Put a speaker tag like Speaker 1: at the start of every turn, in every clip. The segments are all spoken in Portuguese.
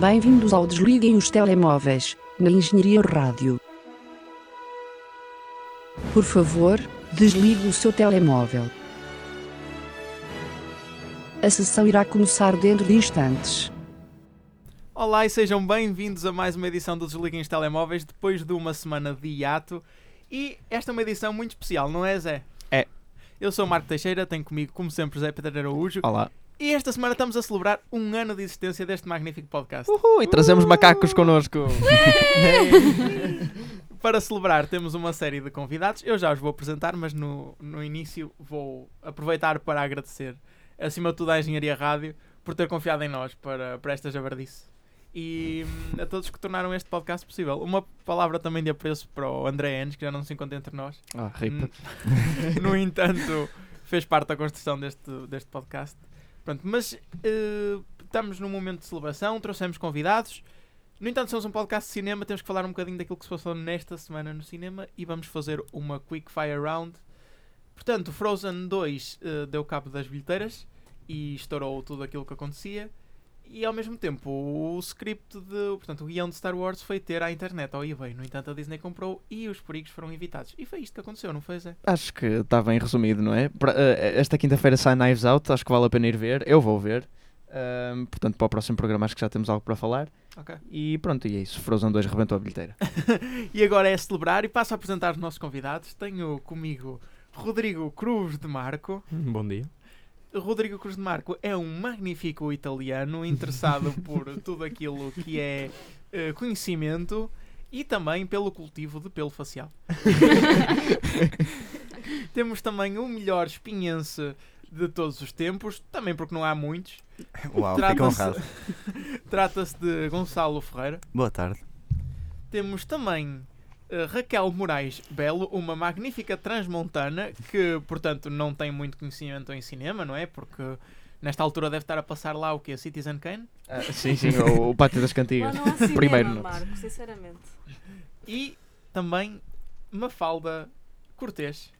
Speaker 1: Bem-vindos ao Desliguem os Telemóveis, na Engenharia Rádio. Por favor, desligue o seu telemóvel. A sessão irá começar dentro de instantes.
Speaker 2: Olá e sejam bem-vindos a mais uma edição do Desliguem os Telemóveis, depois de uma semana de hiato. E esta é uma edição muito especial, não é, Zé?
Speaker 3: É.
Speaker 2: Eu sou o Marco Teixeira, tenho comigo, como sempre, Zé Pedro Araújo.
Speaker 3: Olá.
Speaker 2: E esta semana estamos a celebrar um ano de existência deste magnífico podcast.
Speaker 3: Uhul, e trazemos macacos connosco.
Speaker 2: Para celebrar, temos uma série de convidados. Eu já os vou apresentar, mas no, no início vou aproveitar para agradecer, acima de tudo, à Engenharia Rádio por ter confiado em nós para, para esta jabardice. E hum, a todos que tornaram este podcast possível. Uma palavra também de apreço para o André Enes, que já não se encontra entre nós.
Speaker 3: Ah, rip.
Speaker 2: Hum, No entanto, fez parte da construção deste, deste podcast. Pronto, mas eh, estamos num momento de celebração, trouxemos convidados. No entanto, somos um podcast de cinema, temos que falar um bocadinho daquilo que se passou nesta semana no cinema e vamos fazer uma quick fire round. Portanto, Frozen 2 eh, deu cabo das bilheteiras e estourou tudo aquilo que acontecia. E ao mesmo tempo, o script de. Portanto, o guião de Star Wars foi ter à internet, ao eBay. No entanto, a Disney comprou e os perigos foram evitados. E foi isto que aconteceu, não foi, Zé?
Speaker 3: Acho que está bem resumido, não é? Pra- eh, esta quinta-feira sai Knives Out, acho que vale a pena ir ver. Eu vou ver. Ahm, portanto, para o próximo programa acho que já temos algo para falar.
Speaker 2: Ok.
Speaker 3: E pronto, e é isso. Frozen 2 rebentou a bilheteira.
Speaker 2: E agora é celebrar e passo a apresentar os nossos convidados. Tenho comigo Rodrigo Cruz de Marco.
Speaker 4: Bom dia.
Speaker 2: Rodrigo Cruz de Marco é um magnífico italiano interessado por tudo aquilo que é eh, conhecimento e também pelo cultivo de pelo facial. Temos também o melhor espinhense de todos os tempos, também porque não há muitos.
Speaker 5: Uau, fico
Speaker 2: Trata-se-
Speaker 5: honrado.
Speaker 2: Trata-se de Gonçalo Ferreira.
Speaker 5: Boa tarde.
Speaker 2: Temos também eh, Raquel Moraes Belo, uma magnífica transmontana que, portanto, não tem muito conhecimento em cinema, não é? Porque nesta altura deve estar a passar lá o que? Citizen Kane?
Speaker 3: Ah, sim, sim, o, o Pátio das
Speaker 6: Lá
Speaker 3: Cantigas.
Speaker 6: não há cinema,
Speaker 3: Primeiro não.
Speaker 6: Marco, sinceramente.
Speaker 2: E também Mafalda Cortês,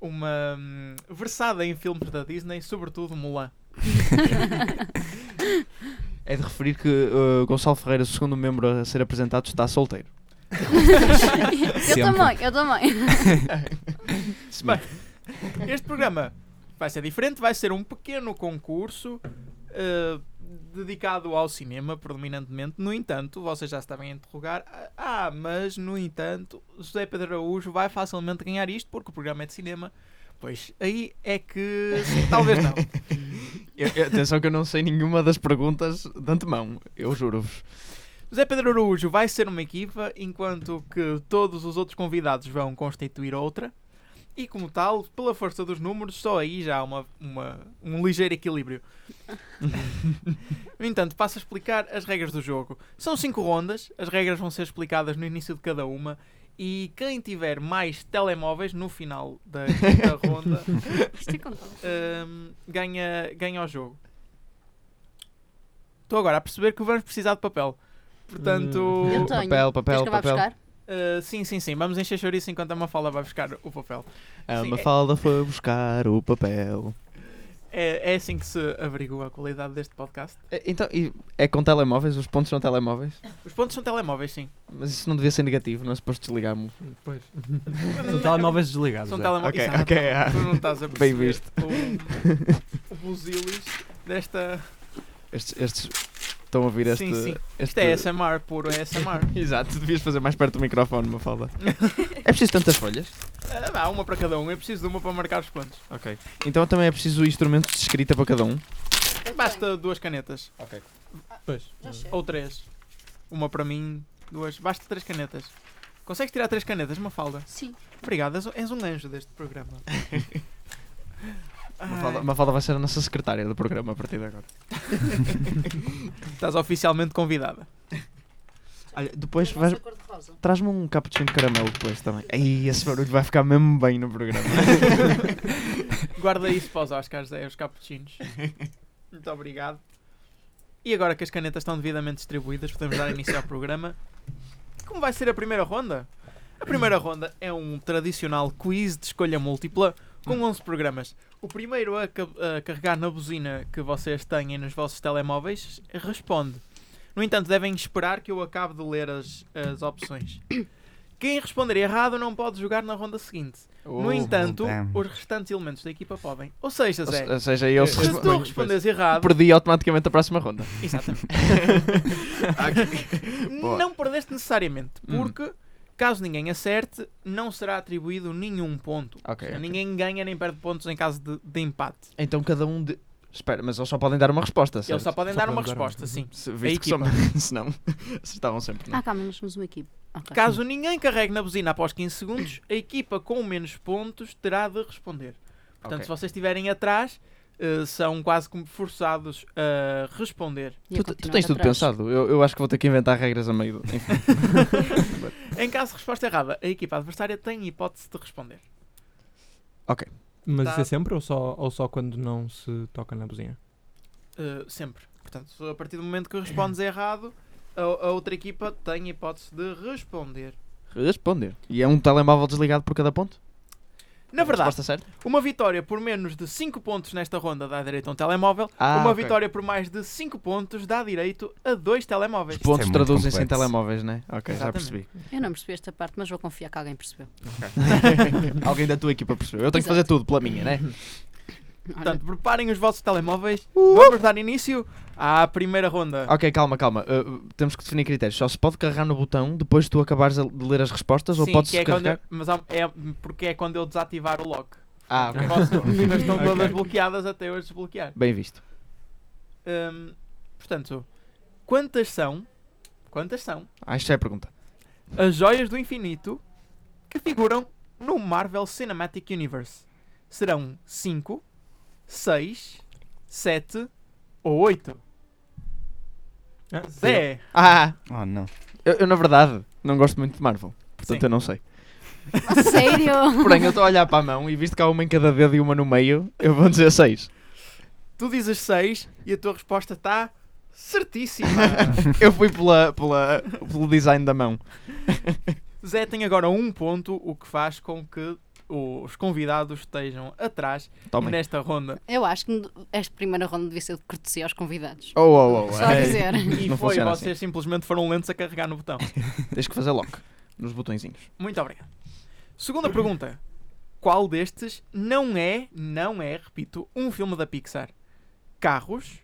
Speaker 2: uma hum, versada em filmes da Disney, sobretudo Mulan.
Speaker 3: É de referir que eh, Gonçalo Ferreira, o segundo membro a ser apresentado, está solteiro.
Speaker 6: eu também, eu também.
Speaker 2: Bem, este programa vai ser diferente, vai ser um pequeno concurso eh, dedicado ao cinema, predominantemente. No entanto, vocês já se devem interrogar. "Ah, Ah, mas no entanto, José Pedro Araújo vai facilmente ganhar isto porque o programa é de cinema. Pois aí é que talvez não.
Speaker 3: Eu- eu- atenção que eu não sei nenhuma das perguntas de antemão, eu juro-vos.
Speaker 2: José Pedro Araújo vai ser uma equipa, enquanto que todos os outros convidados vão constituir outra. E como tal, pela força dos números, só aí já há uma, uma- um ligeiro equilíbrio. no entanto, passo a explicar as regras do jogo. São cinco rondas, as regras vão ser explicadas no início de cada uma. E quem tiver mais telemóveis no final da quinta ronda
Speaker 6: Isto é contado.
Speaker 2: hum, ganha, ganha o jogo. Estou agora a perceber que vamos precisar de papel. Portanto.
Speaker 6: Hum. Eu tenho.
Speaker 3: Papel,
Speaker 6: Queres
Speaker 3: papel,
Speaker 6: que eu vá
Speaker 3: papel.
Speaker 6: buscar?
Speaker 2: Uh, sim, sim, sim. Vamos encher chouriço enquanto a Mafalda vai buscar o papel.
Speaker 3: A
Speaker 2: Sim, é-
Speaker 3: Mafalda foi buscar o papel.
Speaker 2: É, é assim que se averigua a qualidade deste podcast.
Speaker 3: É, Então, e é com telemóveis? Os pontos são telemóveis?
Speaker 2: Os pontos são telemóveis, sim.
Speaker 3: Mas isso não devia ser negativo, não é suposto desligarmos.
Speaker 4: Pois. São telemóveis desligados. é.
Speaker 2: São
Speaker 4: já.
Speaker 2: telemóveis. Exato. Tu não estás a perceber
Speaker 3: Bem visto.
Speaker 2: O, o busilis desta.
Speaker 3: Estes, estes- estão a ouvir este.
Speaker 2: Sim, sim.
Speaker 3: Este...
Speaker 2: Isto é SMR, puro SMR.
Speaker 3: Exato, devias fazer mais perto do microfone, Mafalda. é preciso tantas folhas?
Speaker 2: Ah, vá, uma para cada um. Eu preciso de uma para marcar os pontos.
Speaker 3: Ok. Então também é preciso instrumentos de escrita para cada um.
Speaker 2: Basta duas canetas.
Speaker 4: Pois.
Speaker 6: Já chega.
Speaker 2: Ou três. Uma para mim, duas. Basta três canetas. Consegues tirar três canetas, Mafalda?
Speaker 6: Sim.
Speaker 2: Obrigado, és, és um anjo deste programa. Ai.
Speaker 3: Mafalda, Mafalda vai ser a nossa secretária do programa a partir de agora.
Speaker 2: Estás oficialmente convidada.
Speaker 3: Olha, depois
Speaker 6: Nossa,
Speaker 3: vais-
Speaker 6: cor de rosa.
Speaker 3: traz-me um cappuccino de caramelo depois também. Aí esse barulho vai ficar mesmo bem no programa.
Speaker 2: Guarda isso para os Oscars, é os capuchinhos. Muito obrigado. E agora que as canetas estão devidamente distribuídas, podemos dar início ao programa. Como vai ser a primeira ronda? A primeira ronda é um tradicional quiz de escolha múltipla com 11 programas. O primeiro a, ca- a carregar na buzina que vocês têm nos vossos telemóveis responde. No entanto, devem esperar que eu acabe de ler as, as opções. Quem responder errado não pode jogar na ronda seguinte. No
Speaker 3: Oh,
Speaker 2: entanto,
Speaker 5: damn.
Speaker 2: os restantes elementos da equipa podem. Ou seja,
Speaker 3: Ou
Speaker 2: Zé,
Speaker 3: se- ou seja, eu se
Speaker 4: Eu-
Speaker 2: se
Speaker 3: respo-
Speaker 2: tu
Speaker 4: Pois,
Speaker 2: respondes errado,
Speaker 3: perdi automaticamente a próxima ronda.
Speaker 2: Exatamente.
Speaker 5: Boa.
Speaker 2: não perdeste necessariamente,
Speaker 3: Hum.
Speaker 2: porque caso ninguém acerte, não será atribuído nenhum ponto.
Speaker 3: Ok,
Speaker 2: Ou seja,
Speaker 3: ok.
Speaker 2: Ninguém ganha nem perde pontos em caso de, de empate.
Speaker 3: Então cada um de. Espera, mas eles só podem dar uma resposta, certo?
Speaker 2: Eles só podem
Speaker 4: Só
Speaker 2: dar uma
Speaker 4: podem dar uma.
Speaker 2: resposta, sim.
Speaker 3: Se,
Speaker 2: A
Speaker 3: visto que
Speaker 2: equipa.
Speaker 3: só- se não, estavam sempre. Não.
Speaker 6: Ah, calma, nós somos uma equipe. Ok.
Speaker 2: Caso ninguém carregue na buzina após 15 segundos, a equipa com menos pontos terá de responder. Portanto,
Speaker 3: Ok.
Speaker 2: se vocês estiverem atrás, eh, são quase como forçados a responder.
Speaker 6: E
Speaker 3: Tu,
Speaker 6: eu
Speaker 3: tu
Speaker 6: continuo
Speaker 3: tens tudo
Speaker 6: atrás.
Speaker 3: pensado. Eu, eu acho que vou ter que inventar regras a meio. do- Enfim.
Speaker 2: Em caso de resposta errada, a equipa adversária tem hipótese de responder.
Speaker 4: Mas
Speaker 2: Tá.
Speaker 4: isso é sempre ou só, ou só quando não se toca na buzina?
Speaker 2: Eh, sempre. Portanto, a partir do momento que respondes errado, a, a outra equipa tem hipótese de responder.
Speaker 3: Responder. E é um telemóvel desligado por cada ponto?
Speaker 2: Na verdade,
Speaker 3: Resposta certa?
Speaker 2: uma vitória por menos de 5 pontos nesta ronda dá direito a um telemóvel.
Speaker 3: Ah,
Speaker 2: uma
Speaker 3: ok.
Speaker 2: vitória por mais de 5 pontos dá direito a dois telemóveis.
Speaker 3: Os pontos
Speaker 5: é muito
Speaker 3: traduzem-se em
Speaker 5: complexo.
Speaker 3: telemóveis, né? Ok, já
Speaker 2: Exatamente.
Speaker 3: percebi.
Speaker 6: Eu não percebi esta parte, mas vou confiar que alguém percebeu.
Speaker 3: Alguém da tua equipa percebeu. Eu tenho que fazer tudo pela minha, né?
Speaker 6: Olha,
Speaker 2: Portanto, preparem os vossos telemóveis. Vamos dar início à primeira ronda.
Speaker 3: Ok, calma, calma. Uh, temos que definir critérios. Só se pode carregar no botão depois de tu acabares a- de ler as respostas ou
Speaker 2: Sim,
Speaker 3: podes
Speaker 2: que é quando,
Speaker 3: carregar.
Speaker 2: mas há- é porque é quando eu desativar o lock.
Speaker 3: Ah, ok.
Speaker 2: Posso- Mas estão todas bloqueadas até eu as desbloquear.
Speaker 3: Bem visto.
Speaker 2: Hum, portanto, quantas são? Quantas são
Speaker 3: Ah, isto já é pergunta.
Speaker 2: as joias do infinito que figuram no Marvel Cinematic Universe? Serão 5, 6, 7 ou 8?
Speaker 4: Ah,
Speaker 2: Zé!
Speaker 3: Ah,
Speaker 5: Oh, não.
Speaker 3: eu, eu, na verdade não gosto muito de Marvel. Portanto,
Speaker 2: Sim.
Speaker 3: eu não sei.
Speaker 6: a sério?
Speaker 3: Porém, eu estou a olhar para a mão e visto que há uma em cada dedo e uma no meio, eu vou dizer seis.
Speaker 2: Tu dizes 6 e a tua resposta está certíssima.
Speaker 3: Ah. Eu fui pela, pela, pelo design da mão.
Speaker 2: Zé tem agora um ponto, o que faz com que os convidados estejam atrás
Speaker 3: Tomem.
Speaker 2: nesta ronda.
Speaker 6: Eu acho que esta primeira ronda devia ser de cortesia aos convidados.
Speaker 3: Oh, oh, oh.
Speaker 6: Só a
Speaker 3: é.
Speaker 6: dizer.
Speaker 2: E
Speaker 3: Não
Speaker 2: foi,
Speaker 3: funciona assim.
Speaker 2: vocês simplesmente foram lentos a carregar no botão.
Speaker 3: Tens que fazer lock nos botõezinhos.
Speaker 2: Muito obrigado. Segunda pergunta. Qual destes não é, não é, repito, um filme da Pixar? Carros,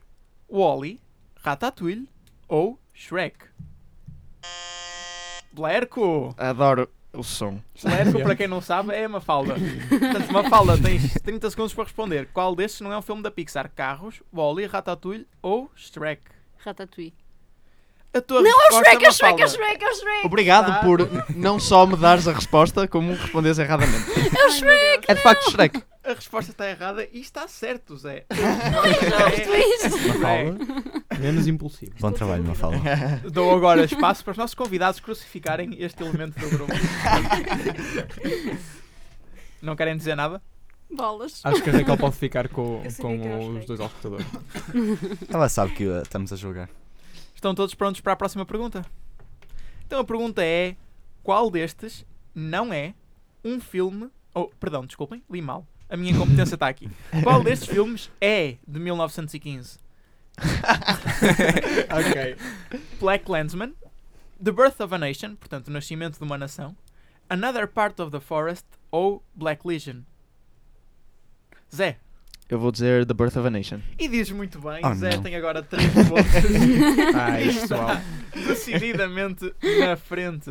Speaker 2: Wally, Ratatouille ou Shrek? Blerco!
Speaker 3: Adoro o som.
Speaker 2: Lerco, para quem não sabe, é Mafalda. Portanto, Mafalda, tens 30 segundos para responder. Qual destes não é um filme da Pixar? Carros, Wally, Ratatouille ou Shrek?
Speaker 6: Ratatouille.
Speaker 2: A tua
Speaker 6: Não, é o
Speaker 2: resposta,
Speaker 6: Shrek, é o Shrek, é o
Speaker 2: Mafalda.
Speaker 6: Shrek, é o Shrek!
Speaker 3: Obrigado
Speaker 2: Tá.
Speaker 3: por não só me dares a resposta, como respondes erradamente.
Speaker 2: oh,
Speaker 6: É o Shrek!
Speaker 3: É de facto Shrek.
Speaker 2: A resposta está errada e está certo, Zé.
Speaker 6: é, Twist!
Speaker 4: Mafalda, menos impulsivo.
Speaker 5: Bom trabalho, Mafalda.
Speaker 2: Dou agora espaço para os nossos convidados crucificarem este elemento do grupo. Não querem dizer nada?
Speaker 6: Bolas.
Speaker 4: Acho que a Raquel pode ficar com,
Speaker 6: Eu sabia que era
Speaker 4: com
Speaker 6: os
Speaker 4: os dois ao computador.
Speaker 5: Ela sabe que uh, estamos a jogar.
Speaker 2: Estão todos prontos para a próxima pergunta? Então a pergunta é: qual destes não é um filme. Oh, perdão, desculpem, li mal. A minha incompetência está aqui. Qual destes filmes é de 1915?
Speaker 4: ok.
Speaker 2: Black Landsman, The Birth of a Nation, portanto, o nascimento de uma nação, Another Part of the Forest ou Black Legion? Zé.
Speaker 3: Eu vou dizer The Birth of a Nation.
Speaker 2: E diz muito bem,
Speaker 5: Oh,
Speaker 2: Zé
Speaker 5: não. Ah,
Speaker 2: tem agora 3 pontos.
Speaker 3: Ai, pessoal.
Speaker 2: decididamente na frente.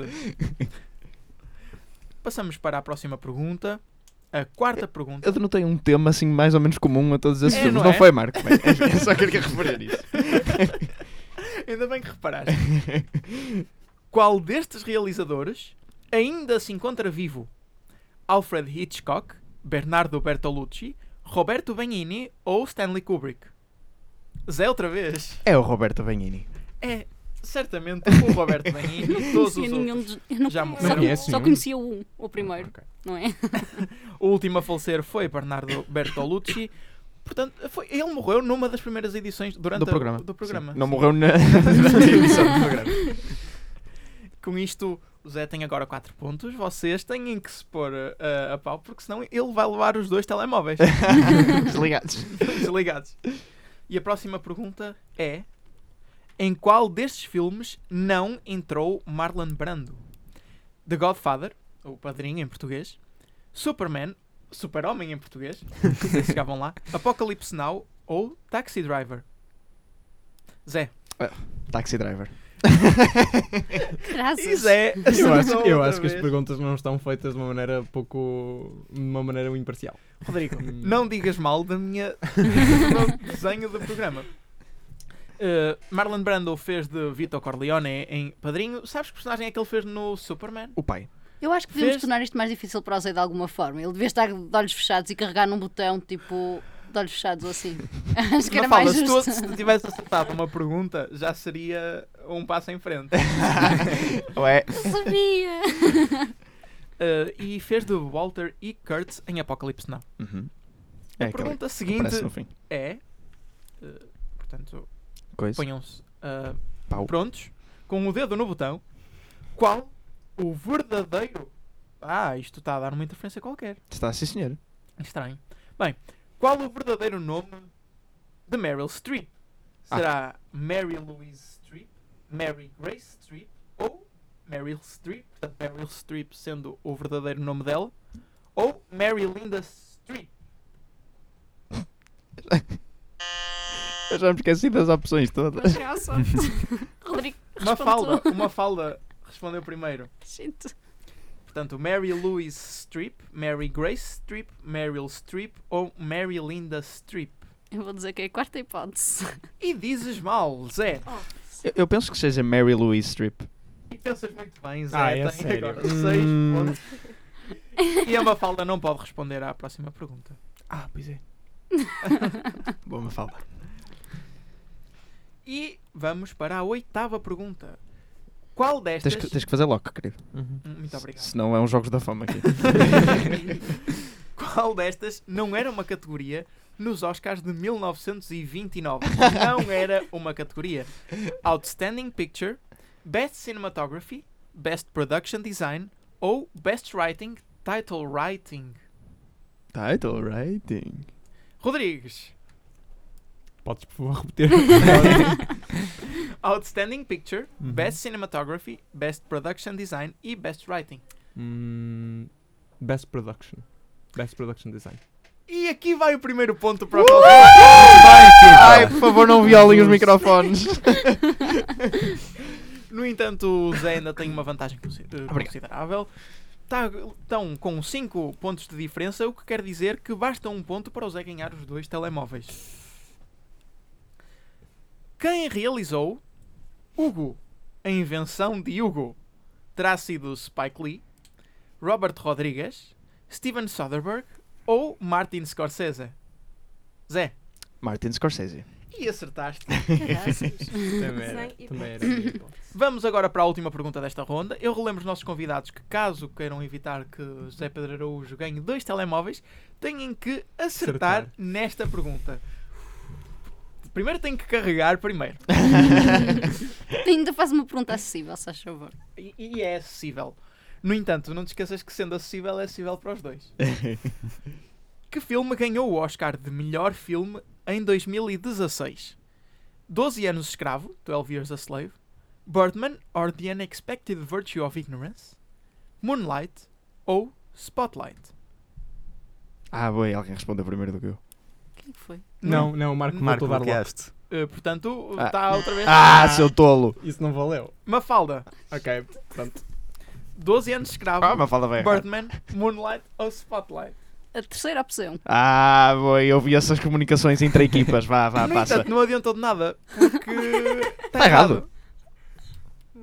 Speaker 2: Passamos para a próxima pergunta. A quarta pergunta.
Speaker 3: Eu denotei um tema assim mais ou menos comum a todos esses
Speaker 2: É,
Speaker 3: filmes.
Speaker 2: não
Speaker 3: Não,
Speaker 2: é?
Speaker 3: foi, Marco? Bem, eu só queria referir isso.
Speaker 2: Ainda bem que reparaste. Qual destes realizadores ainda se encontra vivo? Alfred Hitchcock, Bernardo Bertolucci, Roberto Benigni ou Stanley Kubrick? Zé, outra vez.
Speaker 3: É o Roberto Benigni.
Speaker 2: É, certamente, o Roberto Benigni.
Speaker 6: Não
Speaker 2: Todos
Speaker 6: sei
Speaker 2: os
Speaker 6: nenhum
Speaker 2: outros.
Speaker 6: dos. Eu não
Speaker 2: Já
Speaker 6: só,
Speaker 2: morreram.
Speaker 4: conheço
Speaker 6: só
Speaker 4: nenhum.
Speaker 6: conhecia o um, o primeiro, não é?
Speaker 2: O último a falecer foi Bernardo Bertolucci. Portanto, foi- ele morreu numa das primeiras edições durante
Speaker 3: Do
Speaker 2: a-
Speaker 3: programa.
Speaker 2: do programa.
Speaker 3: Não morreu na, durante a emissão do programa.
Speaker 2: Com isto, o Zé tem agora 4 pontos. Vocês têm que se pôr uh, a pau, porque senão ele vai levar os dois telemóveis
Speaker 3: Desligados.
Speaker 2: desligados. E a próxima pergunta é: Em qual destes filmes não entrou Marlon Brando? The Godfather, ou Padrinho em português, Superman, Super-Homem em português, não sei se chegavam lá, Apocalipse Now ou Taxi Driver? Zé.
Speaker 3: Taxi Driver.
Speaker 6: Graças.
Speaker 2: E Zé,
Speaker 4: Eu acho,
Speaker 6: é
Speaker 2: acertou
Speaker 4: eu
Speaker 2: outra
Speaker 4: acho que as
Speaker 2: vez.
Speaker 4: perguntas não estão feitas de uma maneira pouco. de uma maneira imparcial.
Speaker 2: Rodrigo,
Speaker 4: Hum.
Speaker 2: não digas mal da minha do meu desenho do programa. Uh, Marlon Brando fez de Vito Corleone em Padrinho. Sabes que personagem é que ele fez no Superman?
Speaker 3: O pai.
Speaker 6: Eu acho que podemos
Speaker 2: Fez-
Speaker 6: tornar isto mais difícil para o Zé de alguma forma. Ele devia estar de olhos fechados e carregar num botão tipo de olhos fechados ou assim. acho que era
Speaker 2: Não fala,
Speaker 6: mais
Speaker 2: se, tu,
Speaker 6: justo.
Speaker 2: se tu tivesse acertado uma pergunta, já seria um passo em frente.
Speaker 3: Ué.
Speaker 6: Sabia!
Speaker 2: Uh, e fez de Walter E. Kurtz em Apocalipse Now.
Speaker 3: Uhum.
Speaker 2: A
Speaker 3: É aquela
Speaker 2: pergunta
Speaker 3: que aparece no
Speaker 2: seguinte
Speaker 3: fim.
Speaker 2: é. uh, portanto,
Speaker 3: Coisa.
Speaker 2: ponham-se uh,
Speaker 3: Pau.
Speaker 2: prontos, com o dedo no botão, qual o verdadeiro. Ah, isto está a dar uma interferência qualquer.
Speaker 3: Está sim, senhor.
Speaker 2: Estranho. Bem, qual o verdadeiro nome de Meryl Streep?
Speaker 3: Ah.
Speaker 2: Será Mary Louise Streep, Mary Grace Streep ou Meryl Streep? Portanto, Meryl Streep sendo o verdadeiro nome dela. Ou Mary Linda Streep?
Speaker 3: Eu já me esqueci das opções todas.
Speaker 6: Rodrigo,
Speaker 2: Uma falda, uma falda respondeu primeiro.
Speaker 6: Gente.
Speaker 2: Portanto, Mary Louise Streep, Mary Grace Streep, Meryl Streep ou Mary Linda Streep.
Speaker 6: Eu vou dizer que é a quarta hipótese.
Speaker 2: E dizes mal, Zé.
Speaker 3: Eu, eu penso que seja Mary Louise Strip.
Speaker 2: E pensas muito bem, Zé.
Speaker 4: Ah, é
Speaker 2: tem
Speaker 4: sério?
Speaker 2: agora
Speaker 4: Hum.
Speaker 2: seis pontos. E a Mafalda não pode responder à próxima pergunta.
Speaker 4: Ah, pois é.
Speaker 3: Boa me fala.
Speaker 2: E vamos para a oitava pergunta. Qual destas...
Speaker 3: Tens que, tens que fazer lock, querido.
Speaker 4: Uhum.
Speaker 2: Hum, Muito obrigado.
Speaker 3: Senão é um Jogos da Fama aqui.
Speaker 2: Qual destas não era uma categoria nos Oscars de 1929? Não era uma categoria. Outstanding Picture, Best Cinematography, Best Production Design ou Best Writing, Title Writing.
Speaker 3: Title Tá, writing.
Speaker 2: Rodrigues,
Speaker 4: Podes, por favor, repetir?
Speaker 2: Outstanding Picture,
Speaker 4: Uhum.
Speaker 2: Best Cinematography, Best Production Design e Best Writing.
Speaker 4: Hum, best Production. Best Production Design.
Speaker 2: E aqui vai o primeiro ponto para o
Speaker 3: Ai, por favor, não violem os microfones.
Speaker 2: No entanto, o Zé ainda tem uma vantagem consi- eh, considerável. Tá, estão com 5 pontos de diferença, o que quer dizer que basta um ponto para o Zé ganhar os dois telemóveis. Quem realizou Hugo, a invenção de Hugo, terá sido Spike Lee, Robert Rodrigues, Steven Soderbergh ou Martin Scorsese? Zé,
Speaker 3: Martin Scorsese.
Speaker 2: e acertaste.
Speaker 4: Também era. Também era a minha hipótese.
Speaker 2: Vamos agora para a última pergunta desta ronda. Eu relembro os nossos convidados que, caso queiram evitar que José Pedro Araújo ganhe dois telemóveis, têm que acertar,
Speaker 4: Acertar.
Speaker 2: nesta pergunta. Primeiro tem que carregar, primeiro.
Speaker 6: Ainda faz uma pergunta acessível, se faz favor.
Speaker 2: E, e é acessível. No entanto, não te esqueças que sendo acessível, é acessível para os dois. que filme ganhou o Oscar de melhor filme em 2016? 12 anos escravo, 12 Years a Slave, Birdman or the Unexpected Virtue of Ignorance, Moonlight ou Spotlight?
Speaker 3: Ah, boi, alguém respondeu primeiro do que eu.
Speaker 6: Quem é foi?
Speaker 4: Não, não, o Marco voltou
Speaker 5: Marco,
Speaker 4: a dar logo.
Speaker 5: bloqueaste.
Speaker 2: Eh, portanto,
Speaker 3: Ah.
Speaker 2: está outra vez.
Speaker 3: Ah, seu tolo.
Speaker 4: Isso não valeu.
Speaker 2: Mafalda,
Speaker 4: Ok, pronto.
Speaker 2: 12 anos escravo,
Speaker 3: Ah, mas fala bem.
Speaker 2: Birdman, Moonlight ou Spotlight?
Speaker 6: A terceira opção.
Speaker 3: Ah, boi, eu vi essas comunicações entre equipas. Vá, vá,
Speaker 2: no
Speaker 3: passa.
Speaker 2: entanto, não adiantou de nada, porque está
Speaker 3: Tá errado.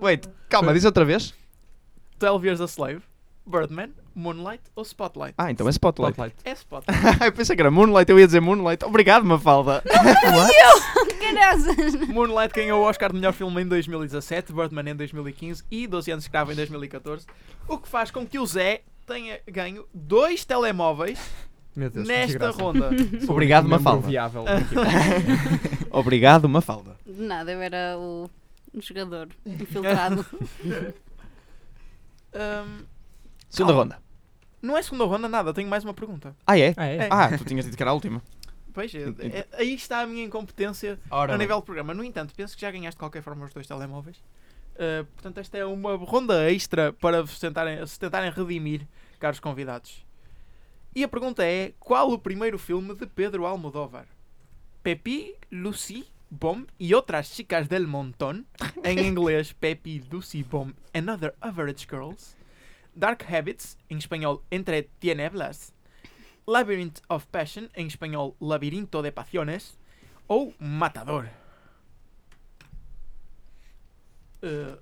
Speaker 3: Wait, calma, diz outra vez.
Speaker 2: 12 Years a Slave, Birdman, Moonlight ou Spotlight?
Speaker 3: Ah, então é Spotlight.
Speaker 4: Spotlight.
Speaker 2: É Spotlight.
Speaker 3: eu pensei que era Moonlight, eu ia dizer Moonlight. Obrigado, Mafalda.
Speaker 6: Graças!
Speaker 2: Moonlight ganhou o Oscar de melhor filme em 2017, Birdman em 2015 e 12 anos de escravo em 2014, o que faz com que o Zé tenha ganho dois telemóveis
Speaker 4: Meu Deus, que
Speaker 2: nesta
Speaker 4: desgraça.
Speaker 2: ronda.
Speaker 4: Sou
Speaker 3: Obrigado,
Speaker 4: um membro
Speaker 3: Mafalda.
Speaker 4: viável da equipa.
Speaker 3: Obrigado, Mafalda.
Speaker 6: De nada, eu era o um jogador infiltrado.
Speaker 2: Ahm,
Speaker 3: Segunda
Speaker 2: Calma.
Speaker 3: ronda.
Speaker 2: não é segunda ronda nada, tenho mais uma pergunta.
Speaker 3: Ah, é?
Speaker 4: Ah, é?
Speaker 2: É.
Speaker 3: Ah, tu tinhas dito que era a última.
Speaker 2: Pois, é- é- aí está a minha incompetência
Speaker 4: Ora,
Speaker 2: a
Speaker 3: né?
Speaker 4: bem.
Speaker 2: nível de programa. No entanto, penso que já ganhaste de qualquer forma os dois telemóveis. Uh, portanto, esta é uma ronda extra para vos tentarem, se tentarem redimir, caros convidados. E a pergunta é: qual o primeiro filme de Pedro Almodóvar? Pepi, Lucy, Bom e outras chicas del montón. Em inglês, Pepi, Lucy, Bom and other average girls. Dark Habits, em espanhol, Entre Tieneblas. Labyrinth of Passion, em espanhol, Labirinto de Pasiones ou matador? Eh,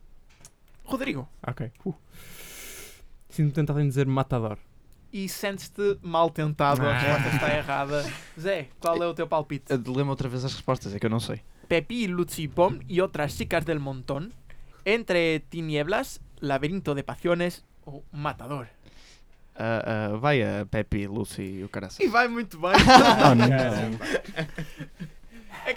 Speaker 2: Rodrigo,
Speaker 4: Ok. Uh. Sinto-me tentado em dizer matador.
Speaker 2: e sentes-te mal tentado, a
Speaker 4: Ah.
Speaker 2: resposta está errada. Zé, qual é o teu palpite?
Speaker 3: Eh, Lê-me outra vez as respostas, é que eu não sei.
Speaker 2: Pepi, Lucy Pom y otras chicas del montón, entre tinieblas, laberinto de pasiones ou matador?
Speaker 3: Ah, ah, vai a Pepe, Lucy e o caraças.
Speaker 2: E vai muito bem.
Speaker 5: Oh, não.
Speaker 2: É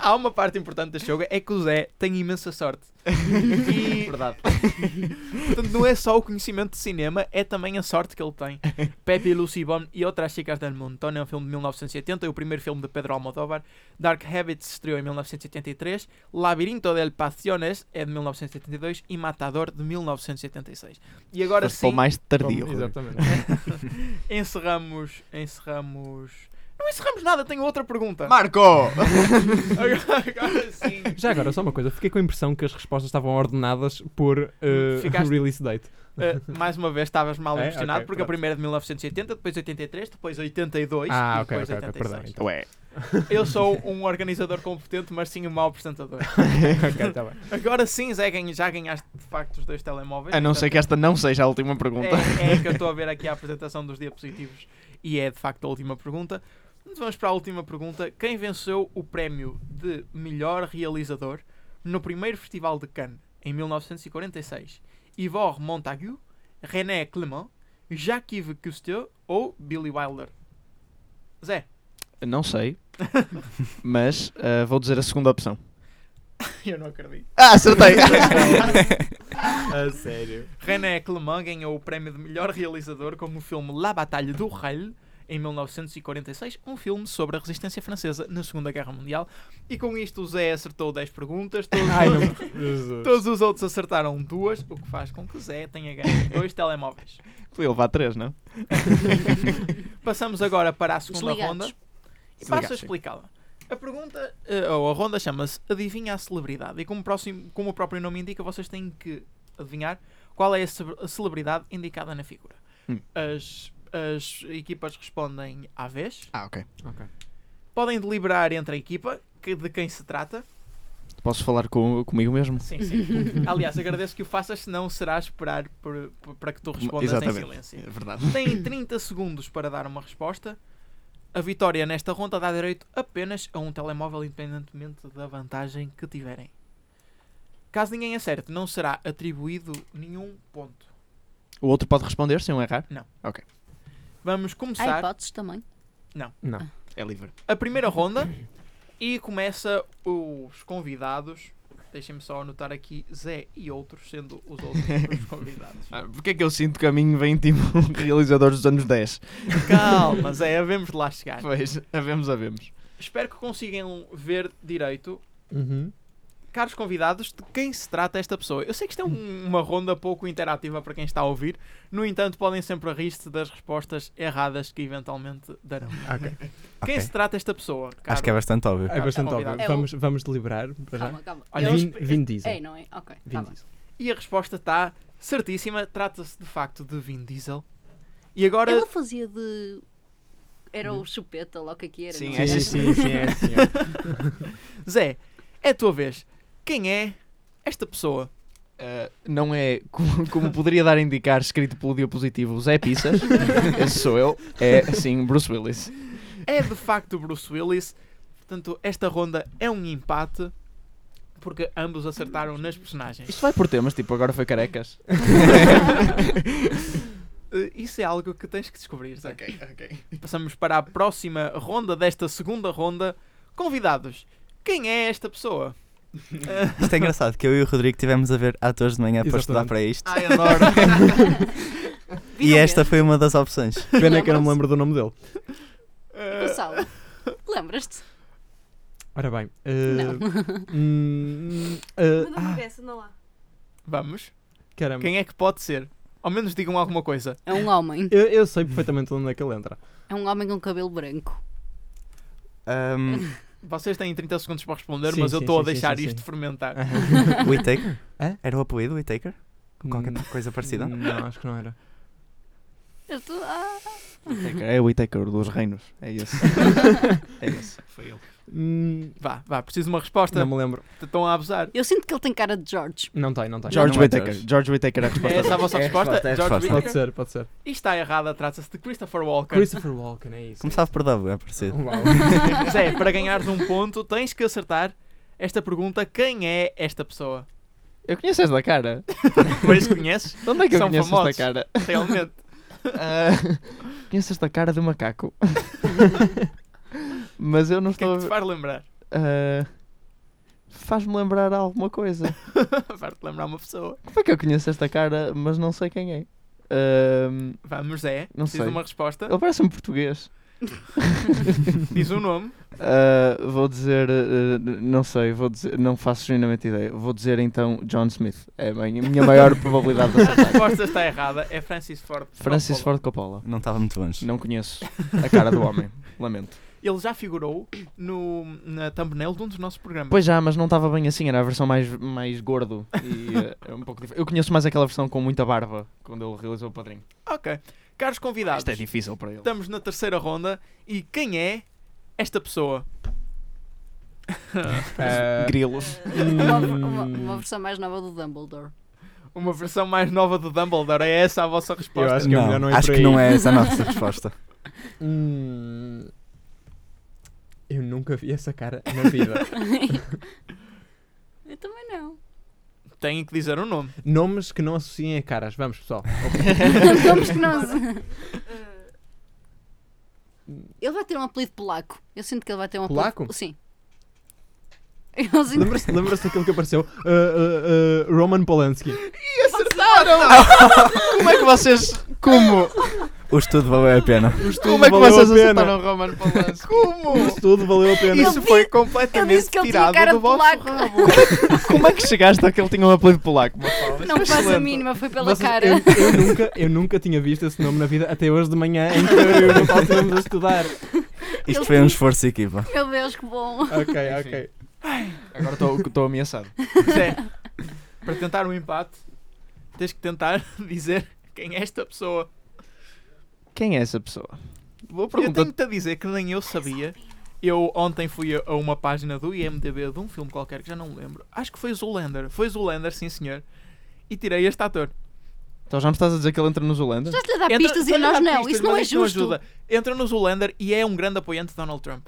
Speaker 2: Há uma parte importante deste jogo, é que o Zé tem imensa sorte. E
Speaker 3: Verdade.
Speaker 2: Portanto, não é só o conhecimento de cinema, é também a sorte que ele tem. Pepe, Lucy Bone e Outras Chicas del Montón é um filme de 1980, é o primeiro filme de Pedro Almodóvar. Dark Habits estreou em 1983, Labirinto del Pasiones é de 1982 e Matador de 1986. E agora
Speaker 3: Foste para o
Speaker 2: sim,
Speaker 3: mais tardio. Rodrigo.
Speaker 4: Exatamente.
Speaker 2: encerramos, encerramos... Não encerramos nada, tenho outra pergunta.
Speaker 5: Marco!
Speaker 2: Agora, agora sim.
Speaker 4: Já agora, só uma coisa. Fiquei com a impressão que as respostas estavam ordenadas por eh,
Speaker 2: Ficaste-
Speaker 4: release date.
Speaker 2: Uh, mais uma vez estavas mal
Speaker 4: É?
Speaker 2: impressionado
Speaker 4: Ok,
Speaker 2: porque a
Speaker 4: pronto.
Speaker 2: primeira é de 1980, depois 83, depois 82
Speaker 4: Ah,
Speaker 2: e
Speaker 4: ok,
Speaker 2: depois
Speaker 4: ok, ok,
Speaker 2: 86.
Speaker 4: perdão. então.
Speaker 3: Ué.
Speaker 2: Eu sou um organizador competente, mas sim um mau apresentador.
Speaker 4: ok, tá bem.
Speaker 2: Agora sim, Zé, ganha- já ganhaste de facto os dois telemóveis.
Speaker 3: A não ser que
Speaker 2: portanto,
Speaker 3: esta não seja a última pergunta.
Speaker 2: É, é que eu estou a ver aqui a apresentação dos diapositivos e é de facto a última pergunta. Mas vamos para a última pergunta. Quem venceu o prémio de melhor realizador no primeiro Festival de Cannes, em 1946? Ivor Montagu, René Clément, Jacques Cousteau ou Billy Wilder? Zé,
Speaker 3: Não sei. Mas ah, vou dizer a segunda opção.
Speaker 2: eu não acredito.
Speaker 3: Ah, acertei!
Speaker 5: A sério.
Speaker 2: René Clément ganhou o prémio de melhor realizador com o filme La Batalha do Rei em 1946, um filme sobre a resistência francesa na Segunda Guerra Mundial. E com isto o Zé acertou 10 perguntas, todos,
Speaker 4: Ai, não. Jesus.
Speaker 2: todos os outros acertaram duas, o que faz com que o Zé tenha ganho dois telemóveis.
Speaker 3: Fui levar três, não?
Speaker 2: Passamos agora para a segunda
Speaker 6: Desligados.
Speaker 2: ronda e passo
Speaker 3: Desligados,
Speaker 2: a
Speaker 3: sim.
Speaker 2: explicá-la. A pergunta, eh, ou a ronda chama-se Adivinha a Celebridade. E como, próximo- como o próprio nome indica, vocês têm que adivinhar qual é a ce- a celebridade indicada na figura.
Speaker 3: Hum.
Speaker 2: As, as equipas respondem à vez.
Speaker 3: Ah, ok.
Speaker 4: Ok.
Speaker 2: Podem deliberar entre a equipa que- de quem se trata.
Speaker 3: Posso falar com, comigo mesmo?
Speaker 2: Sim, sim. Aliás, agradeço que o faças, senão será a esperar por- por- para que tu respondas
Speaker 3: Exatamente.
Speaker 2: em silêncio.
Speaker 3: É verdade.
Speaker 2: Têm 30 segundos para dar uma resposta. A vitória nesta ronda dá direito apenas a um telemóvel, independentemente da vantagem que tiverem. Caso ninguém acerte, não será atribuído nenhum ponto.
Speaker 3: O outro pode responder sem eu errar?
Speaker 2: Vamos
Speaker 6: Há
Speaker 2: começar
Speaker 6: hipóteses também.
Speaker 4: Não.
Speaker 3: É livre.
Speaker 2: a primeira ronda e começa os convidados. Deixem-me só anotar aqui Zé e outros, sendo os outros os convidados.
Speaker 3: Ah, Porquê é que eu sinto que a mim vem tipo realizadores dos anos 10?
Speaker 2: Calma, Zé, havemos de lá chegar.
Speaker 3: Pois, havemos, havemos.
Speaker 2: Espero que consigam ver direito
Speaker 4: Uhum.
Speaker 2: caros convidados, de quem se trata esta pessoa? Eu sei que isto é um- uma ronda pouco interativa para quem está a ouvir, no entanto, podem sempre rir-se das respostas erradas que eventualmente darão.
Speaker 4: Ok.
Speaker 2: Quem se trata esta pessoa?
Speaker 5: Acho que é bastante óbvio.
Speaker 4: É bastante
Speaker 2: convidado.
Speaker 4: óbvio.
Speaker 6: É o-
Speaker 4: Vamos, vamos deliberar
Speaker 2: Tá
Speaker 4: para já.
Speaker 6: Calma, calma.
Speaker 2: Olha,
Speaker 6: Eles-
Speaker 4: é. Vin, Vin Diesel.
Speaker 6: Ei, não é? Ok,
Speaker 4: Vin
Speaker 6: tá bem.
Speaker 4: Diesel.
Speaker 2: E a resposta está certíssima, trata-se de facto de Vin Diesel. E agora,
Speaker 6: Ela fazia de. Era o chupeta, lá o que é que era.
Speaker 3: Sim,
Speaker 6: não
Speaker 3: é
Speaker 6: era?
Speaker 3: sim, sim, sim, é, sim,
Speaker 2: Zé, é a tua vez. Quem é esta pessoa?
Speaker 3: é. Ah, não é, como, como poderia dar a indicar, escrito pelo diapositivo Zé Pissas, esse sou eu, é sim Bruce Willis.
Speaker 2: É de facto Bruce Willis. Portanto, esta ronda é um empate, porque ambos acertaram nas personagens.
Speaker 3: Isto vai por temas, tipo, agora foi carecas.
Speaker 2: Uh, Isso é algo que tens que descobrir, Zé. Ok, ok. Passamos para a próxima ronda desta segunda ronda. Convidados, quem é esta pessoa?
Speaker 5: Isto é engraçado que eu e o Rodrigo tivemos a ver atores de manhã para
Speaker 4: Exatamente.
Speaker 5: estudar para isto.
Speaker 2: Ai, adoro.
Speaker 5: E esta foi uma das opções.
Speaker 4: Pena que eu não me lembro do nome dele.
Speaker 6: Gonçalo, Lembras-te?
Speaker 4: Ora bem. uh,
Speaker 6: Não.
Speaker 4: hum, eh, ah,
Speaker 7: Manda-me essa, não lá.
Speaker 2: Vamos.
Speaker 4: caramba.
Speaker 2: Quem é que pode ser? Ao menos digam alguma coisa.
Speaker 6: É um homem.
Speaker 4: Eu, eu sei perfeitamente onde é que ele entra.
Speaker 6: É um homem com cabelo branco.
Speaker 5: Um,
Speaker 2: Vocês têm 30 segundos para responder,
Speaker 4: Sim,
Speaker 2: mas eu
Speaker 4: sim,
Speaker 2: estou a
Speaker 4: sim, sim,
Speaker 2: deixar
Speaker 4: sim,
Speaker 2: isto
Speaker 4: sim.
Speaker 2: fermentar.
Speaker 5: Whittaker?
Speaker 4: Hã?
Speaker 5: Era o apelido Whittaker? Com qualquer
Speaker 4: É? Hum,
Speaker 5: coisa parecida?
Speaker 4: Não, acho que não era.
Speaker 6: Eu estou. Ah,
Speaker 3: É o Whittaker dos Reinos. É esse. é esse.
Speaker 2: Foi ele.
Speaker 4: Hum,
Speaker 2: Vá, vá, preciso de uma resposta.
Speaker 4: não me lembro.
Speaker 2: Estão a abusar.
Speaker 6: Eu sinto que ele tem cara de George.
Speaker 4: Não tem, não tem.
Speaker 3: George
Speaker 4: Não é
Speaker 3: Whittaker. George Whittaker é a resposta.
Speaker 2: É essa a vossa
Speaker 3: É a
Speaker 2: resposta?
Speaker 3: resposta, é a
Speaker 2: George
Speaker 3: resposta.
Speaker 2: Whittaker?
Speaker 4: Pode ser, pode ser.
Speaker 2: E está errada, trata-se de Christopher Walken.
Speaker 4: Christopher Walken, é isso.
Speaker 5: Começava por W, é parecido.
Speaker 4: Uau.
Speaker 2: Zé, para ganhares um ponto, tens que acertar esta pergunta: quem é esta pessoa?
Speaker 3: Eu conheço esta cara.
Speaker 2: Mas conheces?
Speaker 3: De onde é que eu
Speaker 2: São
Speaker 3: conheço
Speaker 2: famosos.
Speaker 3: esta cara?
Speaker 2: Realmente.
Speaker 3: Ah, conheço esta cara de macaco. Mas eu não
Speaker 2: Quem é
Speaker 3: estou a
Speaker 2: que te
Speaker 3: ver.
Speaker 2: faz lembrar?
Speaker 3: Ah, Faz-me lembrar alguma coisa.
Speaker 2: Faz-te lembrar uma pessoa.
Speaker 3: Como é que eu conheço esta cara, mas não sei quem é? Ahm,
Speaker 2: Vamos, Zé.
Speaker 3: Não
Speaker 2: Preciso
Speaker 3: sei.
Speaker 2: de uma resposta.
Speaker 3: ele parece um português.
Speaker 2: Diz o nome.
Speaker 3: Ah, vou dizer, ah, não sei, vou dizer, não faço genuinamente ideia. Vou dizer então John Smith. É a minha a minha maior probabilidade de
Speaker 2: A
Speaker 3: acertar.
Speaker 2: resposta está errada. É Francis Ford.
Speaker 3: Francis
Speaker 2: Coppola.
Speaker 3: Ford Coppola.
Speaker 5: Não estava muito longe.
Speaker 3: Não conheço a cara do homem. Lamento.
Speaker 2: Ele já figurou no, na thumbnail de um dos nossos programas.
Speaker 3: Pois já, mas não estava bem assim. Era a versão mais, mais gordo. E eh, era um pouco dif- Eu conheço mais aquela versão com muita barba, quando ele realizou o padrinho.
Speaker 2: Ok. Caros convidados,
Speaker 3: Isto é difícil para ele.
Speaker 2: estamos na terceira ronda. E quem é esta pessoa?
Speaker 4: Ah,
Speaker 3: Grilos.
Speaker 6: Uma,
Speaker 4: hum,
Speaker 6: uma- uma versão mais nova do Dumbledore.
Speaker 2: Uma versão mais nova do Dumbledore. É essa a vossa resposta?
Speaker 4: acho que é melhor não ir
Speaker 5: acho
Speaker 4: por
Speaker 5: que
Speaker 4: aí.
Speaker 5: não é essa a nossa resposta.
Speaker 4: hum, eu nunca vi essa cara na vida.
Speaker 6: Eu também não.
Speaker 2: Tenho que dizer o nome.
Speaker 4: Nomes que não associem a caras. Vamos, pessoal.
Speaker 6: Vamos que não. Uh.
Speaker 7: Ah,
Speaker 6: Ele vai ter um apelido polaco. Eu sinto que ele vai ter um apelido.
Speaker 4: Polaco?
Speaker 6: Sim. Eu sinto
Speaker 4: Lembra-se lembra daquele que apareceu? Ah, ah, ah, Roman Polanski.
Speaker 3: Como é que vocês. Como?
Speaker 5: O estudo valeu a pena.
Speaker 3: Como é que
Speaker 4: valeu a
Speaker 3: vocês
Speaker 4: pena.
Speaker 3: acertaram o Roman Polanski? Como?
Speaker 4: Isso tudo valeu a pena.
Speaker 2: Isso
Speaker 6: vi-
Speaker 2: foi
Speaker 6: Ele disse
Speaker 2: completamente
Speaker 6: que ele tinha
Speaker 2: tirado
Speaker 6: cara
Speaker 2: do
Speaker 6: de
Speaker 2: vosso
Speaker 6: polaco.
Speaker 2: rabo.
Speaker 3: Como é que chegaste a que ele tinha um apelido polaco? Mafalda?
Speaker 6: Não faz a
Speaker 3: Excelente.
Speaker 6: mínima, foi pela
Speaker 4: Vocês-
Speaker 6: cara.
Speaker 4: Eu, eu nunca, eu nunca tinha visto esse nome na vida até hoje de manhã em que eu e o Paulo estivemos a estudar.
Speaker 5: Isto foi um esforço de equipa.
Speaker 6: Meu Deus, que bom.
Speaker 4: Ok, ok.
Speaker 3: Agora estou ameaçado.
Speaker 2: Zé, para tentar um empate, tens que tentar dizer quem é esta pessoa.
Speaker 3: Quem é essa pessoa? Boa
Speaker 2: Eu
Speaker 3: pergunta.
Speaker 2: tenho-te a dizer que nem eu sabia. Eu ontem fui a a uma página do IMDB de um filme qualquer que já não me lembro. Acho que foi Zoolander. Foi Zoolander, sim senhor. E tirei este ator.
Speaker 3: Então já me estás a dizer que ele entra no Zoolander?
Speaker 6: Estás-lhe a dar
Speaker 2: Entra-
Speaker 6: pistas e a
Speaker 2: estou-lhe a
Speaker 6: nós
Speaker 2: dar
Speaker 6: não.
Speaker 2: pistas,
Speaker 6: Isso não
Speaker 2: mas
Speaker 6: é justo.
Speaker 2: ajuda. Entra no Zoolander e é um grande apoiante de Donald Trump.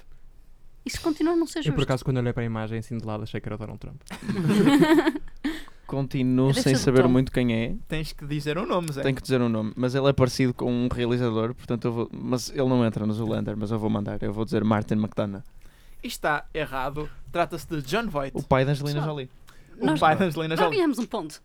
Speaker 6: Isso continua a não ser
Speaker 4: Eu por
Speaker 6: justo.
Speaker 4: acaso quando olhei para a imagem assim de lado achei que era Donald Trump.
Speaker 3: Continuo
Speaker 6: Deve
Speaker 3: sem
Speaker 6: ser do
Speaker 3: saber
Speaker 6: Tom.
Speaker 3: muito quem é.
Speaker 2: Tens que dizer o nome, Zé.
Speaker 3: Tenho que dizer um nome, mas ele é parecido com um realizador, portanto eu vou. Mas ele não entra no Zoolander, mas eu vou mandar. Eu vou dizer Martin McDonough,
Speaker 2: E Está errado. Trata-se de John Voight,
Speaker 3: o pai da Angelina
Speaker 6: Pessoal.
Speaker 3: Jolie.
Speaker 2: o
Speaker 6: Nós-
Speaker 2: pai da Angelina
Speaker 6: Já
Speaker 2: Jolie.
Speaker 6: ganhamos um ponto.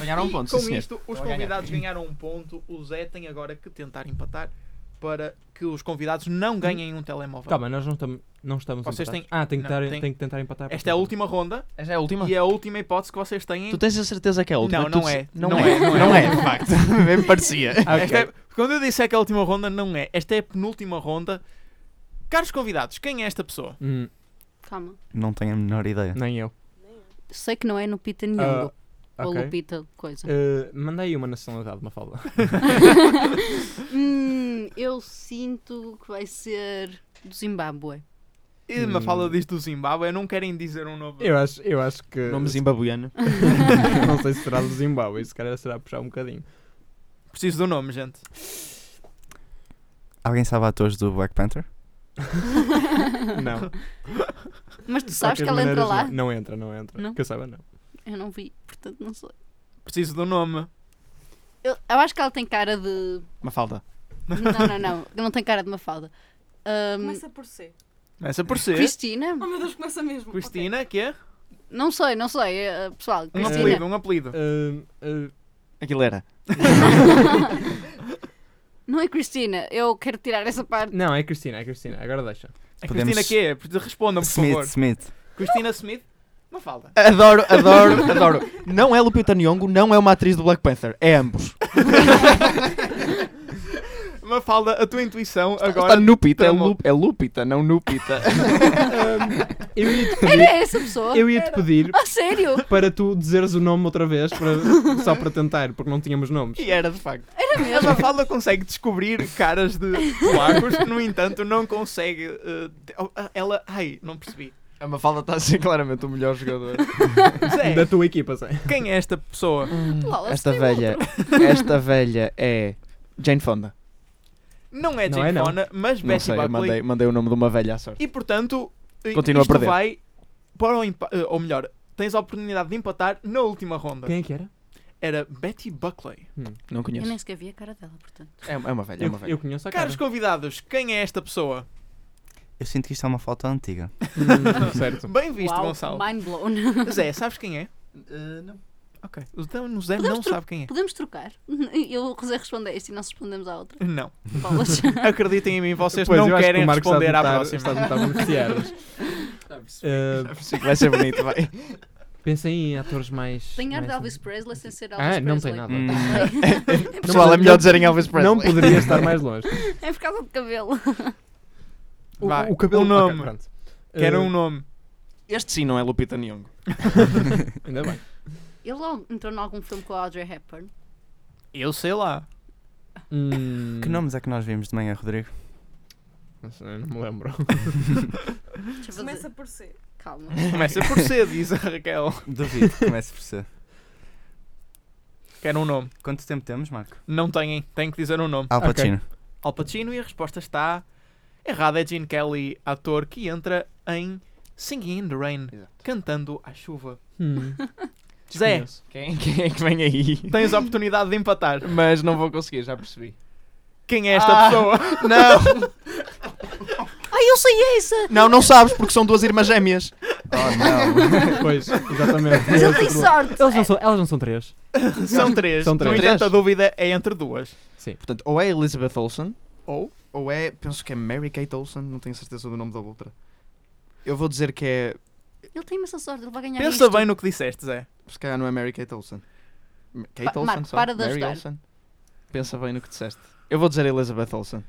Speaker 3: Ganharam um
Speaker 2: E
Speaker 3: ponto,
Speaker 2: assim, com
Speaker 3: sim, senhor.
Speaker 2: isto, os
Speaker 3: Estão a ganhar.
Speaker 2: convidados ganharam um ponto. O Zé tem agora que tentar empatar para que os convidados
Speaker 3: Hum.
Speaker 2: não ganhem um telemóvel.
Speaker 4: Calma, nós não, tam, não estamos
Speaker 2: Vocês têm-
Speaker 4: empatados. Ah, tem que,
Speaker 2: não,
Speaker 4: tar-
Speaker 2: tem-
Speaker 4: tem que tentar empatar.
Speaker 2: Esta é a última ronda
Speaker 3: Essa é a última?
Speaker 2: e é a última hipótese que vocês têm.
Speaker 3: Tu tens a certeza que é a última?
Speaker 2: Não,
Speaker 3: Tu
Speaker 2: não
Speaker 3: se-
Speaker 2: é.
Speaker 3: Não,
Speaker 2: Não
Speaker 3: é.
Speaker 2: é.
Speaker 3: Não é, de facto. Bem parecia.
Speaker 2: Esta é- Quando eu disser que é a última ronda, não é. Esta é a penúltima ronda. Caros convidados, quem é esta pessoa?
Speaker 4: Hum,
Speaker 6: Calma.
Speaker 5: Não tenho a menor ideia.
Speaker 4: nem eu.
Speaker 6: Sei que não é Lupita Nyong'o.
Speaker 4: Ah,
Speaker 6: Ou
Speaker 4: ok.
Speaker 6: Lupita coisa.
Speaker 4: Ah, manda aí uma nacionalidade, uma falda.
Speaker 6: Hum, eu sinto que vai ser do Zimbábue.
Speaker 2: E
Speaker 4: Hum.
Speaker 2: uma fala diz do Zimbábue, não querem dizer um novo.
Speaker 4: Eu acho, eu acho que.
Speaker 3: Nome zimbabuiano.
Speaker 4: não sei se será do Zimbábue, se calhar será puxar um bocadinho.
Speaker 2: Preciso do nome, gente.
Speaker 5: Alguém sabe atores do Black Panther?
Speaker 4: Não.
Speaker 6: Mas tu sabes
Speaker 4: De
Speaker 6: que
Speaker 4: qualquer
Speaker 6: ela entra lá?
Speaker 4: maneira, Não, não entra, não entra.
Speaker 6: Não?
Speaker 4: Que eu saiba, não.
Speaker 6: Eu não vi, portanto não sei.
Speaker 2: Preciso do nome.
Speaker 6: Eu, eu acho que ela tem cara de.
Speaker 3: Uma falda.
Speaker 6: Não, não, não. Não tem cara de Mafalda. Hum,
Speaker 7: Começa por C.
Speaker 2: Começa por
Speaker 6: é?
Speaker 2: ser.
Speaker 6: Cristina?
Speaker 7: Oh meu Deus, começa mesmo.
Speaker 2: Cristina, que é?
Speaker 6: Não sei, não sei. eh, Pessoal,
Speaker 2: Um
Speaker 6: Cristina.
Speaker 4: Eh,
Speaker 2: apelido, um apelido.
Speaker 4: Ah, ah,
Speaker 3: Aguilera.
Speaker 6: Não é Cristina, eu quero tirar essa parte.
Speaker 4: Não, é Cristina, é Cristina. Agora deixa.
Speaker 2: A
Speaker 5: Podemos-
Speaker 2: Cristina quê? Respondam, por
Speaker 5: Smith,
Speaker 2: favor.
Speaker 5: Smith.
Speaker 2: Cristina Smith? Não falta.
Speaker 3: Adoro, adoro, adoro. Não é Lupita Nyong'o, não é uma atriz do Black Panther. É ambos.
Speaker 2: Mafalda, a tua intuição
Speaker 3: Agora,
Speaker 2: agora.
Speaker 3: Lupita, é,
Speaker 2: tramou.
Speaker 3: Lu- é Lupita, não Nupita.
Speaker 4: Ahm, Eh, eu ia-te
Speaker 6: Era
Speaker 4: pedir,
Speaker 2: é
Speaker 6: é essa pessoa?
Speaker 4: eu ia-te pedir
Speaker 6: A sério?
Speaker 4: para tu dizeres o nome outra vez, para- só para tentar, porque não tínhamos nomes.
Speaker 2: E é era de facto.
Speaker 6: Era
Speaker 2: A
Speaker 6: mesmo?
Speaker 2: Mafalda consegue descobrir caras de polacos, no entanto, não consegue. eh, te- oh, ah, ela. Ai, não percebi.
Speaker 3: A Mafalda está a ser claramente o melhor jogador.
Speaker 2: Zé,
Speaker 4: Da tua equipa, sei.
Speaker 2: quem é esta pessoa?
Speaker 6: Lol,
Speaker 3: Hum, Esta
Speaker 6: tem
Speaker 3: velha,
Speaker 6: outro.
Speaker 3: esta velha é Jane Fonda.
Speaker 2: Não é
Speaker 4: Não
Speaker 2: Jane
Speaker 4: é, não.
Speaker 2: Fonda, mas
Speaker 3: Não
Speaker 2: Betty
Speaker 3: sei, eu
Speaker 2: Buckley.
Speaker 3: mandei, mandei o nome de uma velha à sorte.
Speaker 2: E portanto, eh,
Speaker 3: Continua a
Speaker 2: isto
Speaker 3: perder.
Speaker 2: vai para o empa- eh, Ou melhor, tens a oportunidade de empatar na última ronda.
Speaker 4: Quem é que era?
Speaker 2: Era Betty Buckley.
Speaker 3: Não
Speaker 6: Eu
Speaker 3: conheço.
Speaker 6: nem sequer vi a cara dela, portanto.
Speaker 3: É, é uma velha, é
Speaker 4: Eu,
Speaker 3: uma velha.
Speaker 4: eu conheço a cara.
Speaker 2: Caros convidados, quem é esta pessoa?
Speaker 5: Eu sinto que isto é uma foto antiga.
Speaker 4: Hum, certo.
Speaker 2: Bem visto,
Speaker 6: Uau,
Speaker 2: Gonçalo.
Speaker 6: Mind blown.
Speaker 2: Zé, sabes quem é?
Speaker 5: não.
Speaker 2: Ok. O Zé- o Zé
Speaker 6: Podemos
Speaker 2: não
Speaker 6: tro-
Speaker 2: sabe quem é.
Speaker 6: Podemos trocar? Eu José responde a este e nós respondemos à outra.
Speaker 2: Não.
Speaker 6: Bolas.
Speaker 2: Acreditem em mim, vocês
Speaker 4: Pois, eu
Speaker 2: não
Speaker 4: acho que
Speaker 2: querem
Speaker 4: o Marcos
Speaker 2: responder
Speaker 4: está a
Speaker 2: à
Speaker 4: tentar-
Speaker 2: próxima.
Speaker 4: Está a tentar beneficiar-nos. Ah,
Speaker 3: Sim, vai ser bonito, vai.
Speaker 4: Eh, Pensem em atores mais.
Speaker 6: Tem ar de
Speaker 4: mais-
Speaker 6: Elvis Presley sem ser Elvis
Speaker 4: Ah,
Speaker 6: Presley.
Speaker 4: não tem nada.
Speaker 3: Hum.
Speaker 4: Não,
Speaker 3: Pessoal, é
Speaker 4: mas-
Speaker 3: melhor dizerem Elvis Presley.
Speaker 4: Não poderia estar mais longe.
Speaker 6: É por causa do cabelo.
Speaker 4: O,
Speaker 2: Vai,
Speaker 4: o cabelo
Speaker 2: um nome.
Speaker 4: Ok, pronto.
Speaker 2: Quero um
Speaker 4: Ah,
Speaker 2: nome.
Speaker 3: Este sim não é Lupita Nyong'o.
Speaker 4: Eh, Ainda bem.
Speaker 6: Ele logo entrou em algum filme com a Audrey Hepburn.
Speaker 2: Eu sei lá.
Speaker 4: Hum,
Speaker 5: Que nomes é que nós vimos de manhã, Rodrigo?
Speaker 4: Não, sei, não me lembro.
Speaker 6: Deixa eu
Speaker 7: Começa
Speaker 6: fazer.
Speaker 7: por ser.
Speaker 6: Calma.
Speaker 2: Começa por C, diz a Raquel.
Speaker 5: Duvido que comece por ser.
Speaker 2: Quero um nome.
Speaker 5: Quanto tempo temos, Marco?
Speaker 2: Não têm. Têm que dizer um nome.
Speaker 5: Al
Speaker 4: Ok.
Speaker 5: Pacino.
Speaker 2: Al Pacino e a resposta está errada. É Gene Kelly, ator que entra em Singing in the Rain,
Speaker 3: Exato.
Speaker 2: cantando à chuva.
Speaker 4: Hum,
Speaker 2: Zé,
Speaker 4: desconheço.
Speaker 3: Quem, quem é que vem aí?
Speaker 2: tens a oportunidade de empatar.
Speaker 3: Mas não vou conseguir, já percebi.
Speaker 2: Quem é esta
Speaker 3: Ah.
Speaker 2: pessoa?
Speaker 3: Não,
Speaker 6: Ai, eu sei essa!
Speaker 3: não, não sabes, porque são duas irmãs gêmeas.
Speaker 5: Oh, não.
Speaker 4: Pois, exatamente.
Speaker 6: Mas ele tem sorte!
Speaker 4: Elas não são, elas não são três.
Speaker 2: São três.
Speaker 4: São
Speaker 2: No
Speaker 4: três.
Speaker 2: entanto, a dúvida é entre duas.
Speaker 3: Portanto, ou é Elizabeth Olsen,
Speaker 2: Ou?
Speaker 3: ou é, penso que é Mary Kate Olsen, não tenho certeza do nome da outra. Eu vou dizer que é,
Speaker 6: Ele tem imensa sorte, ele vai ganhar
Speaker 2: Pensa
Speaker 6: isto.
Speaker 2: bem no que disseste, Zé.
Speaker 3: se calhar não é Mary Kate Olsen. M- Kate
Speaker 6: Pa-
Speaker 3: Olsen,
Speaker 6: Marco,
Speaker 3: só?
Speaker 6: para de
Speaker 3: Mary
Speaker 6: ajudar.
Speaker 3: Olsen. Pensa bem no que disseste. Eu vou dizer Elizabeth Olsen.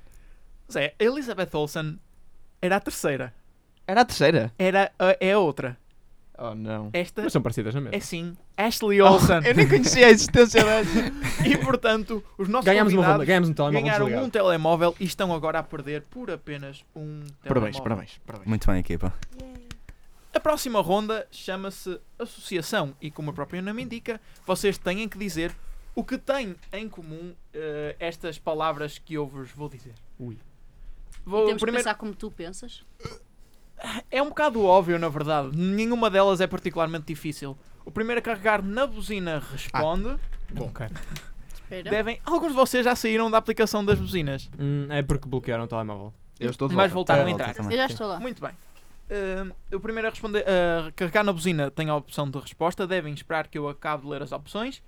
Speaker 2: Zé, a Elizabeth Olsen era a terceira.
Speaker 3: Era a terceira?
Speaker 2: Era a, é a outra.
Speaker 3: Oh, não.
Speaker 2: Esta
Speaker 4: Mas são parecidas na mesma.
Speaker 2: é sim Ashley Olsen.
Speaker 3: Eu nem conhecia a existência dela.
Speaker 2: e portanto, os nossos
Speaker 4: Ganhámos uma ronda,
Speaker 2: convidados
Speaker 4: ganhámos um telemóvel
Speaker 2: ganharam
Speaker 4: desligado.
Speaker 2: um telemóvel e estão agora a perder por apenas um telemóvel.
Speaker 3: Parabéns, parabéns, parabéns.
Speaker 5: Muito bem, equipa.
Speaker 2: A próxima ronda chama-se Associação e, como o próprio nome indica, vocês têm que dizer o que têm em comum eh, estas palavras que eu vos vou dizer.
Speaker 4: Ui.
Speaker 2: Vou,
Speaker 6: Temos
Speaker 2: primeiro,
Speaker 6: que pensar como tu pensas.
Speaker 2: É um bocado óbvio, na verdade. Nenhuma delas é particularmente difícil. O primeiro a carregar na buzina responde. um.
Speaker 6: Espera.
Speaker 2: Devem... Alguns de vocês já saíram da aplicação das buzinas,
Speaker 4: Hum, é porque bloquearam o telemóvel.
Speaker 3: Eu estou de
Speaker 2: mas
Speaker 3: volta.
Speaker 2: voltaram a
Speaker 5: Tá,
Speaker 2: entrar.
Speaker 5: volta também.
Speaker 6: Eu já estou lá.
Speaker 2: Muito bem. Ahm, o primeiro a responder, a carregar na buzina tem a opção de resposta. Devem esperar que eu acabe de ler as opções.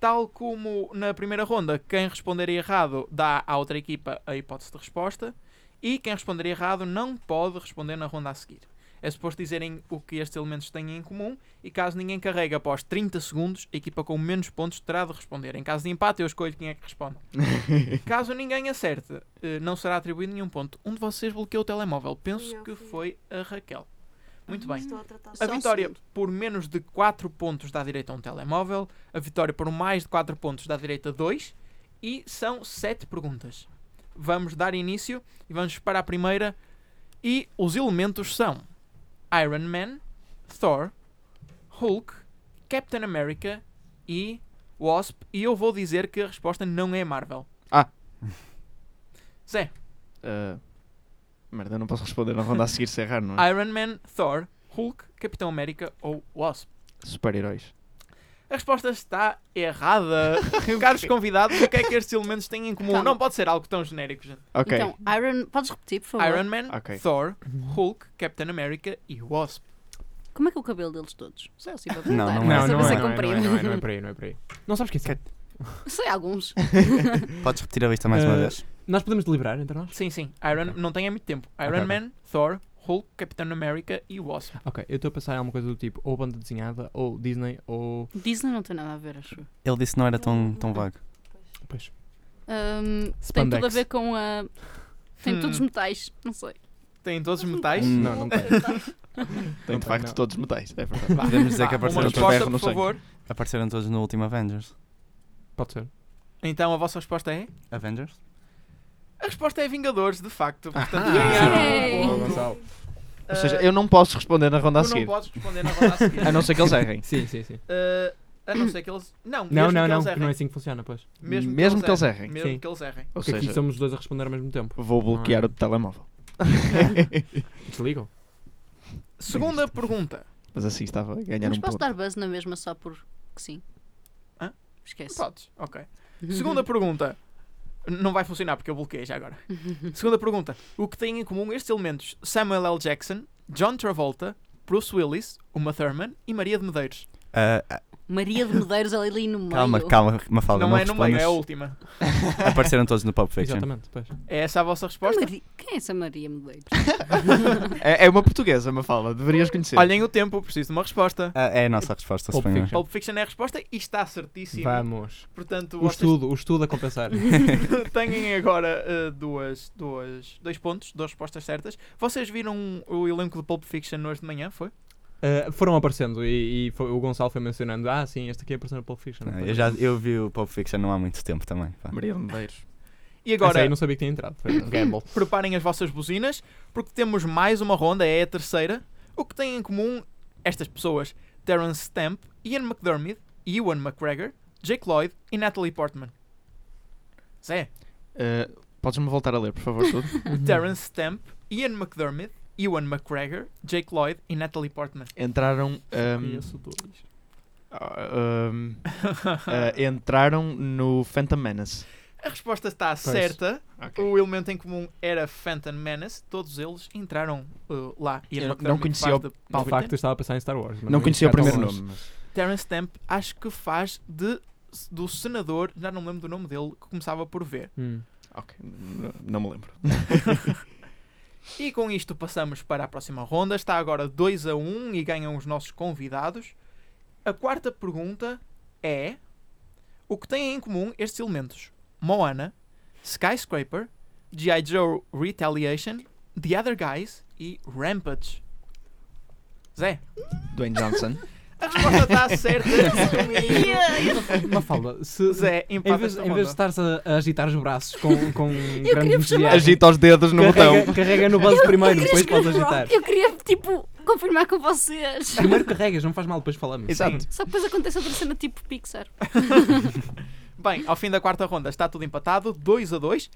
Speaker 2: Tal como na primeira ronda, quem responder errado dá à outra equipa a hipótese de resposta. E quem responder errado não pode responder na ronda a seguir. É suposto dizerem o que estes elementos têm em comum e caso ninguém carregue após 30 segundos, a equipa com menos pontos terá de responder. Em caso de empate, eu escolho quem é que responde. caso ninguém acerte, eh, não será atribuído nenhum ponto. Um de vocês bloqueou o telemóvel. Penso
Speaker 7: Fui eu,
Speaker 2: que
Speaker 7: fui eu.
Speaker 2: foi a Raquel. Muito bem.
Speaker 7: Estou a tratar
Speaker 2: A
Speaker 6: Só um
Speaker 2: vitória
Speaker 6: segundo.
Speaker 2: por menos de 4 pontos dá direito a um telemóvel. A vitória por mais de 4 pontos dá direito a 2. E são 7 perguntas. Vamos dar início e vamos para a primeira. E os elementos são Iron Man, Thor, Hulk, Captain America e Wasp. E eu vou dizer que a resposta não é Marvel.
Speaker 3: Ah.
Speaker 2: Zé,
Speaker 3: Ah, merda, eu não posso responder na ronda a seguir se errar, não é?
Speaker 2: Iron Man, Thor, Hulk, Capitão América ou Wasp?
Speaker 3: Super-heróis.
Speaker 2: A resposta está errada. Caros convidados, o que é que estes elementos têm em comum?
Speaker 6: Calma.
Speaker 2: Não pode ser algo tão genérico, gente.
Speaker 3: Ok.
Speaker 6: Então, Iron... Podes repetir, por favor?
Speaker 2: Iron Man,
Speaker 3: Ok.
Speaker 2: Thor, Hulk, Captain America e Wasp.
Speaker 6: Como é que é o cabelo deles todos? Só assim para
Speaker 5: Não,
Speaker 6: perguntar.
Speaker 5: não
Speaker 6: para
Speaker 5: é.
Speaker 6: saber
Speaker 5: não
Speaker 6: se
Speaker 5: é, não é,
Speaker 6: compreendo.
Speaker 4: não é por aí, não é por aí. Não sabes quem são?
Speaker 6: Sei alguns.
Speaker 5: Podes repetir a lista mais uma
Speaker 4: Eh,
Speaker 5: vez.
Speaker 4: Nós podemos deliberar entre nós?
Speaker 2: Sim, sim. Iron não tem há muito tempo. Iron
Speaker 4: Ok, ok.
Speaker 2: Man, Thor, Hulk, Capitão América e o Wasp.
Speaker 4: Ok, eu estou a pensar em alguma coisa do tipo ou banda desenhada, ou Disney, ou.
Speaker 6: Disney não tem nada a ver, acho. eu.
Speaker 5: Ele disse que não era tão, tão vago.
Speaker 4: Pois.
Speaker 6: Ahm, tem tudo a
Speaker 4: Spandex.
Speaker 6: ver com a. Tem todos os
Speaker 2: Hum.
Speaker 6: metais, não sei.
Speaker 2: Têm todos os metais?
Speaker 5: Hum.
Speaker 4: Não, não tem.
Speaker 3: Tem
Speaker 4: Não
Speaker 3: de
Speaker 4: tem,
Speaker 3: facto
Speaker 4: não.
Speaker 3: todos os metais, é verdade.
Speaker 5: Podemos dizer
Speaker 2: Vá,
Speaker 5: que
Speaker 2: uma
Speaker 5: apareceram todos,
Speaker 2: resposta,
Speaker 3: Ferro no
Speaker 2: por
Speaker 3: sangue.
Speaker 2: favor.
Speaker 5: apareceram todos no último Avengers.
Speaker 4: Pode ser.
Speaker 2: Então a vossa resposta é?
Speaker 5: Avengers?
Speaker 2: A resposta é Vingadores, de facto. Portanto,
Speaker 6: Yay!
Speaker 2: ganharam um ponto.
Speaker 4: Gonçalo.
Speaker 2: Ah,
Speaker 3: Ou seja, eu não posso responder na ronda a
Speaker 2: tu não
Speaker 3: seguir.
Speaker 2: podes responder na ronda a seguir.
Speaker 3: A não ser que eles errem.
Speaker 4: Sim, sim, sim.
Speaker 2: Ah, a não ser que eles. Não,
Speaker 4: Não,
Speaker 2: mesmo que
Speaker 4: não, não.
Speaker 2: eles
Speaker 4: que
Speaker 2: errem.
Speaker 4: Não é assim que funciona, pois.
Speaker 2: Mesmo,
Speaker 3: Mesmo
Speaker 2: que eles errem. Mesmo
Speaker 4: Sim.
Speaker 2: que é eles errem.
Speaker 3: Ou
Speaker 4: Porque
Speaker 3: seja,
Speaker 4: aqui somos os dois a responder ao mesmo tempo.
Speaker 3: vou bloquear
Speaker 2: é.
Speaker 3: o telemóvel.
Speaker 4: Desligam.
Speaker 2: Segunda pergunta.
Speaker 3: Mas assim estava a ganhar
Speaker 6: Mas
Speaker 3: um
Speaker 6: posso
Speaker 3: pouco.
Speaker 6: dar buzz na mesma só por que sim.
Speaker 2: Hã?
Speaker 6: Esquece.
Speaker 2: Podes, ok. Segunda pergunta. Não vai funcionar porque eu bloqueei já agora. Segunda pergunta. O que têm em comum estes elementos? Samuel L. Jackson, John Travolta, Bruce Willis, Uma Thurman e Maria de Medeiros.
Speaker 5: Ah, ah,
Speaker 6: Maria de Medeiros ali no meio.
Speaker 5: calma, calma, Mafalda,
Speaker 2: não,
Speaker 5: não,
Speaker 2: é no meio,
Speaker 5: respondas.
Speaker 2: é a última.
Speaker 5: Apareceram todos no Pop Fiction.
Speaker 4: Exatamente, pois.
Speaker 2: É essa a vossa resposta?
Speaker 6: Mari- Quem é essa Maria Medeiros?
Speaker 3: É, é uma portuguesa, uma fala. Deverias conhecer.
Speaker 2: Olhem o tempo, eu preciso de uma resposta.
Speaker 5: Ah, é a nossa resposta, se
Speaker 4: Pulp
Speaker 5: bem-
Speaker 4: Fiction.
Speaker 2: Pulp Fiction é a resposta e está certíssimo.
Speaker 4: Vamos.
Speaker 2: Portanto,
Speaker 4: O
Speaker 2: vocês
Speaker 4: estudo, o estudo a compensar.
Speaker 2: têm agora eh, duas, duas, dois pontos, duas respostas certas. Vocês viram o elenco de Pulp Fiction hoje de manhã, foi?
Speaker 4: Ah, foram aparecendo e, e foi- o Gonçalo foi mencionando: ah, sim, este aqui apareceu no Pulp Fiction.
Speaker 5: Não, eu, já, eu vi o Pop Fiction não há muito tempo também. pá.
Speaker 3: Maria de Medeiros.
Speaker 2: E
Speaker 4: Essa
Speaker 2: agora,
Speaker 4: aí não sabia que tinha entrado. Foi um gamble.
Speaker 2: preparem as vossas buzinas, porque temos mais uma ronda, é a terceira. O que têm em comum estas pessoas? Terence Stamp, Ian McDermid, Ewan McGregor, Jake Lloyd e Natalie Portman. Zé,
Speaker 3: Eh, Podes-me voltar a ler, por favor, tudo?
Speaker 2: Terence Stamp, Ian McDermid, Ewan McGregor, Jake Lloyd e Natalie Portman.
Speaker 3: Entraram. ehm,
Speaker 4: Conheço dois.
Speaker 3: ah, ehm, eh, entraram no Phantom Menace.
Speaker 2: A resposta está certa. O elemento em comum era Phantom Menace. Todos eles entraram uh, lá. Ian
Speaker 3: Eu não
Speaker 2: McDermid
Speaker 3: conhecia
Speaker 2: faz
Speaker 3: o-
Speaker 2: de
Speaker 4: De
Speaker 2: Palpatine.
Speaker 4: facto, eu estava a pensar em Star Wars. mas
Speaker 3: Não
Speaker 4: ia
Speaker 3: conhecia o
Speaker 4: chegar tão
Speaker 3: primeiro
Speaker 4: longe.
Speaker 3: nome. mas-
Speaker 2: Terence Stamp acho que faz de do senador, já não me lembro do nome dele, que começava por V.
Speaker 4: Hum.
Speaker 3: Ok, n- não me lembro.
Speaker 2: E com isto passamos para a próxima ronda. Está agora 2 a 1 e ganham os nossos convidados. A quarta pergunta é: O que têm em comum estes elementos? Moana, Skyscraper, G.I. Joe Retaliation, The Other Guys e Rampage. Zé,
Speaker 3: Dwayne Johnson.
Speaker 2: a resposta está certa.
Speaker 4: Mafalda, se,
Speaker 2: Zé,
Speaker 4: em
Speaker 2: empata
Speaker 4: vez,
Speaker 2: esta
Speaker 4: em vez de
Speaker 2: estares
Speaker 4: estares a, a agitar os braços com, com grande
Speaker 6: queria vos
Speaker 4: entusiasmo,
Speaker 6: chamar-
Speaker 3: Agita os dedos no
Speaker 4: carrega,
Speaker 3: botão.
Speaker 4: carrega no buzz primeiro, depois podes agitar.
Speaker 6: Eu queria, tipo, confirmar com vocês.
Speaker 4: Primeiro carregas, não faz mal, depois falamos.
Speaker 3: Exato.
Speaker 6: Só que depois acontece outra cena tipo Pixar.
Speaker 2: Bem, ao fim da quarta ronda está tudo empatado, 2 a 2.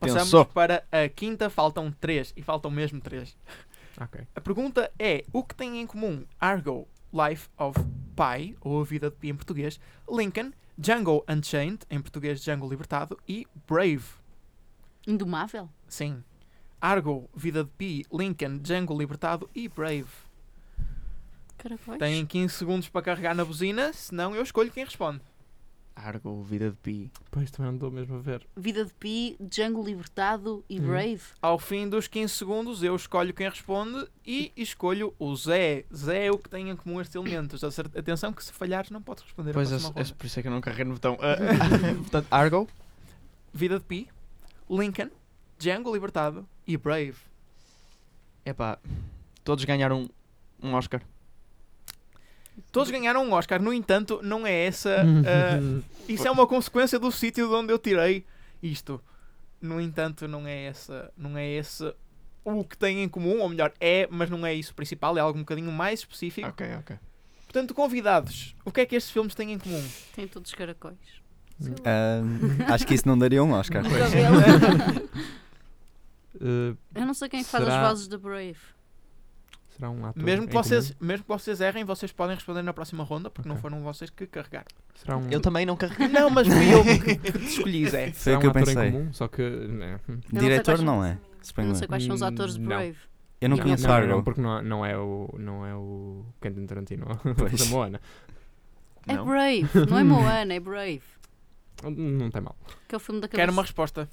Speaker 2: Passamos
Speaker 3: Pensou.
Speaker 2: para a quinta, faltam 3 e faltam mesmo 3.
Speaker 4: Ok.
Speaker 2: A pergunta é: o que tem em comum Argo, Life of Pi, ou A Vida de Pi em português, Lincoln, Django Unchained, em português Django Libertado, e Brave?
Speaker 6: Indomável?
Speaker 2: Sim. Argo, Vida de Pi, Lincoln, Django Libertado e Brave.
Speaker 6: Caracóis?
Speaker 2: Têm 15 segundos para carregar na buzina, senão eu escolho quem responde.
Speaker 3: Argo, vida de Pi.
Speaker 4: Pois também não estou mesmo a ver.
Speaker 6: Vida de Pi, Django Libertado e
Speaker 4: Hum.
Speaker 6: Brave.
Speaker 2: Ao fim dos 15 segundos, eu escolho quem responde e escolho o Zé. Zé é o que tem em comum estes elementos. Acer- Atenção que se falhares não podes responder
Speaker 3: Pois
Speaker 2: a
Speaker 3: é,
Speaker 2: próxima
Speaker 3: é
Speaker 2: ronda.
Speaker 3: por isso é que eu não carreguei no botão. Ah, ah, portanto, Argo.
Speaker 2: Vida de Pi, Lincoln, Django Libertado e Brave.
Speaker 3: Epá, todos ganharam um Oscar.
Speaker 2: Todos
Speaker 3: Uhum.
Speaker 2: ganharam um Oscar, no entanto, não é essa.
Speaker 4: Hum.
Speaker 2: ah, isso é uma consequência do sítio de onde eu tirei isto. No entanto, não é essa. Não é esse o que tem em comum, ou melhor, é, mas não é isso o principal, é algo um bocadinho mais específico.
Speaker 3: Ok, ok.
Speaker 2: Portanto, convidados, o que é que estes filmes têm em comum?
Speaker 6: Tem todos os caracóis.
Speaker 5: Ah, acho que isso não daria um Oscar.
Speaker 6: é
Speaker 4: Uh,
Speaker 6: Eu não sei quem é que faz
Speaker 4: Será-
Speaker 6: as vozes da Brave.
Speaker 4: será um ator.
Speaker 2: Mesmo que,
Speaker 4: em
Speaker 2: vocês,
Speaker 4: comum?
Speaker 2: mesmo que vocês errem, vocês podem responder na próxima ronda, porque não
Speaker 4: Ok.
Speaker 2: foram vocês que carregaram.
Speaker 4: Será um,
Speaker 3: Eu também não carreguei.
Speaker 2: Não, mas fui eu que, que te escolhi, Zé.
Speaker 5: Foi
Speaker 4: será
Speaker 5: tá o que
Speaker 4: um
Speaker 5: eu
Speaker 4: ator
Speaker 5: pensei.
Speaker 4: em comum, só que. né, hum,
Speaker 6: não sei
Speaker 5: Diretor
Speaker 6: quais
Speaker 5: não é. se
Speaker 6: Eu
Speaker 5: bem
Speaker 6: não
Speaker 5: me
Speaker 6: sei
Speaker 5: lembro.
Speaker 6: quais são os atores de
Speaker 4: Não.
Speaker 6: Brave.
Speaker 5: Eu não
Speaker 6: Não,
Speaker 5: conheço
Speaker 4: não, não,
Speaker 5: Argo.
Speaker 4: porque não, não é o. Não é o Quentin Tarantino.
Speaker 5: Pois.
Speaker 4: da Moana.
Speaker 6: É Brave, não é Moana, é Brave.
Speaker 4: Não tem mal.
Speaker 6: Que é o filme da cabeça.
Speaker 2: Quero uma resposta.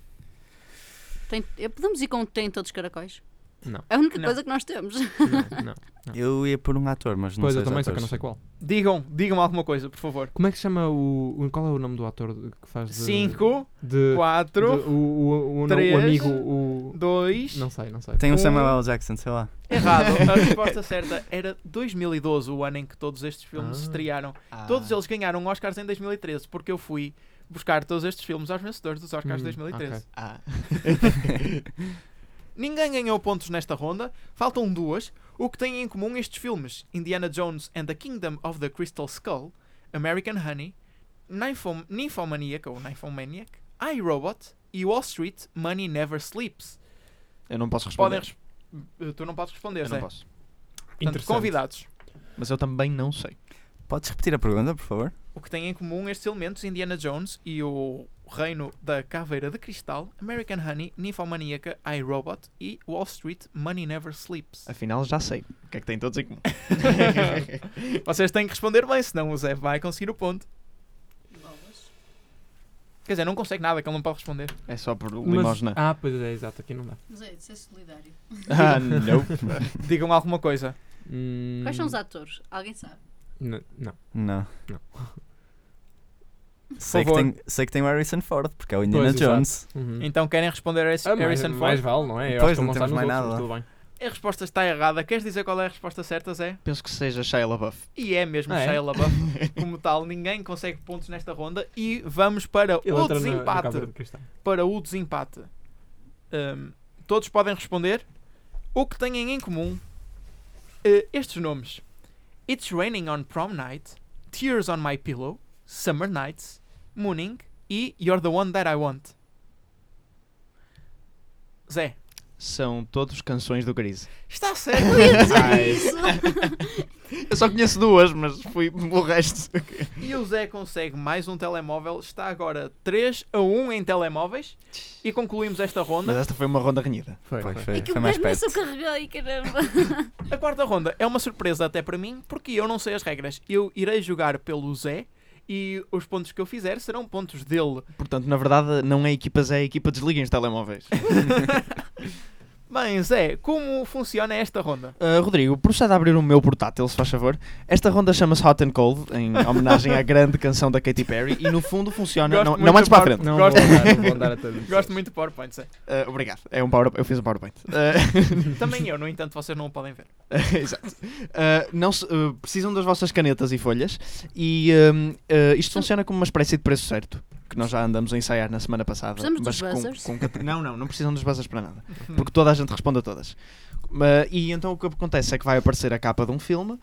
Speaker 6: Tem- eh, Podemos ir com Tem Todos Caracóis?
Speaker 4: Não.
Speaker 6: É a única
Speaker 2: Não.
Speaker 6: coisa que nós temos.
Speaker 4: Não, não.
Speaker 5: Eu ia por um ator, mas não
Speaker 4: Pois
Speaker 5: sei.
Speaker 4: eu
Speaker 5: os
Speaker 4: também, só que eu não
Speaker 5: atores.
Speaker 4: sei qual.
Speaker 2: Digam, digam alguma coisa, por favor.
Speaker 4: Como é que se chama o. o- Qual é o nome do ator de- que faz de.
Speaker 2: 5,
Speaker 4: de,
Speaker 2: 4,
Speaker 4: de- o, o, o, o,
Speaker 2: três,
Speaker 4: o amigo. O,
Speaker 2: 2.
Speaker 4: não sei, não sei.
Speaker 5: Tem o
Speaker 2: Um-
Speaker 5: Samuel L. Jackson, sei lá.
Speaker 2: Errado. A resposta certa era 2012, o ano em que todos estes filmes se
Speaker 4: Ah.
Speaker 2: estrearam. Todos eles ganharam Oscars em 2013, porque eu fui buscar todos estes filmes aos vencedores dos Oscars de
Speaker 4: Hum,
Speaker 2: 2013.
Speaker 4: ok.
Speaker 2: Ninguém ganhou pontos nesta ronda, faltam duas. O que têm em comum estes filmes Indiana Jones and the Kingdom of the Crystal Skull, American Honey, Nymphom Nymphomaniac ou Nymphomaniac, I, Robot e Wall Street Money Never Sleeps.
Speaker 3: Eu não posso responder.
Speaker 2: Podem res- Eh, Tu não podes responder,
Speaker 3: eu
Speaker 2: Zé.
Speaker 3: não posso.
Speaker 2: Portanto, convidados.
Speaker 3: Mas eu também não sei.
Speaker 5: Podes repetir a pergunta, por favor?
Speaker 2: O que têm em comum estes elementos Indiana Jones e o Reino da Caveira de Cristal, American Honey, Nymphomaniaca, I, Robot e Wall Street Money Never Sleeps.
Speaker 3: Afinal, já sei. O que é que tem todos em comum?
Speaker 2: Vocês têm que responder bem, senão o Zé vai conseguir o ponto. Quer dizer, não consegue nada, que ele não pode responder.
Speaker 3: É só por
Speaker 4: Mas-
Speaker 3: limosna.
Speaker 4: Ah, pois é, exato, aqui não dá.
Speaker 6: Mas é de ser solidário.
Speaker 3: Ah, não.
Speaker 2: Digam alguma coisa.
Speaker 6: Quais são os atores? Alguém sabe?
Speaker 4: Hum, N- Não.
Speaker 5: Não.
Speaker 4: Não.
Speaker 5: Sei, que
Speaker 2: Por
Speaker 5: tem, sei que tem o Harrison Ford, porque é o Indiana
Speaker 4: Pois, exato.
Speaker 5: Jones.
Speaker 4: Uhum.
Speaker 2: Então querem responder a esse
Speaker 4: Ah, mais,
Speaker 2: Harrison Ford?
Speaker 4: mais vale, não é? Eu
Speaker 5: Pois,
Speaker 4: acho que ele
Speaker 5: não
Speaker 4: está
Speaker 5: temos
Speaker 4: nos
Speaker 5: mais
Speaker 4: outros, mas
Speaker 5: nada.
Speaker 2: A resposta está errada. Queres dizer qual é a resposta certa, Zé?
Speaker 3: Penso que seja Shia LaBeouf.
Speaker 2: E é mesmo
Speaker 4: Ah, é?
Speaker 2: Shia LaBeouf. Como tal, ninguém consegue pontos nesta ronda. E vamos para
Speaker 4: Tudo bem. Ele
Speaker 2: o
Speaker 4: entra na- na
Speaker 2: desempate.
Speaker 4: Câmara de Cristal.
Speaker 2: para o desempate. Ahm, todos podem responder. O que têm em comum eh, estes nomes: It's Raining on Prom Night, Tears on My Pillow, Summer Nights, Mooning e You're the One That I Want. Zé,
Speaker 3: São todos canções do Grease.
Speaker 2: está
Speaker 6: Eu ia
Speaker 2: certo!
Speaker 6: dizer isso!
Speaker 3: Eu só conheço duas, mas fui o resto.
Speaker 2: e o Zé consegue mais um telemóvel. Está agora 3 a 1 em telemóveis. E concluímos esta
Speaker 3: Mas
Speaker 2: ronda.
Speaker 3: esta foi uma ronda renhida.
Speaker 4: Foi,
Speaker 5: Pois,
Speaker 4: foi.
Speaker 5: foi,
Speaker 6: Aquilo
Speaker 5: foi mais
Speaker 6: mesmo eu
Speaker 5: perto.
Speaker 6: só carreguei, caramba!
Speaker 2: A quarta ronda é uma surpresa até para mim, porque eu não sei as regras. Eu irei jogar pelo Zé e os pontos que eu fizer serão pontos dele.
Speaker 3: Portanto, na verdade, não é equipas, é a equipa desliguem os telemóveis.
Speaker 2: Bem, Zé, como funciona esta ronda?
Speaker 3: Uh, Rodrigo, procede a abrir o meu portátil, se faz favor. Esta ronda chama-se Hot and Cold, em homenagem à grande canção da Katy Perry, e no fundo funciona.
Speaker 2: Gosto
Speaker 3: Não,
Speaker 2: muito
Speaker 3: não antes
Speaker 2: da
Speaker 3: para a
Speaker 2: parte-
Speaker 3: frente.
Speaker 4: Não vou
Speaker 2: Gosto-
Speaker 4: andar, não vou andar até
Speaker 2: Gosto muito do PowerPoint, Zé.
Speaker 3: Uh, obrigado. É um power Eu fiz um PowerPoint. Uh,
Speaker 2: Também eu, no entanto, vocês não o podem ver.
Speaker 3: Exato. Uh, não se- uh, precisam das vossas canetas e folhas e um, uh, isto funciona como uma espécie de preço certo que nós já andamos a ensaiar na semana passada.
Speaker 6: Precisamos dos
Speaker 3: mas com-
Speaker 6: buzzers?
Speaker 3: com cate- não, não, não precisam dos buzzers para nada, porque toda a gente responde a todas. Ma- e então o que acontece é que vai aparecer a capa de um filme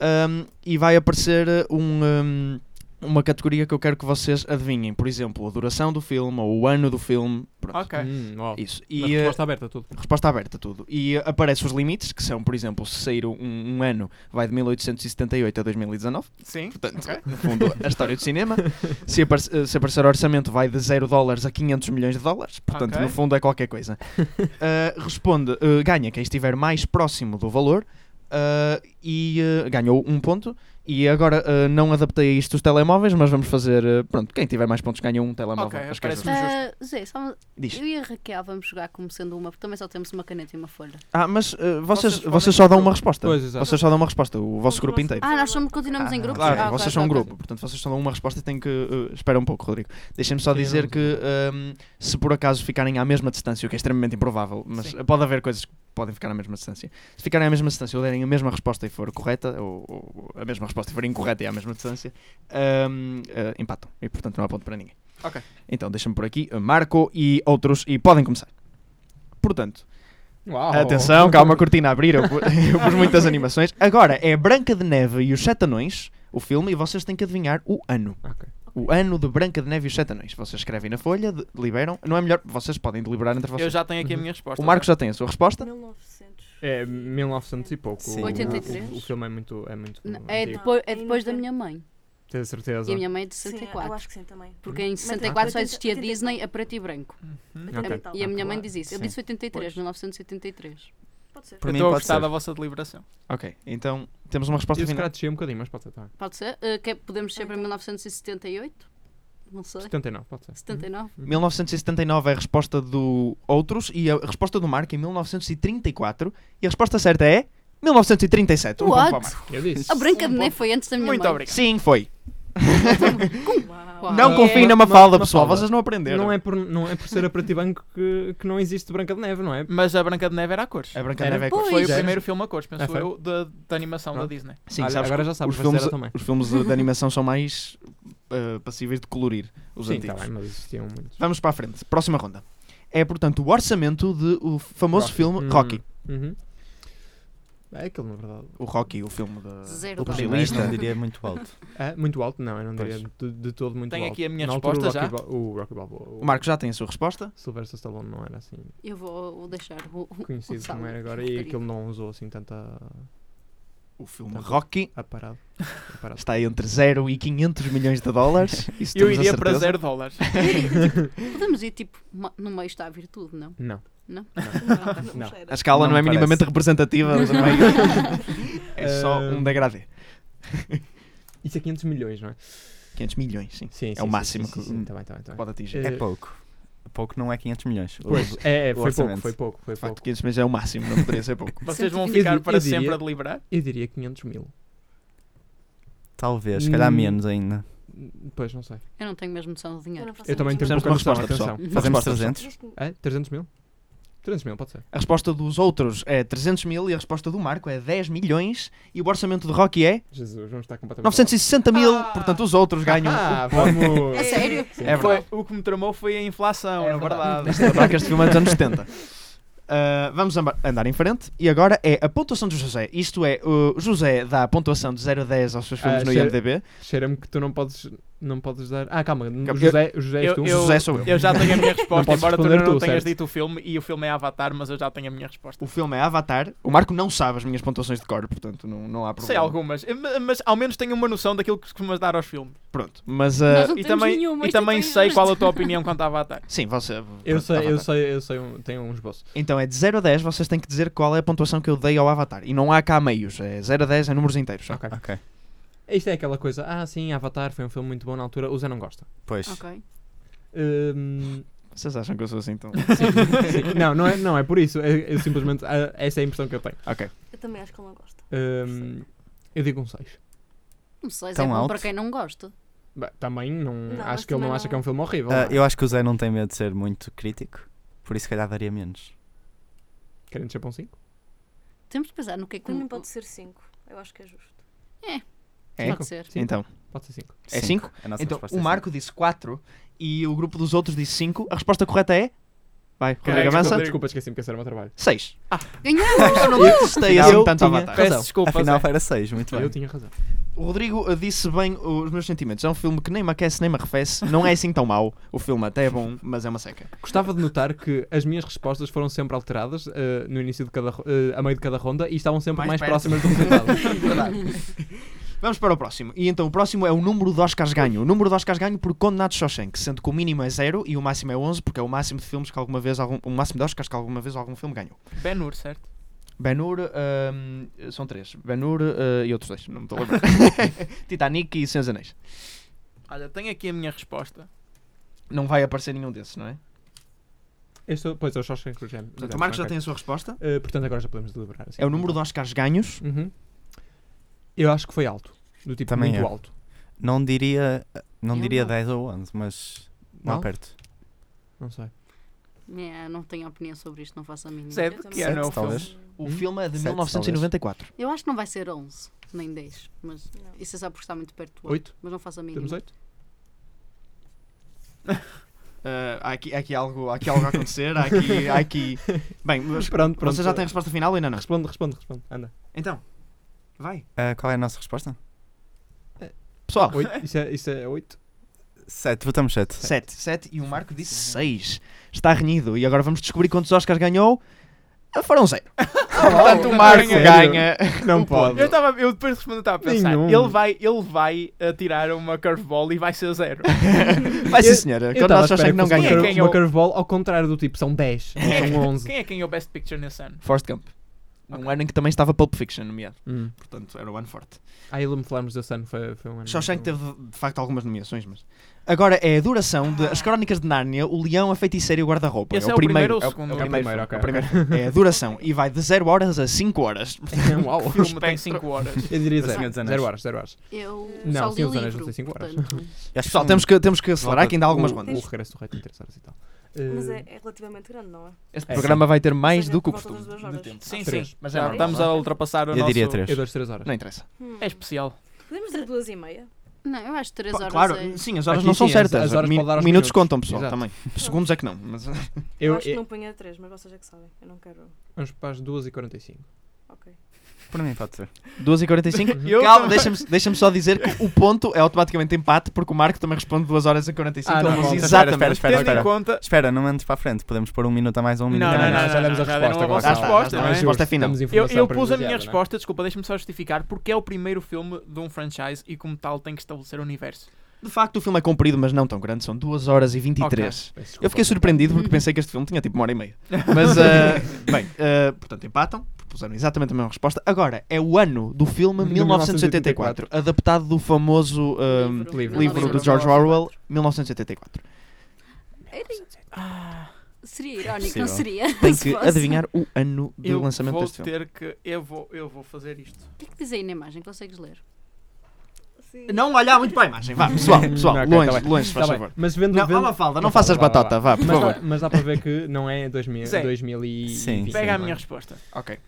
Speaker 3: um, e vai aparecer um, um, uma categoria que eu quero que vocês adivinhem, por exemplo, a duração do filme ou o ano do filme. Pronto.
Speaker 2: Ok.
Speaker 4: Hum, ó.
Speaker 3: Isso.
Speaker 4: Mas
Speaker 3: E, uh,
Speaker 4: resposta aberta, tudo.
Speaker 3: Resposta aberta, tudo. E aparecem os limites, que são, por exemplo, se sair um, um ano, vai de 1878 a 2019.
Speaker 2: Sim.
Speaker 3: Portanto,
Speaker 2: Ok.
Speaker 3: no fundo, a história do cinema. Se, aparecer se aparecer orçamento, vai de 0 dólares a 500 milhões de dólares. Portanto,
Speaker 2: Ok.
Speaker 3: no fundo, é qualquer coisa. Uh, responde, uh, ganha quem estiver mais próximo do valor. uh, e uh, ganhou um ponto e agora uh, não adaptei a isto os telemóveis mas vamos fazer, uh, pronto, quem tiver mais pontos ganha um telemóvel
Speaker 2: Ok,
Speaker 3: Acho que é
Speaker 2: parece-me
Speaker 3: justo.
Speaker 6: Ah, Zé, só uma-
Speaker 3: Diz.
Speaker 6: eu e a Raquel vamos jogar como sendo uma, porque também só temos uma caneta e uma folha.
Speaker 3: Ah, mas
Speaker 2: Vocês
Speaker 3: uh, vocês,
Speaker 2: podem assim?
Speaker 3: vocês só dão
Speaker 2: fazer-
Speaker 3: uma resposta
Speaker 4: Pois, exato.
Speaker 3: então, vocês só dão uma resposta, o vosso grupo inteiro
Speaker 6: Ah, nós somos, continuamos
Speaker 5: Ah,
Speaker 6: em grupo?
Speaker 3: Claro,
Speaker 6: ah, ok,
Speaker 3: vocês são um
Speaker 6: ok, ok.
Speaker 3: grupo, portanto vocês só dão uma resposta e têm que. uh, espera um pouco, Rodrigo. Deixem-me só
Speaker 4: Sim,
Speaker 3: dizer
Speaker 4: não,
Speaker 3: que um, se por acaso ficarem à mesma distância, o que é extremamente improvável, mas
Speaker 2: Sim.
Speaker 3: pode haver coisas que podem ficar à mesma distância. Se ficarem à mesma distância ou derem a mesma resposta e for correta, ou, ou a mesma resposta e for incorreta e à mesma distância, um, uh, empatam. E portanto não há ponto para ninguém.
Speaker 2: Ok.
Speaker 3: Então deixem-me por aqui, uh, Marco e outros, e podem começar. Portanto,
Speaker 4: Uau.
Speaker 3: Atenção, que há uma cortina a abrir, eu, pu- eu pus muitas animações. Agora é Branca de Neve e os Sete Anões, o filme, e vocês têm que adivinhar o ano.
Speaker 4: Ok.
Speaker 3: O ano de Branca de Neve e os Sete Anões. Vocês escrevem na folha, de- deliberam. Não é melhor, vocês podem deliberar entre
Speaker 2: Eu
Speaker 3: vocês.
Speaker 2: já tenho aqui a minha resposta.
Speaker 3: tá- O Marco já tem a sua resposta.
Speaker 7: 1900.
Speaker 4: É 1900 e pouco.
Speaker 5: Sim.
Speaker 4: O-
Speaker 6: 83?
Speaker 4: O, o filme é muito. É muito
Speaker 6: Não, É
Speaker 4: antigo.
Speaker 6: depois, é depois da minha mãe.
Speaker 4: Tenho a certeza.
Speaker 6: E a minha mãe é de
Speaker 7: Sim, eu
Speaker 6: 64.
Speaker 7: acho que sim também.
Speaker 6: Porque em
Speaker 7: Mas é
Speaker 6: 64 só
Speaker 7: 80,
Speaker 6: existia
Speaker 7: 80.
Speaker 6: Disney a preto e branco.
Speaker 2: Uhum.
Speaker 4: Ok.
Speaker 7: Até tal.
Speaker 6: E a minha mãe
Speaker 4: claro.
Speaker 6: diz isso. Eu
Speaker 5: Sim.
Speaker 6: disse 83, 1983.
Speaker 7: Pode ser.
Speaker 5: Por
Speaker 2: Eu
Speaker 5: mim
Speaker 2: estou a
Speaker 5: pode
Speaker 2: gostar
Speaker 5: ser.
Speaker 2: da vossa deliberação.
Speaker 3: Ok, então temos uma resposta
Speaker 4: Eu se
Speaker 3: final.
Speaker 6: é,
Speaker 4: calhar desci um bocadinho, mas pode ser. Tá.
Speaker 6: Pode ser? Eh, que- podemos ser para 1978? não sei.
Speaker 4: 79, pode ser.
Speaker 6: 79?
Speaker 3: 1979 é a resposta do Outros e a resposta do Marco é 1934 e a resposta certa é 1937. Um ponto para o
Speaker 6: What?
Speaker 3: Marco.
Speaker 4: Eu disse.
Speaker 6: A Branca de
Speaker 2: Um
Speaker 6: Neve
Speaker 2: ponto.
Speaker 6: foi antes da minha
Speaker 2: Muito
Speaker 6: mãe.
Speaker 2: obrigado.
Speaker 3: Sim, foi.
Speaker 6: Uau.
Speaker 3: Não
Speaker 4: Ah,
Speaker 3: confiem
Speaker 4: é.
Speaker 3: na
Speaker 4: Uma-
Speaker 3: Mafalda,
Speaker 4: uma
Speaker 3: pessoal.
Speaker 4: falda.
Speaker 3: Vocês não aprenderam.
Speaker 4: Não é, por, não é por ser a preto e branco que, que não existe Branca de Neve, não é?
Speaker 2: Mas a Branca de Neve era a cores.
Speaker 3: A Branca de
Speaker 4: Era-
Speaker 3: Neve é
Speaker 6: Pois.
Speaker 2: Foi o
Speaker 4: Já era.
Speaker 2: primeiro filme a cores, penso
Speaker 4: Ah, foi?
Speaker 2: eu, da, da animação da
Speaker 4: Pronto.
Speaker 2: Disney.
Speaker 3: Sim,
Speaker 4: Olha,
Speaker 3: sabes
Speaker 4: agora
Speaker 3: que
Speaker 4: já sabes,
Speaker 3: os
Speaker 4: vai ser
Speaker 3: filmes,
Speaker 4: ela também.
Speaker 3: os filmes de animação são mais eh, passíveis de colorir os
Speaker 4: Sim, está
Speaker 3: antigos.
Speaker 4: bem, mas existiam muitos.
Speaker 3: Vamos para a frente. Próxima ronda. É, portanto, o orçamento do famoso
Speaker 4: Rocky.
Speaker 3: filme
Speaker 4: Hum.
Speaker 3: Rocky.
Speaker 4: Uhum. É aquele, na verdade.
Speaker 3: O Rocky, o filme da-
Speaker 6: Zero
Speaker 3: do
Speaker 6: dólares.
Speaker 5: Brasileiro,
Speaker 3: pugilista.
Speaker 5: não diria muito alto.
Speaker 4: É, muito alto? Não, eu não diria
Speaker 3: Pois.
Speaker 4: de, de todo muito
Speaker 2: Tenho
Speaker 4: alto.
Speaker 2: aqui a minha
Speaker 4: Na altura,
Speaker 2: resposta
Speaker 4: o Rocky, Ba- o Rocky Balboa. O
Speaker 3: O Marco já tem a sua resposta.
Speaker 4: Sylvester Stallone não era assim
Speaker 6: Eu vou vou deixar o, o-
Speaker 4: conhecido como
Speaker 6: o Salmo
Speaker 4: era
Speaker 6: de
Speaker 4: agora e
Speaker 6: Rapariga.
Speaker 4: aquele não usou assim tanta
Speaker 3: O filme
Speaker 4: Tá bom.
Speaker 3: Rocky
Speaker 4: a parada. A parada.
Speaker 3: está um entre 0 e 500 milhões de dólares. Isso
Speaker 2: Eu
Speaker 3: temos a
Speaker 2: iria para
Speaker 3: certeza.
Speaker 2: 0 dólares.
Speaker 6: Podemos ir tipo, ma- no meio está a virtude, não?
Speaker 4: Não.
Speaker 6: Não?
Speaker 4: Não.
Speaker 6: sei.
Speaker 3: A escala
Speaker 5: Não
Speaker 3: não, é
Speaker 5: me parece.
Speaker 3: minimamente representativa. do meio. é só
Speaker 4: Ah.
Speaker 3: um degradê.
Speaker 4: Isso é 500 milhões, não é?
Speaker 3: 500 milhões, sim.
Speaker 4: Sim,
Speaker 3: É o máximo que-
Speaker 4: Sim, tá bem, tá bem, tá bem.
Speaker 3: Pode atingir.
Speaker 5: É
Speaker 4: Eh,
Speaker 5: pouco. Pouco não é 500 milhões.
Speaker 4: Pois, é, é, foi
Speaker 5: o
Speaker 4: pouco,
Speaker 5: orçamento.
Speaker 4: foi pouco, foi
Speaker 3: De facto,
Speaker 4: pouco.
Speaker 3: 500 milhões é o máximo, não poderia ser pouco.
Speaker 2: Vocês vão
Speaker 6: Eu
Speaker 4: di-
Speaker 2: ficar
Speaker 4: eu
Speaker 2: para
Speaker 4: diria-
Speaker 2: sempre a deliberar?
Speaker 4: Eu diria 500 mil.
Speaker 5: Talvez, se calhar
Speaker 4: Hum.
Speaker 5: menos ainda.
Speaker 4: Pois, não sei.
Speaker 6: Eu não tenho mesmo noção do dinheiro.
Speaker 4: Eu também tenho
Speaker 3: Precisamos de
Speaker 4: pouca
Speaker 3: uma
Speaker 4: noção,
Speaker 3: resposta, pessoal.
Speaker 4: atenção.
Speaker 6: Uhum.
Speaker 5: Fazemos
Speaker 3: resposta,
Speaker 5: 300?
Speaker 4: É? 300 mil? 300 mil, pode ser.
Speaker 3: A resposta dos outros é 300 mil e a resposta do Marco é 10 milhões e o orçamento do Rocky é
Speaker 4: Jesus, vamos estar completamente...
Speaker 3: 960 mil.
Speaker 2: Ah!
Speaker 3: Portanto, os outros ganham.
Speaker 4: Ah, vamos!
Speaker 6: A sério?
Speaker 4: Sim.
Speaker 3: É verdade.
Speaker 2: Foi- o que me tramou foi a inflação,
Speaker 4: É
Speaker 2: na verdade.
Speaker 3: Esta placa este filme é dos anos 70. Ah, vamos amba- andar em frente e agora é a pontuação do José. Isto é, o José dá a pontuação de 0 a 10 aos seus filmes
Speaker 4: Ah,
Speaker 3: no
Speaker 4: sim.
Speaker 3: IMDB.
Speaker 4: Cheira-me que tu não podes, não podes dar... Ah, calma,
Speaker 3: Calma,
Speaker 4: o José, o José és
Speaker 2: eu-
Speaker 4: tu?
Speaker 2: eu-
Speaker 3: José sou eu.
Speaker 2: Eu já tenho a minha resposta,
Speaker 4: podes
Speaker 2: embora tu
Speaker 4: responder
Speaker 2: não
Speaker 4: tu,
Speaker 2: tenhas
Speaker 4: certo?
Speaker 2: dito o filme e o filme é Avatar, mas eu já tenho a minha resposta.
Speaker 3: O filme é Avatar. O Marco não sabe as minhas pontuações de cor, portanto não, não há problema.
Speaker 2: Sei algumas, mas, mas ao menos tenho uma noção daquilo que costumas dar aos filmes.
Speaker 3: Pronto, mas
Speaker 6: Nós
Speaker 3: ah,
Speaker 6: não
Speaker 2: E
Speaker 6: temos
Speaker 2: também,
Speaker 6: nenhuma,
Speaker 2: e
Speaker 6: isto
Speaker 2: também
Speaker 6: é
Speaker 2: sei qual a
Speaker 6: injusto.
Speaker 2: tua opinião quanto a Avatar.
Speaker 3: sim, você.
Speaker 4: Eu
Speaker 3: pronto,
Speaker 4: sei, eu
Speaker 3: Avatar.
Speaker 4: sei, eu sei, um, tenho um esboço.
Speaker 3: Então é de 0 a 10, vocês têm que dizer qual é a pontuação que eu dei ao Avatar. E não há cá meios, é 0 a 10 é números inteiros. só.
Speaker 4: Ok.
Speaker 5: Ok.
Speaker 4: Isto é aquela coisa, ah sim, Avatar foi um filme muito bom na altura, o Zé não gosta.
Speaker 5: Pois.
Speaker 6: Ok.
Speaker 4: Hum,
Speaker 3: Vocês acham que eu sou assim então?
Speaker 4: sim. Não, não é, não é por isso, eu, eu simplesmente, ah, essa é a impressão que eu tenho.
Speaker 3: ok.
Speaker 7: Eu também acho que ele não gosta.
Speaker 4: Hum, eu digo um 6.
Speaker 6: Não sei, é
Speaker 5: Tão
Speaker 6: bom
Speaker 5: alto.
Speaker 6: para quem não gosta.
Speaker 4: Bem, também não,
Speaker 7: mas
Speaker 4: acho que ele
Speaker 7: também
Speaker 4: não
Speaker 7: não-
Speaker 4: acha que é um filme horrível.
Speaker 5: Ah,
Speaker 4: não é?
Speaker 5: eu acho que o Zé não tem medo de ser muito crítico, por isso se calhar daria menos.
Speaker 4: Querem descer para um 5?
Speaker 6: Temos de pensar no que é que
Speaker 7: Também pode ser 5. Eu acho que é justo.
Speaker 3: É?
Speaker 6: pode ser.
Speaker 4: Sim.
Speaker 3: Então,
Speaker 4: Pode ser 5.
Speaker 3: É
Speaker 5: Cinco.
Speaker 3: cinco?
Speaker 5: A nossa
Speaker 3: então
Speaker 5: resposta
Speaker 3: o
Speaker 5: é
Speaker 3: Marco disse 4 e o grupo dos outros disse 5. A resposta correta é. Vai, Rodrigo
Speaker 2: desculpa,
Speaker 3: avança.
Speaker 2: Rodrigo.
Speaker 4: Desculpa, esqueci-me que esse era o meu trabalho.
Speaker 3: 6.
Speaker 6: Ganhamos!
Speaker 3: Eu não detestei assim
Speaker 5: Eu
Speaker 3: tanto
Speaker 5: tinha-
Speaker 3: Avatar.
Speaker 2: Peço
Speaker 5: Razão.
Speaker 2: desculpa,
Speaker 5: Afinal
Speaker 2: Zé.
Speaker 5: era 6, muito
Speaker 4: Eu
Speaker 5: bem.
Speaker 4: tinha razão.
Speaker 3: O Rodrigo uh, disse bem os meus sentimentos. É um filme que nem me aquece nem me arrefece. Não é assim tão mau. O filme até é bom, mas é uma seca.
Speaker 4: Gostava de notar que as minhas respostas foram sempre alteradas eh, no início de cada, ro- eh, a meio de cada ronda e estavam sempre
Speaker 3: Mais
Speaker 4: mais,
Speaker 3: perto.
Speaker 4: próximas do resultado.
Speaker 3: Vamos para o próximo. E então o próximo é o número de Oscars ganho. O número de Oscars ganho por Condenado Shawshank, sendo que o mínimo é 0 e o máximo é 11, porque é o máximo de filmes que alguma vez algum, o máximo de Oscars que alguma vez algum filme ganhou.
Speaker 2: é Ben Hur, certo?
Speaker 3: Ben-Hur, hum, são três. Ben-Hur uh, e outros dois, não me estou a lembrar. Titanic e Senhor dos Anéis.
Speaker 2: Olha, tenho aqui a minha resposta.
Speaker 3: Não vai aparecer nenhum desses, não é?
Speaker 4: Este, pois, é o Shawshank Redemption.
Speaker 3: Portanto, o Marcos já
Speaker 4: ok.
Speaker 3: tem a sua resposta.
Speaker 4: Eh, portanto, agora já podemos deliberar. assim.
Speaker 3: É o número de Oscars ganhos.
Speaker 4: Uhum. Eu acho que foi alto. Do tipo,
Speaker 5: Também
Speaker 3: é.
Speaker 4: muito
Speaker 5: eu.
Speaker 4: alto.
Speaker 5: Não diria, não
Speaker 6: Eu
Speaker 5: diria
Speaker 6: não.
Speaker 5: 10 ou 11, mas
Speaker 3: Não?
Speaker 5: lá perto.
Speaker 4: Não sei.
Speaker 6: É, não tenho opinião sobre isto, não faço a mínima.
Speaker 2: Zé,
Speaker 7: Eu
Speaker 2: de que
Speaker 7: também.
Speaker 2: ano é o
Speaker 5: Sete,
Speaker 2: filme?
Speaker 5: talvez.
Speaker 3: O filme é de
Speaker 5: Sete,
Speaker 3: 1994.
Speaker 6: Eu acho que não vai ser 11, nem 10, mas
Speaker 7: Não.
Speaker 6: isso é só porque está muito perto do 8,
Speaker 4: Oito?
Speaker 6: mas não faço a
Speaker 4: Temos
Speaker 6: mínima.
Speaker 4: oito?
Speaker 3: Uh, há, aqui, há aqui algo, há aqui algo a acontecer. Há aqui. Há aqui... Bem, mas
Speaker 4: Pronto, pronto.
Speaker 3: você já tem a resposta final ou ainda não?
Speaker 4: Responde, responde, responde. Anda.
Speaker 3: Então, vai.
Speaker 5: Ah, qual é a nossa resposta?
Speaker 3: Pessoal,
Speaker 4: Oito? Isso é, isso é oito?
Speaker 5: 7, votamos 7.
Speaker 3: 7. 7 e o Marco disse 6. Está renhido. E agora vamos descobrir quantos Oscars ganhou. Ah, Foram 0. Portanto, o Marco
Speaker 4: Sério?
Speaker 3: ganha.
Speaker 4: Não pode.
Speaker 2: Eu, tava, eu depois de responder estava a pensar,
Speaker 4: Nenhum.
Speaker 2: ele vai, ele vai atirar uma curveball e vai ser zero.
Speaker 3: Vai sim,
Speaker 4: Eu-
Speaker 3: senhora.
Speaker 4: Eu
Speaker 3: Quando
Speaker 4: tava à
Speaker 3: nós
Speaker 4: espera
Speaker 3: achamos que
Speaker 2: ganhou.
Speaker 3: não
Speaker 4: fosse uma
Speaker 3: ganhamos.
Speaker 2: Quem
Speaker 4: cur-
Speaker 2: ganhou?
Speaker 4: Uma curveball ao contrário do tipo, são 10, não são 11.
Speaker 2: é Quem é que ganhou Best Picture nesse ano?
Speaker 3: Forrest Gump. Um ano em que também estava Pulp Fiction nomeado.
Speaker 4: Hum.
Speaker 3: Portanto, era o ano forte.
Speaker 4: Ah, e Lume Flames do Sun foi, foi um ano.
Speaker 3: Shawshank
Speaker 4: muito
Speaker 3: teve, de facto, algumas nomeações, mas... Agora é a duração de As Crónicas de Nárnia, O Leão, a Feiticeira e o Guarda-Roupa.
Speaker 2: Esse é o primeiro ou o
Speaker 3: É o-
Speaker 2: segundo?
Speaker 3: é o
Speaker 4: É o primeiro,
Speaker 3: primeiro.
Speaker 4: ok.
Speaker 3: É o primeiro. É a duração. E vai de 0 horas a 5 horas.
Speaker 4: bom. Uau.
Speaker 2: O filme tem 5 horas.
Speaker 4: Eu diria
Speaker 5: O Senhor
Speaker 4: zero.
Speaker 5: dos Anéis.
Speaker 4: Zero horas, zero horas.
Speaker 6: Eu
Speaker 4: Não,
Speaker 6: só li
Speaker 4: Senhor
Speaker 6: o
Speaker 4: dos Anéis não
Speaker 6: livro.
Speaker 4: tem cinco horas.
Speaker 6: portanto.
Speaker 5: Acho
Speaker 3: É Pessoal, temos que, temos que acelerar, que ainda há algumas
Speaker 5: O-
Speaker 4: O
Speaker 5: Mas-
Speaker 3: rondas.
Speaker 4: regresso do rei tem três horas e tal.
Speaker 7: Mas
Speaker 4: Eh,
Speaker 7: é, é relativamente grande, não é?
Speaker 3: Este
Speaker 4: é.
Speaker 3: programa vai ter mais
Speaker 7: Seja
Speaker 3: do que o
Speaker 7: por volta
Speaker 3: costume.
Speaker 7: das duas horas.
Speaker 3: de tempo.
Speaker 2: Sim,
Speaker 4: Três.
Speaker 2: sim.
Speaker 3: Mas é
Speaker 2: Já
Speaker 3: normal.
Speaker 2: estamos a ultrapassar o
Speaker 5: Eu
Speaker 2: nosso...
Speaker 5: diria três.
Speaker 4: Eu dou as três horas.
Speaker 3: Não interessa.
Speaker 7: Hum.
Speaker 2: É especial.
Speaker 7: Podemos dizer duas e meia?
Speaker 6: Não, eu acho 3
Speaker 3: Pá,
Speaker 6: horas.
Speaker 3: claro, um,
Speaker 6: é-
Speaker 3: sim, as horas
Speaker 4: Aqui
Speaker 3: não são
Speaker 4: sim, as-
Speaker 3: certas.
Speaker 4: as horas
Speaker 3: Mi-
Speaker 4: podem dar aos
Speaker 3: minutos,
Speaker 4: minutos.
Speaker 3: contam, pessoal,
Speaker 4: Exato.
Speaker 3: também. Segundos é que não. Mas...
Speaker 7: Eu,
Speaker 4: Eu,
Speaker 7: acho que
Speaker 4: eu,
Speaker 7: não punha três, mas vocês é que sabem. Eu não quero.
Speaker 4: vamos para as 2h45.
Speaker 5: Por mim, pode ser.
Speaker 3: 2h45?
Speaker 4: Uhum.
Speaker 2: Eu
Speaker 3: Calma,
Speaker 2: também-
Speaker 3: deixa-me deixa só dizer que o ponto é automaticamente empate, porque o Marco também responde 2 horas e 45
Speaker 4: Ah,
Speaker 3: ele
Speaker 4: não,
Speaker 3: diz
Speaker 4: volta.
Speaker 5: Espera,
Speaker 3: exatamente.
Speaker 5: espera, espera,
Speaker 2: Tendo em
Speaker 5: espera.
Speaker 2: conta...
Speaker 5: Espera, não andes para a frente. Podemos pôr um minuto a mais ou um minuto
Speaker 2: Não,
Speaker 5: a
Speaker 2: não,
Speaker 5: mais.
Speaker 2: não,
Speaker 4: já
Speaker 2: não,
Speaker 4: demos a
Speaker 2: já deram
Speaker 4: resposta
Speaker 2: a
Speaker 4: agora.
Speaker 2: vossa
Speaker 4: Lá está,
Speaker 2: resposta,
Speaker 3: lá
Speaker 2: não é?
Speaker 3: está. Resposta final.
Speaker 2: Eu, eu pus a
Speaker 5: é?
Speaker 2: minha resposta, desculpa, deixa-me só justificar, porque é o primeiro filme de um franchise e como tal tem que estabelecer o universo.
Speaker 3: De facto, o filme é comprido, mas não tão grande, são 2 horas e 23. Eu fiquei surpreendido
Speaker 4: Uhum.
Speaker 3: porque pensei que este filme tinha tipo uma hora e meia. Mas, ah, bem, ah, portanto, empatam, propuseram exatamente a mesma resposta. Agora, é o ano do filme
Speaker 4: De
Speaker 3: 1984, adaptado do famoso ah,
Speaker 6: Livro.
Speaker 4: Livro.
Speaker 3: livro do George Orwell, 1984.
Speaker 4: Ah.
Speaker 6: Seria irónico,
Speaker 5: Impossível.
Speaker 6: não seria?
Speaker 3: Tem
Speaker 6: Se
Speaker 3: que
Speaker 6: fosse.
Speaker 3: adivinhar o ano do
Speaker 2: eu
Speaker 3: lançamento
Speaker 2: vou
Speaker 3: deste filme.
Speaker 2: ter que... Eu vou, eu vou fazer isto.
Speaker 6: O que é que diz aí na imagem? Consegues ler?
Speaker 7: Sim.
Speaker 3: Não olhar muito para a imagem, vá, pessoal, pessoal,
Speaker 4: Não, ok,
Speaker 3: longe,
Speaker 4: tá bem.
Speaker 3: longe, faz
Speaker 4: Tá
Speaker 3: favor.
Speaker 4: bem, mas vendo.
Speaker 3: Não,
Speaker 4: vendo-
Speaker 3: vá Mafalda, não
Speaker 4: Mafalda,
Speaker 3: faças
Speaker 4: vá lá,
Speaker 3: batata, vá, por
Speaker 4: mas, dá,
Speaker 3: favor.
Speaker 4: mas dá para ver que não é 2000,
Speaker 2: Zé.
Speaker 4: 2020.
Speaker 5: Sim,
Speaker 2: Pega a
Speaker 5: sim.
Speaker 2: minha resposta.
Speaker 3: Ok.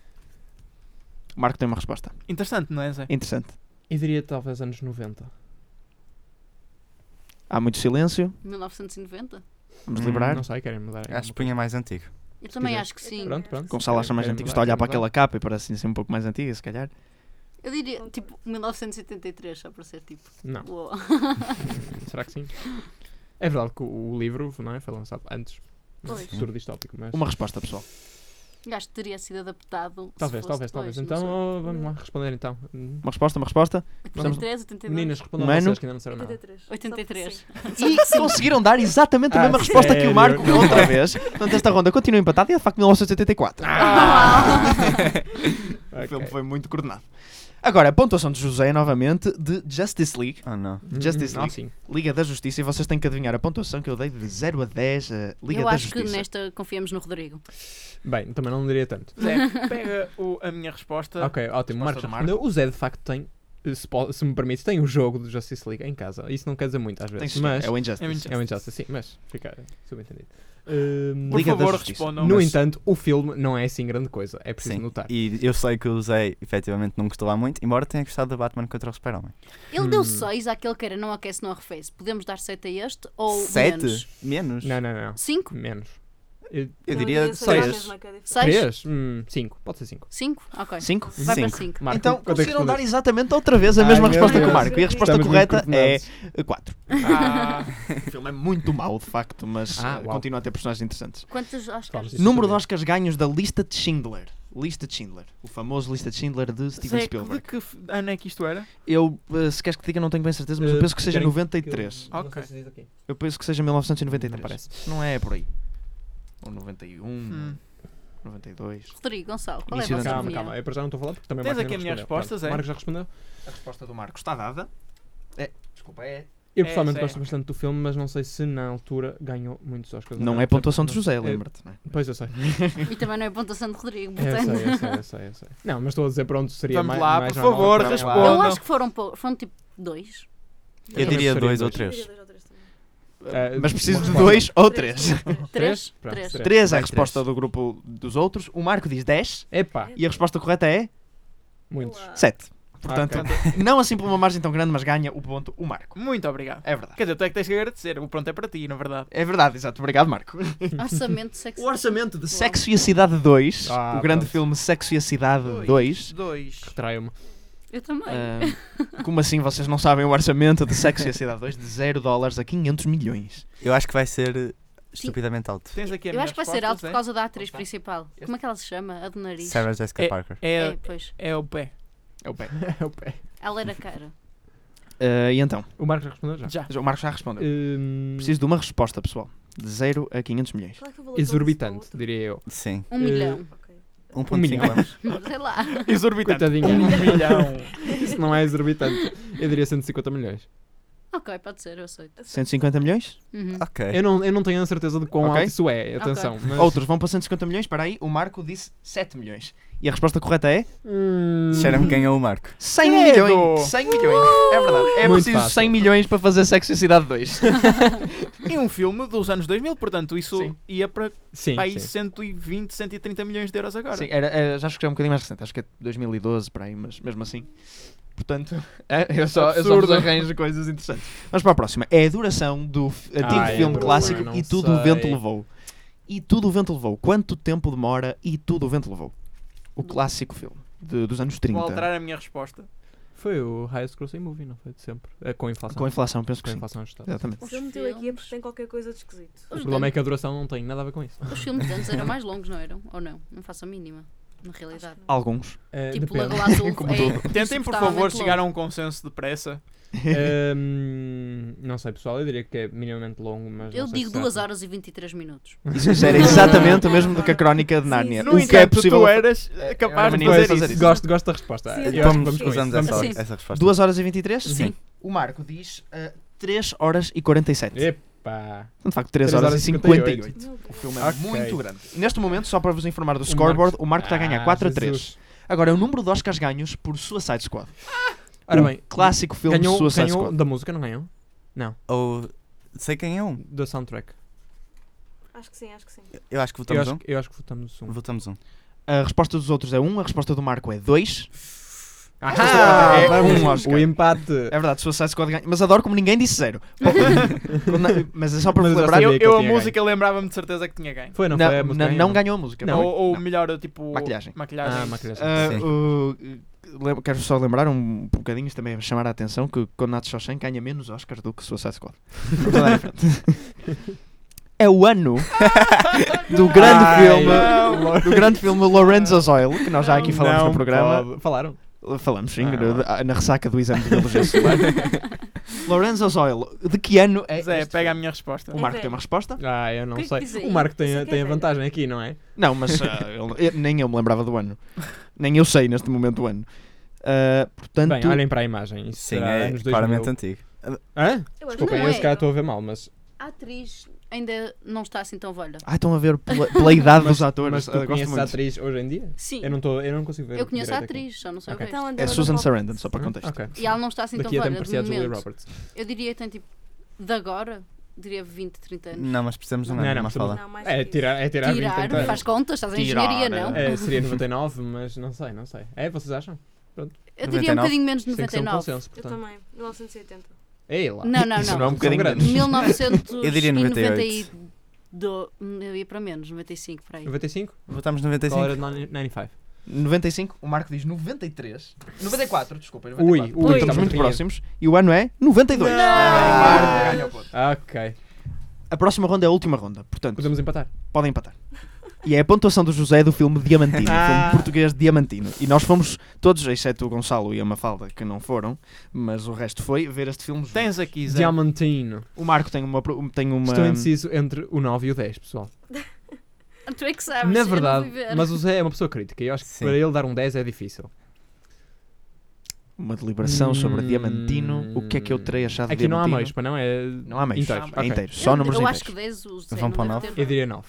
Speaker 3: O Marco tem uma resposta.
Speaker 2: Interessante, não é, Zé?
Speaker 3: Interessante.
Speaker 4: Eu diria talvez anos 90.
Speaker 3: Há muito silêncio,
Speaker 6: 1990?
Speaker 3: vamos
Speaker 5: Hum,
Speaker 3: liberar.
Speaker 4: Não sei, querem mudar. aí
Speaker 5: Acho que
Speaker 4: alguma
Speaker 5: punha mais antigo.
Speaker 6: Eu também
Speaker 4: quiser.
Speaker 6: acho que sim.
Speaker 4: Pronto, pronto. É
Speaker 3: Gonçalo acha mais
Speaker 4: Querem
Speaker 3: antigo,
Speaker 4: mudar,
Speaker 3: está a olhar para
Speaker 4: querem
Speaker 3: aquela capa e parece assim, ser um pouco mais antiga, se calhar.
Speaker 6: Eu diria tipo 1973, só para ser tipo.
Speaker 4: mudar?
Speaker 6: uou.
Speaker 4: Não, será que sim? É verdade que o o livro não é, foi lançado antes.
Speaker 6: Pois.
Speaker 4: Futuro distópico, mas.
Speaker 3: Uma resposta, pessoal.
Speaker 6: Eu acho que teria sido adaptado. se
Speaker 4: Talvez, talvez,
Speaker 6: fosse depois,
Speaker 4: talvez.
Speaker 6: não
Speaker 4: Então
Speaker 6: sei.
Speaker 4: oh, vamos lá responder então. Hum,
Speaker 3: Uma resposta, uma resposta.
Speaker 6: 83, 82.
Speaker 4: Meninas, respondam
Speaker 3: Um ano?
Speaker 4: vocês que ainda não disseram nada.
Speaker 7: 83.
Speaker 6: 83.
Speaker 7: Só- sim.
Speaker 3: E conseguiram dar exatamente a
Speaker 4: Ah,
Speaker 3: mesma resposta que o
Speaker 4: sério?
Speaker 3: Marco deu outra vez. Portanto, esta ronda continua empatada e é de facto 1984. Ah. O filme
Speaker 4: Ok.
Speaker 3: foi muito coordenado. Agora, a pontuação de José, novamente, de Justice League.
Speaker 5: Oh, não.
Speaker 3: Justice
Speaker 4: Hum,
Speaker 3: League.
Speaker 4: sim.
Speaker 3: Liga da Justiça e vocês têm que adivinhar a pontuação que eu dei de 0 a 10 a Liga
Speaker 6: Eu
Speaker 3: da
Speaker 6: acho que
Speaker 3: Justiça.
Speaker 6: nesta confiamos no Rodrigo.
Speaker 4: Bem, também não diria tanto.
Speaker 2: Zé, pega o- a minha
Speaker 6: Ah.
Speaker 2: resposta.
Speaker 4: Ok, ótimo. Marcos,
Speaker 3: do
Speaker 4: já
Speaker 3: Marco.
Speaker 4: respondeu. o Zé de facto tem, eh, se, po- se me permite, tem o jogo do Justice League em casa. Isso não quer dizer muito às
Speaker 3: Tem
Speaker 4: vezes.
Speaker 3: sim,
Speaker 4: mas
Speaker 3: é o Injustice.
Speaker 2: É o
Speaker 4: é um injustice, sim, mas fica subentendido. Hum,
Speaker 2: Por
Speaker 3: Liga da
Speaker 2: favor,
Speaker 3: Justiça.
Speaker 2: respondam.
Speaker 4: no
Speaker 2: Mas-
Speaker 4: entanto, o filme não é assim grande coisa, é preciso
Speaker 5: Sim.
Speaker 4: notar.
Speaker 5: E eu sei que o Zé efetivamente não gostou lá muito, embora tenha gostado do Batman contra o Super-Homem.
Speaker 6: Ele
Speaker 4: Hum.
Speaker 6: deu 6 àquele que era não aquece, não arrefece. Podemos dar 7 a este ou
Speaker 5: Sete?
Speaker 6: menos?
Speaker 5: Menos?
Speaker 4: Não, não, não.
Speaker 6: 5?
Speaker 4: Menos.
Speaker 5: Eu
Speaker 7: Não,
Speaker 5: diria
Speaker 7: ser a
Speaker 5: seis.
Speaker 7: mesma que é a diferença.
Speaker 6: 6?
Speaker 4: 3? Hum, 5, pode ser 5.
Speaker 6: 5? Ok.
Speaker 3: 5?
Speaker 6: Vai para
Speaker 5: Cinco.
Speaker 6: 5.
Speaker 4: Marco,
Speaker 3: Então,
Speaker 4: quanto é que
Speaker 3: conseguiram dar
Speaker 4: respondeste?
Speaker 3: exatamente outra vez a
Speaker 4: Ai,
Speaker 3: mesma
Speaker 4: meu
Speaker 3: resposta que o
Speaker 4: Deus.
Speaker 3: Marco. E a resposta
Speaker 4: Estamos
Speaker 3: correta
Speaker 4: muito
Speaker 3: é
Speaker 4: coordenados.
Speaker 3: 4.
Speaker 2: Ah,
Speaker 3: O filme é muito mau, de facto, mas
Speaker 4: Ah,
Speaker 3: eh,
Speaker 4: uau.
Speaker 3: continua a ter personagens interessantes.
Speaker 6: Quantos Oscars?
Speaker 4: Vamos. Isso
Speaker 3: Número de
Speaker 4: também.
Speaker 3: Oscars ganhos da lista de Schindler. Lista de Schindler. O famoso lista de Schindler de Steven
Speaker 2: Zé, de
Speaker 3: Spielberg.
Speaker 2: que f- ano é que isto era?
Speaker 3: Eu, eh, se queres que te diga, não tenho bem certeza, mas eu
Speaker 4: Eh,
Speaker 3: penso que seja
Speaker 4: querem
Speaker 3: 93.
Speaker 2: não sei
Speaker 3: Eu penso que seja 1993.
Speaker 4: Não parece.
Speaker 3: Não é por aí. Ou 91,
Speaker 2: Hum.
Speaker 3: 92.
Speaker 6: Rodrigo, Gonçalo, qual é a
Speaker 3: Início
Speaker 6: vossa
Speaker 3: da-
Speaker 4: Calma,
Speaker 6: opinião?
Speaker 4: calma, eu para já não estou a falar porque também
Speaker 2: Tens
Speaker 4: o Marco
Speaker 2: aqui
Speaker 4: ainda não
Speaker 2: a minha
Speaker 4: respondeu.
Speaker 2: resposta,
Speaker 4: Pronto,
Speaker 2: Zé?
Speaker 4: o Marco já respondeu.
Speaker 3: A resposta do Marco está dada. É. Desculpa, é.
Speaker 4: Eu
Speaker 2: É,
Speaker 4: pessoalmente
Speaker 2: Zé.
Speaker 4: gosto bastante do filme, mas não sei se na altura ganhou muitos Oscars.
Speaker 3: Não é pontuação de
Speaker 4: Não.
Speaker 3: José,
Speaker 4: É,
Speaker 3: lembra-te. não é?
Speaker 4: Pois eu sei.
Speaker 6: E também não é pontuação de Rodrigo,
Speaker 4: Eu
Speaker 6: portanto.
Speaker 4: sei, eu sei, eu sei, eu sei. Não, mas estou a dizer, pronto, seria
Speaker 2: Vamos
Speaker 4: mais.
Speaker 2: lá,
Speaker 4: mais
Speaker 2: por
Speaker 4: normal,
Speaker 2: favor,
Speaker 4: vamos lá.
Speaker 2: respondam.
Speaker 6: Eu
Speaker 2: Ou
Speaker 6: acho
Speaker 2: não.
Speaker 6: que foram, pou- foram tipo 2.
Speaker 5: Eu
Speaker 4: também gostaria
Speaker 5: diria
Speaker 4: de
Speaker 5: dois
Speaker 4: dois.
Speaker 5: ou
Speaker 7: Eu
Speaker 5: três.
Speaker 7: diria dois ou três também.
Speaker 4: Eh,
Speaker 3: Mas preciso de
Speaker 4: resposta.
Speaker 3: dois ou é três.
Speaker 4: Três?
Speaker 6: 3?
Speaker 4: Pronto,
Speaker 6: 3.
Speaker 4: três.
Speaker 3: Três é a
Speaker 5: Vai,
Speaker 3: resposta
Speaker 5: três.
Speaker 3: do grupo dos outros. O Marco diz 10
Speaker 4: Epá,
Speaker 3: e a resposta correta é
Speaker 4: muitos.
Speaker 7: Olá.
Speaker 3: 7. Portanto,
Speaker 4: Ah, ok.
Speaker 3: não assim por uma margem tão grande, mas ganha o ponto o Marco.
Speaker 2: Muito obrigado.
Speaker 3: É verdade.
Speaker 2: Quer dizer, tu é que tens que agradecer. O pronto é para ti, na verdade.
Speaker 3: É verdade, exato. Obrigado, Marco.
Speaker 6: Orçamento sexy.
Speaker 3: O orçamento de Sexo e a Cidade 2,
Speaker 4: Ah,
Speaker 3: o grande
Speaker 4: pronto.
Speaker 3: filme Sexo e a Cidade 2.
Speaker 2: Dois.
Speaker 4: Retraio-me.
Speaker 6: Eu também.
Speaker 3: ah, como assim vocês não sabem o orçamento de Sexo e a Cidade 2 de 0 dólares a 500 milhões?
Speaker 5: Eu acho que vai ser eh, estupidamente alto.
Speaker 2: Tens aqui a
Speaker 6: eu
Speaker 2: minha
Speaker 6: acho que vai ser
Speaker 2: resposta,
Speaker 6: alto
Speaker 2: Zé.
Speaker 6: por causa da atriz
Speaker 3: Opa.
Speaker 6: principal. Como é que ela se chama? A do nariz.
Speaker 5: Sarah Jessica
Speaker 2: É-
Speaker 5: Parker.
Speaker 6: É,
Speaker 2: É,
Speaker 6: pois.
Speaker 2: é o pé.
Speaker 3: É o pé.
Speaker 4: É o pé.
Speaker 6: Ela era cara.
Speaker 3: Ah, e então?
Speaker 4: O Marco já respondeu já?
Speaker 2: Já.
Speaker 3: O Marco já respondeu.
Speaker 4: Hum,
Speaker 3: Preciso de uma resposta, pessoal. De 0 a 500 milhões.
Speaker 7: Qual é que foi o valor que eu disse para o
Speaker 4: Exorbitante,
Speaker 7: outro?
Speaker 4: diria eu.
Speaker 5: Sim.
Speaker 6: Um milhão.
Speaker 7: Ok.
Speaker 5: 1.5
Speaker 4: milhão.
Speaker 5: anos.
Speaker 6: Sei lá.
Speaker 2: Exorbitante.
Speaker 4: Coitadinha.
Speaker 2: Um milhão.
Speaker 4: Isso não é exorbitante. Eu diria 150 milhões.
Speaker 6: Ok, pode ser, eu aceito.
Speaker 3: 150 milhões?
Speaker 6: Uhum.
Speaker 5: Ok.
Speaker 4: Eu não, eu não tenho a certeza de quão
Speaker 3: Ok.
Speaker 4: alto isso é, atenção. Mas...
Speaker 3: Outros vão para 150 milhões? Espera aí, o Marco disse 7 milhões. E a resposta correta é
Speaker 4: Hum,
Speaker 5: Cheira-me quem é o Marco.
Speaker 3: 100
Speaker 2: Credo!
Speaker 3: milhões. 100 milhões. É verdade. É
Speaker 4: Muito
Speaker 3: preciso
Speaker 4: fácil.
Speaker 3: 100 milhões para fazer Sexo e Cidade 2.
Speaker 2: E um filme dos anos 2000, portanto, isso
Speaker 3: Sim.
Speaker 2: ia para
Speaker 4: Sim,
Speaker 2: para aí
Speaker 4: sim.
Speaker 2: 120, 130 milhões de euros agora.
Speaker 3: Sim, era, era- já acho que é um bocadinho mais recente, acho que é 2012 para aí, mas mesmo assim. Portanto, é, eu, só, eu só vos
Speaker 2: Absurdo.
Speaker 3: arranjo coisas interessantes. Vamos para a próxima. É a duração do f- antigo
Speaker 4: Ai,
Speaker 3: filme
Speaker 4: Bruno,
Speaker 3: clássico
Speaker 4: não
Speaker 3: E Tudo o
Speaker 4: sei.
Speaker 3: Vento Levou. E Tudo o Vento Levou. Quanto tempo demora E Tudo o Vento Levou? O clássico filme de- dos anos
Speaker 2: Vou
Speaker 3: 30.
Speaker 2: alterar a minha resposta.
Speaker 4: Foi o highest grossing movie, não foi? De sempre. É, com inflação.
Speaker 3: Com a inflação, penso
Speaker 4: Com
Speaker 3: que sim.
Speaker 4: inflação ajustada.
Speaker 3: Exatamente.
Speaker 7: O filme meteu aqui é porque tem qualquer coisa de esquisito.
Speaker 4: O problema é que a duração não tem nada a ver com isso.
Speaker 6: Os filmes de antes eram mais longos, não eram? Ou não? Não faço a mínima, na realidade.
Speaker 3: Alguns.
Speaker 4: Eh,
Speaker 6: Tipo,
Speaker 4: depende.
Speaker 6: Lagoa Azul
Speaker 3: Como
Speaker 6: é
Speaker 2: Tentem, por favor, chegar a um consenso depressa.
Speaker 4: Ehm, não sei, pessoal, eu diria que é minimamente longo,
Speaker 2: um-
Speaker 4: mas.
Speaker 6: Eu
Speaker 4: não sei
Speaker 6: digo
Speaker 4: se é assim.
Speaker 6: 2
Speaker 4: será.
Speaker 6: horas e 23 minutos.
Speaker 3: Isso isso era exatamente o mesmo do que a crónica de Nárnia.
Speaker 7: sim.
Speaker 2: No
Speaker 3: O que é
Speaker 2: entanto,
Speaker 3: possível.
Speaker 2: tu eras eh, capaz
Speaker 3: eu
Speaker 2: de
Speaker 3: não ia
Speaker 2: fazer,
Speaker 3: fazer
Speaker 2: isso.
Speaker 3: isso.
Speaker 4: Gosto, gosto da resposta.
Speaker 7: Sim,
Speaker 4: Eu
Speaker 7: eu
Speaker 4: acho que
Speaker 7: também.
Speaker 4: vamos com isso.
Speaker 5: usamos
Speaker 4: Vamos
Speaker 5: essa,
Speaker 4: com
Speaker 6: Sim.
Speaker 5: essa resposta.
Speaker 3: 2 horas e 23?
Speaker 4: Sim.
Speaker 3: O Marco diz 3 horas e 47.
Speaker 4: isso. Epá.
Speaker 3: Então, de facto, 3
Speaker 4: Três
Speaker 3: horas e
Speaker 4: horas e
Speaker 3: 58.
Speaker 4: 58.
Speaker 7: Meu Deus.
Speaker 3: O filme é
Speaker 4: Ok.
Speaker 3: muito grande. E neste momento, só para vos informar do
Speaker 4: O
Speaker 3: scoreboard,
Speaker 4: Marco-
Speaker 3: o Marco está a ganhar 4 a
Speaker 4: Ah,
Speaker 3: 3.
Speaker 4: Jesus.
Speaker 3: Agora, é o número de Oscars ganhos por Suicide Squad.
Speaker 4: Ora
Speaker 3: O
Speaker 4: bem,
Speaker 3: Clássico filme
Speaker 4: ganhou, um,
Speaker 3: Suicide
Speaker 4: ganhou
Speaker 3: Squad.
Speaker 4: da música, não ganhou?
Speaker 5: Ou sei quem é um.
Speaker 4: Da soundtrack.
Speaker 7: Acho que sim, acho que sim.
Speaker 5: Eu acho que
Speaker 4: Eu
Speaker 5: votamos
Speaker 4: acho,
Speaker 5: um.
Speaker 4: que- eu acho que votamos um.
Speaker 5: Votamos um.
Speaker 3: A resposta dos outros é 1, a resposta do Marco é 2.
Speaker 4: Ah,
Speaker 3: Ah,
Speaker 4: é
Speaker 3: vamos.
Speaker 4: um Oscar. O empate.
Speaker 3: É verdade, Suicide Squad ganha. Mas adoro como ninguém disse 0. Mas é só para
Speaker 4: Mas
Speaker 3: vos
Speaker 4: eu
Speaker 3: lembrar.
Speaker 4: sabia
Speaker 2: Eu,
Speaker 4: que
Speaker 2: eu a
Speaker 4: tinha
Speaker 2: música lembrava-me de certeza que tinha ganho.
Speaker 4: Foi, não,
Speaker 3: Não,
Speaker 4: foi a
Speaker 3: não-
Speaker 4: música.
Speaker 3: não ganhou a música.
Speaker 4: Não.
Speaker 2: ou ou
Speaker 3: não.
Speaker 2: melhor, tipo.
Speaker 3: Maquilhagem.
Speaker 2: Maquilhagem.
Speaker 4: Ah, maquilhagem.
Speaker 3: Ah,
Speaker 5: Sim.
Speaker 3: o- lembro- quero só lembrar um bocadinho, também a chamar a atenção, que Conato Shawshank ganha menos Oscars do que Suicide Squad. Por toda a frente. é o ano do grande
Speaker 4: Ai,
Speaker 3: filme do grande filme Lorenzo Oil, que nós já aqui falamos
Speaker 4: Não
Speaker 3: no programa.
Speaker 4: pode. Falaram?
Speaker 3: Falamos, sim,
Speaker 4: Ah.
Speaker 3: na- na ressaca do exame de biologia celular. Lorenzo Oil, de que ano é
Speaker 2: Zé,
Speaker 3: este
Speaker 2: pega a
Speaker 3: filme?
Speaker 2: minha resposta.
Speaker 3: O Marco tem uma resposta?
Speaker 4: Ah, eu não
Speaker 6: O que é que
Speaker 4: sei.
Speaker 6: diz aí?
Speaker 4: o Marco tem,
Speaker 7: Isso
Speaker 4: a-
Speaker 7: é que é
Speaker 4: tem a
Speaker 7: velho.
Speaker 4: vantagem aqui, não é?
Speaker 3: Não, mas ah, eu- eu- nem eu me lembrava do ano. Nem eu sei neste momento do ano. Ah, portanto,
Speaker 4: Bem, olhem para a imagem. Isso
Speaker 5: Sim,
Speaker 4: será
Speaker 5: é
Speaker 4: anos 2000.
Speaker 5: claramente antigo.
Speaker 4: Hã?
Speaker 7: Eu acho
Speaker 4: Desculpem,
Speaker 6: Não
Speaker 4: eu
Speaker 6: é.
Speaker 4: se calhar estou a ver mal, mas.
Speaker 6: A atriz ainda não está assim tão velha.
Speaker 3: Ah, estão a ver pela, pela idade dos atores.
Speaker 4: Mas tu
Speaker 3: Ah, gosto
Speaker 4: conheces
Speaker 3: muito.
Speaker 4: a atriz hoje em dia?
Speaker 6: Sim,
Speaker 4: Eu não, tô, eu não consigo ver.
Speaker 6: eu conheço a
Speaker 4: direito aqui.
Speaker 6: atriz, só não sei
Speaker 4: Ok.
Speaker 6: o resto.
Speaker 3: É Susan Sarandon, só para contexto.
Speaker 4: Ok.
Speaker 6: E ela não está assim tão
Speaker 4: Daqui até me
Speaker 6: velha, de
Speaker 4: parecia a Julia
Speaker 6: momento.
Speaker 4: Roberts.
Speaker 6: Eu diria que tem tipo, de agora, diria 20, 30 anos.
Speaker 5: Não, mas precisamos de um
Speaker 4: Não,
Speaker 5: ano,
Speaker 4: não,
Speaker 5: uma
Speaker 4: precisamos-
Speaker 5: fala.
Speaker 7: Não, mais
Speaker 4: É
Speaker 7: que
Speaker 4: tirar, é tirar,
Speaker 6: Tirar,
Speaker 4: 20, 30
Speaker 6: faz
Speaker 4: anos.
Speaker 6: contas, estás em
Speaker 3: Tirar,
Speaker 6: engenharia,
Speaker 2: né?
Speaker 6: não?
Speaker 4: É, seria 99, mas não sei, não sei. É, vocês acham?
Speaker 6: Eu diria um
Speaker 5: 99.
Speaker 6: bocadinho menos de
Speaker 4: Tem que ser um
Speaker 6: 99.
Speaker 4: consenso,
Speaker 7: Eu
Speaker 4: portanto.
Speaker 7: também. 1980.
Speaker 4: Ei lá.
Speaker 6: Não, não,
Speaker 3: Isso
Speaker 6: não.
Speaker 3: não é um bocadinho
Speaker 4: São
Speaker 3: menos.
Speaker 6: 1992.
Speaker 5: Eu diria 98.
Speaker 6: Eu ia para menos, 95, para aí.
Speaker 4: 95?
Speaker 5: Votamos
Speaker 4: Qual era
Speaker 5: 95.
Speaker 4: de um. 95?
Speaker 3: 95, o Marco diz 93. 94, desculpa. é
Speaker 4: Ui,
Speaker 3: 94.
Speaker 4: ui,
Speaker 3: estamos
Speaker 4: estamos
Speaker 3: muito
Speaker 4: bem.
Speaker 3: próximos. E o ano é 92.
Speaker 2: Não!
Speaker 3: Ah, Marco ganha o ponto.
Speaker 4: Ah, ok.
Speaker 3: A próxima ronda é a última ronda, portanto,
Speaker 4: Podemos empatar.
Speaker 3: podem empatar. E é a pontuação do José do filme Diamantino, um
Speaker 4: Ah.
Speaker 3: filme português Diamantino. E nós fomos todos, exceto o Gonçalo e a Mafalda, que não foram, mas o resto foi ver este filme. juntos.
Speaker 2: Tens aqui, Zé.
Speaker 4: Diamantino.
Speaker 3: O Marco tem uma. pro- Tem uma
Speaker 4: Estou indeciso entre o 9 e o 10, pessoal.
Speaker 6: Tu é que sabes.
Speaker 4: Na
Speaker 6: eu não fui
Speaker 4: verdade,
Speaker 6: ver.
Speaker 4: mas o Zé é uma pessoa crítica e eu acho que
Speaker 5: Sim.
Speaker 4: para ele dar um 10 é difícil.
Speaker 3: uma deliberação sobre Diamantino. O que é que eu terei achado de
Speaker 4: Hum. Aqui não há
Speaker 3: Diamantino?
Speaker 4: meios, para não é.
Speaker 3: Não há meios.
Speaker 4: Inteiros,
Speaker 3: É
Speaker 4: ok.
Speaker 3: inteiros.
Speaker 6: Eu-
Speaker 3: Só números
Speaker 6: Eu
Speaker 3: inteiros.
Speaker 6: acho que 10 o Zé
Speaker 5: Vão
Speaker 6: não
Speaker 5: para o
Speaker 6: deve
Speaker 5: nove.
Speaker 6: ter
Speaker 4: Eu
Speaker 6: dado.
Speaker 4: diria 9.